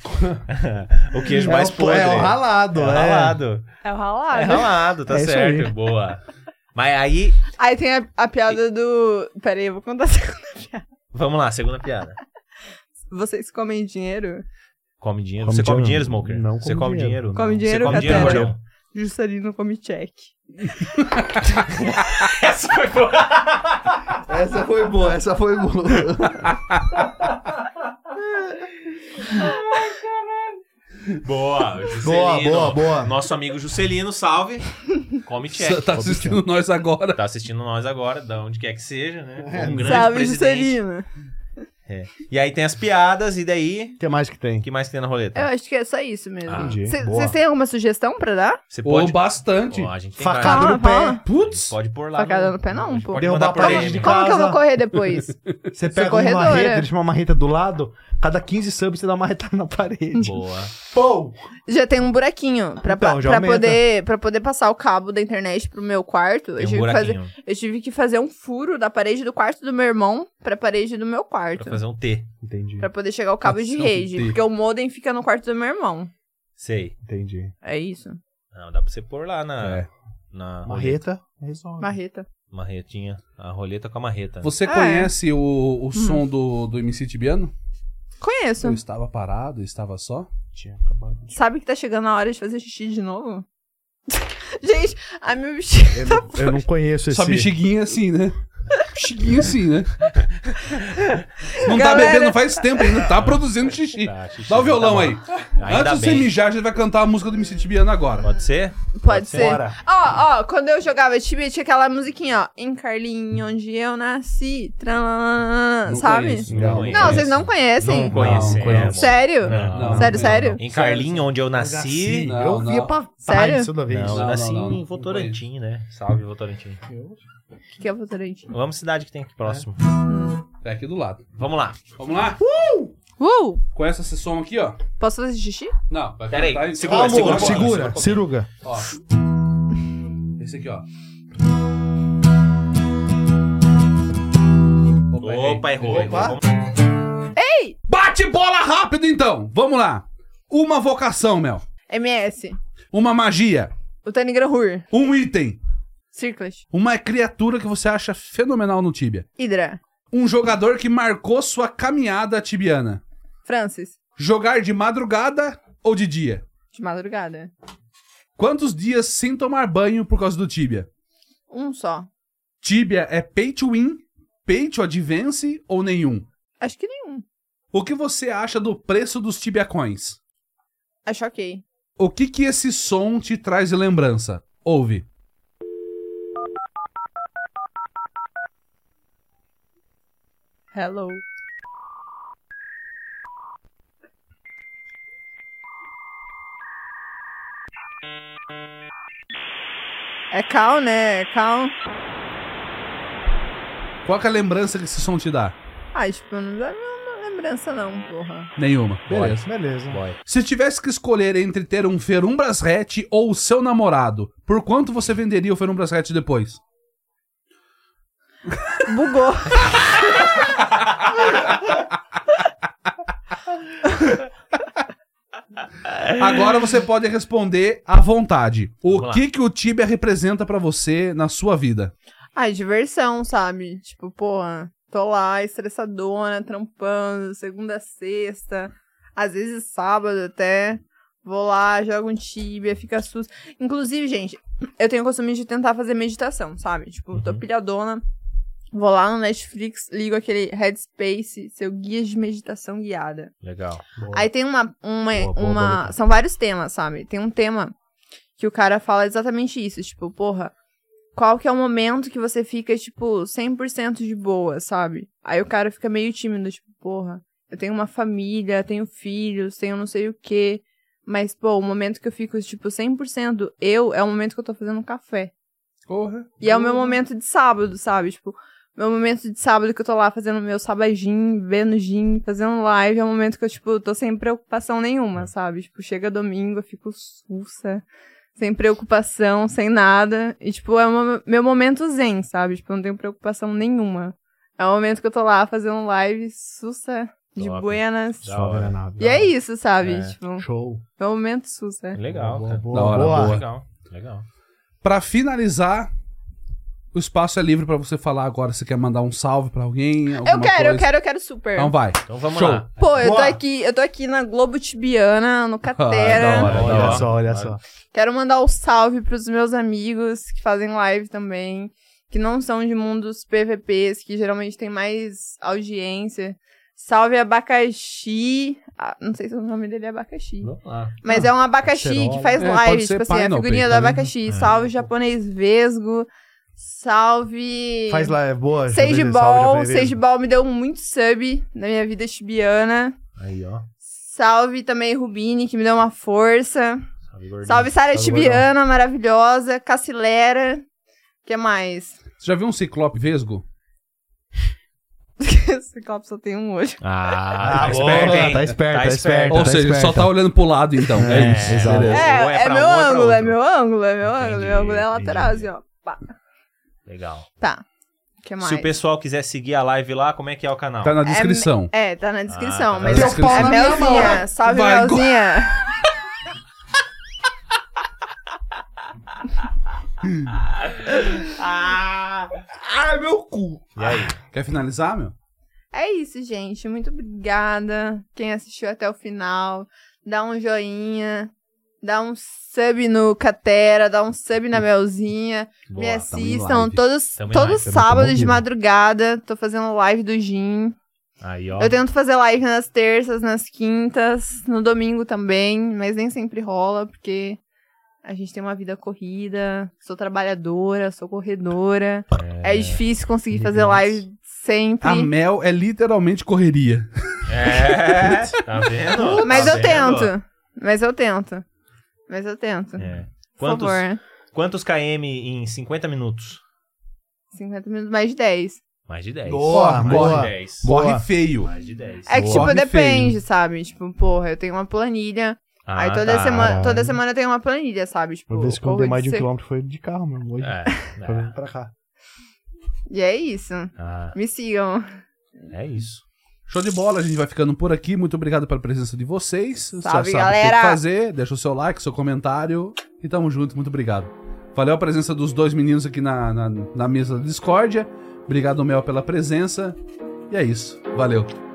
Speaker 5: o queijo mais
Speaker 3: é, o,
Speaker 5: podre.
Speaker 3: é o ralado,
Speaker 5: É
Speaker 3: é.
Speaker 5: ralado.
Speaker 1: É o
Speaker 5: É
Speaker 1: ralado.
Speaker 5: ralado, tá
Speaker 3: É isso aí.
Speaker 5: certo. Boa. Mas aí,
Speaker 1: Aí tem a, a piada do. Pera aí, eu vou contar.
Speaker 5: vamos lá, segunda piada.
Speaker 1: Vocês comem dinheiro?
Speaker 5: Come dinheiro.
Speaker 3: Come
Speaker 5: Você come dinheiro,
Speaker 3: dinheiro.
Speaker 5: Smoker?
Speaker 3: Não
Speaker 5: Você
Speaker 3: como
Speaker 5: come dinheiro.
Speaker 3: dinheiro.
Speaker 1: Come dinheiro, é
Speaker 5: Você come dinheiro,
Speaker 1: Catera?
Speaker 5: gordão?
Speaker 1: Juscelino come cheque.
Speaker 5: Essa foi boa.
Speaker 7: Essa foi boa, essa foi boa.
Speaker 5: Boa,
Speaker 3: Boa,
Speaker 5: Juscelino.
Speaker 3: boa, boa.
Speaker 5: Nosso amigo Juscelino, salve. Come check.
Speaker 2: Tá assistindo nós agora.
Speaker 5: Tá assistindo nós agora, da onde quer que seja,
Speaker 2: É,
Speaker 5: né? Um grande
Speaker 1: Sabe,
Speaker 5: presidente.
Speaker 1: Juscelino?
Speaker 5: E aí tem as piadas, e daí...
Speaker 3: O que mais que
Speaker 5: O
Speaker 3: tem?
Speaker 5: que mais tem na roleta?
Speaker 1: Eu acho que é só isso mesmo.
Speaker 5: Ah,
Speaker 3: Entendi.
Speaker 1: Cê-
Speaker 3: Boa.
Speaker 1: Vocês têm alguma sugestão pra dar?
Speaker 5: Você
Speaker 2: Ou
Speaker 5: pode...
Speaker 2: bastante.
Speaker 5: Ó, a gente tem
Speaker 3: Facada
Speaker 5: várias.
Speaker 1: Calma,
Speaker 3: no pé.
Speaker 1: calma.
Speaker 2: Putz. um
Speaker 5: Pode pôr lá.
Speaker 1: Facada no pé não,
Speaker 5: a gente
Speaker 1: pô.
Speaker 5: Pode
Speaker 3: Derrubar
Speaker 5: mandar
Speaker 3: pra
Speaker 5: pra ele.
Speaker 3: longe de
Speaker 1: Como que eu vou
Speaker 3: Casa.
Speaker 1: correr depois?
Speaker 3: Você pega uma
Speaker 1: corredora.
Speaker 3: marreta, deixa uma marreta do lado, cada 15 subs você dá uma marretada na parede.
Speaker 5: Boa.
Speaker 3: Pou!
Speaker 1: Já tem um buraquinho pra,
Speaker 3: Então, já
Speaker 1: pra
Speaker 3: aumenta.
Speaker 1: poder para poder passar o cabo da internet pro meu quarto. eu
Speaker 5: Tem um
Speaker 1: tive que fazer,
Speaker 5: buraquinho
Speaker 1: eu tive que fazer um furo da parede do quarto do meu irmão pra parede do meu quarto,
Speaker 5: pra fazer um T.
Speaker 3: Entendi,
Speaker 1: Pra poder chegar o cabo de
Speaker 2: Nossa,
Speaker 1: rede,
Speaker 2: Deus.
Speaker 1: porque o modem fica no quarto do meu irmão.
Speaker 5: Sei.
Speaker 3: entendi.
Speaker 1: É isso.
Speaker 5: Não, dá pra você pôr lá na...
Speaker 2: É.
Speaker 5: Na
Speaker 3: Marreta, resolve.
Speaker 1: Marreta.
Speaker 5: marretinha. A roleta com a marreta. né?
Speaker 2: Você
Speaker 1: Ah,
Speaker 2: conhece o, o
Speaker 1: Hum.
Speaker 2: som do, do MC Tibiano?
Speaker 1: Conheço.
Speaker 2: Eu estava parado, eu estava só.
Speaker 3: Tinha acabado.
Speaker 1: Sabe que tá chegando a hora de fazer xixi de novo? Gente, a minha bexiga.
Speaker 3: Eu não, eu não conheço esse.
Speaker 2: Só bexiguinha assim, né? Bexiguinha assim, né? Não tá
Speaker 1: Galera.
Speaker 2: bebendo faz tempo, ainda tá produzindo xixi.
Speaker 5: Tá, xixi,
Speaker 2: Dá o violão
Speaker 5: tá bom.
Speaker 2: aí.
Speaker 5: Ainda
Speaker 2: Antes de você
Speaker 5: bem.
Speaker 2: mijar, a gente vai cantar a música do MC Tibiano agora.
Speaker 5: Pode ser?
Speaker 1: Pode, ser. Ó, ó, quando eu jogava Tibia, tinha aquela musiquinha, ó. Em Carlinho, onde eu nasci. Tralalala,
Speaker 2: Não
Speaker 1: sabe?
Speaker 2: conheço,
Speaker 5: Não
Speaker 1: Não,
Speaker 5: conheço.
Speaker 1: vocês não conhecem.
Speaker 5: Não é conhecemos.
Speaker 1: Sério?
Speaker 5: Não,
Speaker 2: não,
Speaker 1: sério,
Speaker 2: não.
Speaker 1: sério?
Speaker 5: Em Carlinho, onde eu
Speaker 2: nasci,
Speaker 5: nasci.
Speaker 2: Não,
Speaker 3: eu
Speaker 2: não.
Speaker 3: via pra
Speaker 5: Tá,
Speaker 1: Sério?
Speaker 3: trás toda vez.
Speaker 5: Não,
Speaker 2: Não,
Speaker 5: eu nasci
Speaker 2: não, não.
Speaker 5: em Votorantim, né? Salve, Votorantim.
Speaker 1: O que, que é Votorantim?
Speaker 5: Vamos cidade que tem aqui próximo.
Speaker 2: É aqui do lado.
Speaker 5: Vamos lá.
Speaker 2: Vamos lá?
Speaker 1: Uh!
Speaker 2: Conhece esse som aqui, ó.
Speaker 1: Posso fazer xixi?
Speaker 2: Não, vai
Speaker 5: Pera aí,
Speaker 2: cantar em-
Speaker 5: segura,
Speaker 2: Calma,
Speaker 5: segura,
Speaker 2: amor,
Speaker 3: Tá Segura, ciruga.
Speaker 2: Ó. Esse aqui, ó.
Speaker 5: Opa, errou.
Speaker 2: errei.
Speaker 5: errou.
Speaker 2: Opa.
Speaker 5: Vamos-
Speaker 2: Bate bola rápido, então. Vamos lá. Uma vocação, Mel.
Speaker 1: MS.
Speaker 2: Uma magia.
Speaker 1: O Tanigranhur.
Speaker 2: Um item.
Speaker 1: Circlet.
Speaker 2: Uma criatura que você acha fenomenal no Tibia.
Speaker 1: Hydra.
Speaker 2: Um jogador que marcou sua caminhada tibiana.
Speaker 1: Francis.
Speaker 2: Jogar de madrugada ou de dia?
Speaker 1: De madrugada.
Speaker 2: Quantos dias sem tomar banho por causa do Tibia?
Speaker 1: Um só.
Speaker 2: Tibia é pay to win, pay to advance ou nenhum?
Speaker 1: Acho que nenhum.
Speaker 2: O que você acha do preço dos Tibia Coins?
Speaker 1: Acho ok.
Speaker 2: O que que esse som te traz de lembrança? Ouve.
Speaker 1: Hello. É cal, né? É cal.
Speaker 2: Qual que é a lembrança que esse som te dá?
Speaker 1: Ah, tipo, não dá nenhuma lembrança não, porra.
Speaker 2: Nenhuma. Beleza.
Speaker 3: Beleza.
Speaker 5: Boy.
Speaker 2: Se tivesse que escolher entre ter um Ferumbras Hatch ou o seu namorado, por quanto você venderia o Ferumbras Hatch depois?
Speaker 1: Bugou.
Speaker 2: Agora você pode responder à vontade.
Speaker 5: É. Vamos
Speaker 2: O
Speaker 5: lá.
Speaker 2: que, que o Tibia representa pra você na sua vida?
Speaker 1: Ah, é diversão, sabe? Tipo, porra, tô lá estressadona, trampando, segunda a sexta, às vezes sábado até. Vou lá, jogo um tibia, fica susto. Inclusive, gente, eu tenho o costume de tentar fazer meditação, sabe? Tipo, tô
Speaker 5: Uhum.
Speaker 1: pilhadona, vou lá no Netflix, ligo aquele Headspace, seu guia de meditação guiada.
Speaker 5: Legal.
Speaker 1: Aí tem uma. uma,
Speaker 5: Boa, boa,
Speaker 1: uma-
Speaker 5: boa.
Speaker 1: são vários temas, sabe? Tem um tema que o cara fala exatamente isso. Tipo, porra, qual que é o momento que você fica, tipo, 100% de boa, sabe? Aí o cara fica meio tímido, tipo, porra, eu tenho uma família, tenho filhos, tenho não sei o quê. Mas, pô, o momento que eu fico, tipo, 100% eu é o momento que eu tô fazendo café.
Speaker 2: Porra.
Speaker 1: E é o meu momento de sábado, sabe? Tipo, meu momento de sábado que eu tô lá fazendo meu sabajim, bebendo gin, fazendo live, é o momento que eu, tipo, tô sem preocupação nenhuma, sabe? Tipo, chega domingo, eu fico sussa, sem preocupação, sem nada. E, tipo, é o mo- meu momento zen, sabe? Tipo, eu não tenho preocupação nenhuma. É o momento que eu tô lá fazendo live, sussa, de
Speaker 5: Top.
Speaker 1: buenas.
Speaker 5: Da hora.
Speaker 1: E é isso, sabe?
Speaker 5: É.
Speaker 1: Tipo,
Speaker 3: Show.
Speaker 1: é o momento sussa.
Speaker 5: Legal,
Speaker 3: Boa,
Speaker 5: cara.
Speaker 3: boa,
Speaker 2: Da hora,
Speaker 3: boa.
Speaker 2: boa.
Speaker 5: Legal, legal.
Speaker 2: Pra finalizar, o espaço é livre pra você falar agora. Você quer mandar um salve pra alguém?
Speaker 1: Eu
Speaker 2: alguma
Speaker 1: quero, eu
Speaker 2: coisa?
Speaker 1: quero, eu quero super.
Speaker 2: Então vai.
Speaker 5: Então vamos
Speaker 2: Show.
Speaker 5: lá.
Speaker 1: Pô, eu tô
Speaker 3: Boa.
Speaker 1: aqui, eu tô aqui na Globo Tibiana, no
Speaker 2: Ah,
Speaker 1: Catera.
Speaker 2: da hora, da
Speaker 3: Olha
Speaker 2: hora.
Speaker 3: só, olha só.
Speaker 1: Quero mandar um salve pros meus amigos que fazem live também, que não são de mundos PVPs, que geralmente tem mais audiência. Salve abacaxi. Ah, não sei se o nome dele é abacaxi.
Speaker 5: Vamos lá.
Speaker 1: Mas é um abacaxi
Speaker 3: Acerola.
Speaker 1: que faz
Speaker 2: É, pode
Speaker 1: live,
Speaker 2: ser
Speaker 1: tipo assim, a
Speaker 2: pineapple,
Speaker 1: figurinha do
Speaker 2: tá vendo?
Speaker 1: abacaxi. Salve japonês vesgo. Salve.
Speaker 3: Faz lá, é boa.
Speaker 1: Sage
Speaker 3: beleza,
Speaker 1: Ball.
Speaker 3: beleza.
Speaker 1: Sage Ball me deu muito sub na minha vida tibiana.
Speaker 5: Aí, ó.
Speaker 1: Salve também Rubini, que me deu uma força.
Speaker 5: Salve, gordinho.
Speaker 1: Salve Sara
Speaker 5: Salve,
Speaker 1: Tibiana, maravilhosa. Cacilera. O que mais?
Speaker 2: Você já viu um ciclope vesgo?
Speaker 1: Esse copo só tem um olho.
Speaker 5: Ah, tá
Speaker 3: Ah, boa,
Speaker 5: esperto, hein?
Speaker 3: tá esperto, tá esperto.
Speaker 2: Ou
Speaker 3: tá
Speaker 2: seja, ele só
Speaker 3: esperto.
Speaker 2: tá olhando pro lado, então. É,
Speaker 5: É,
Speaker 2: isso.
Speaker 3: exato.
Speaker 2: Beleza.
Speaker 1: É,
Speaker 5: Ou é
Speaker 1: é,
Speaker 5: pra
Speaker 1: meu
Speaker 5: um ou é pra
Speaker 1: ângulo, é
Speaker 5: outro.
Speaker 1: meu ângulo, é meu ângulo,
Speaker 5: Entendi,
Speaker 1: meu ângulo é lateral,
Speaker 5: entendi.
Speaker 1: assim, ó. Pá.
Speaker 5: Legal.
Speaker 1: Tá. O que mais?
Speaker 5: Se o pessoal quiser seguir a live lá, como é que é o canal?
Speaker 2: Tá na descrição.
Speaker 1: É, tá na descrição,
Speaker 5: tá na
Speaker 1: mas
Speaker 2: Teu pau
Speaker 1: é
Speaker 2: na
Speaker 3: minha
Speaker 1: Melzinha. Salve,
Speaker 2: Vai, go-
Speaker 1: Melzinha.
Speaker 2: Ai, meu cu!
Speaker 5: E aí?
Speaker 2: Quer finalizar, meu?
Speaker 1: É isso, gente. Muito obrigada. Quem assistiu até o final. Dá um joinha. Dá um sub no Catera, dá um sub na Melzinha. Me
Speaker 5: Boa.
Speaker 2: tamo em
Speaker 1: assistam
Speaker 2: live.
Speaker 1: todos,
Speaker 5: Tamo em
Speaker 1: todo
Speaker 5: live, tamo-
Speaker 1: sábado
Speaker 3: tamo
Speaker 1: de
Speaker 3: vivo.
Speaker 1: madrugada. Tô fazendo live do Gin.
Speaker 5: Aí, ó.
Speaker 1: Eu tento fazer live nas terças, nas quintas, no domingo também, mas nem sempre rola, porque a gente tem uma vida corrida. Sou trabalhadora, sou corredora. É, difícil conseguir fazer live sempre.
Speaker 2: A Mel é literalmente correria.
Speaker 5: É, tá vendo?
Speaker 1: Mas
Speaker 5: Tá
Speaker 1: eu
Speaker 5: vendo?
Speaker 1: tento. Mas eu tento. Mas eu tento.
Speaker 5: É.
Speaker 1: Por
Speaker 5: Quantos,
Speaker 1: favor.
Speaker 5: quantos KM em 50 minutos?
Speaker 1: 50 minutos mais de 10.
Speaker 5: Mais de 10.
Speaker 3: Boa,
Speaker 5: mais
Speaker 3: boa.
Speaker 5: de 10.
Speaker 3: Boa.
Speaker 2: Corre feio.
Speaker 5: Mais de 10.
Speaker 1: É que,
Speaker 2: Boa.
Speaker 1: tipo,
Speaker 2: Corre
Speaker 1: depende, sabe? Tipo, porra, eu tenho uma planilha.
Speaker 5: Ah,
Speaker 1: aí toda,
Speaker 5: tá.
Speaker 1: semana, toda
Speaker 3: Caralho.
Speaker 1: semana tem uma planilha, sabe? Tipo,
Speaker 3: Uma vez que eu
Speaker 1: corro
Speaker 3: andei mais de um
Speaker 1: se-
Speaker 3: quilômetro foi de carro, meu amor.
Speaker 5: É, é,
Speaker 3: Pra vir pra cá.
Speaker 1: E é isso.
Speaker 5: ah,
Speaker 1: Me sigam.
Speaker 5: é isso.
Speaker 2: Show de bola, a gente vai ficando por aqui. Muito obrigado pela presença de vocês. Você já
Speaker 1: Salve,
Speaker 2: sabe o que
Speaker 1: galera!
Speaker 2: fazer. Deixa o seu like, seu comentário. E tamo junto, muito obrigado. Valeu a presença dos dois meninos aqui na, na, na mesa da discórdia. Obrigado, Mel, pela presença. E é isso. Valeu.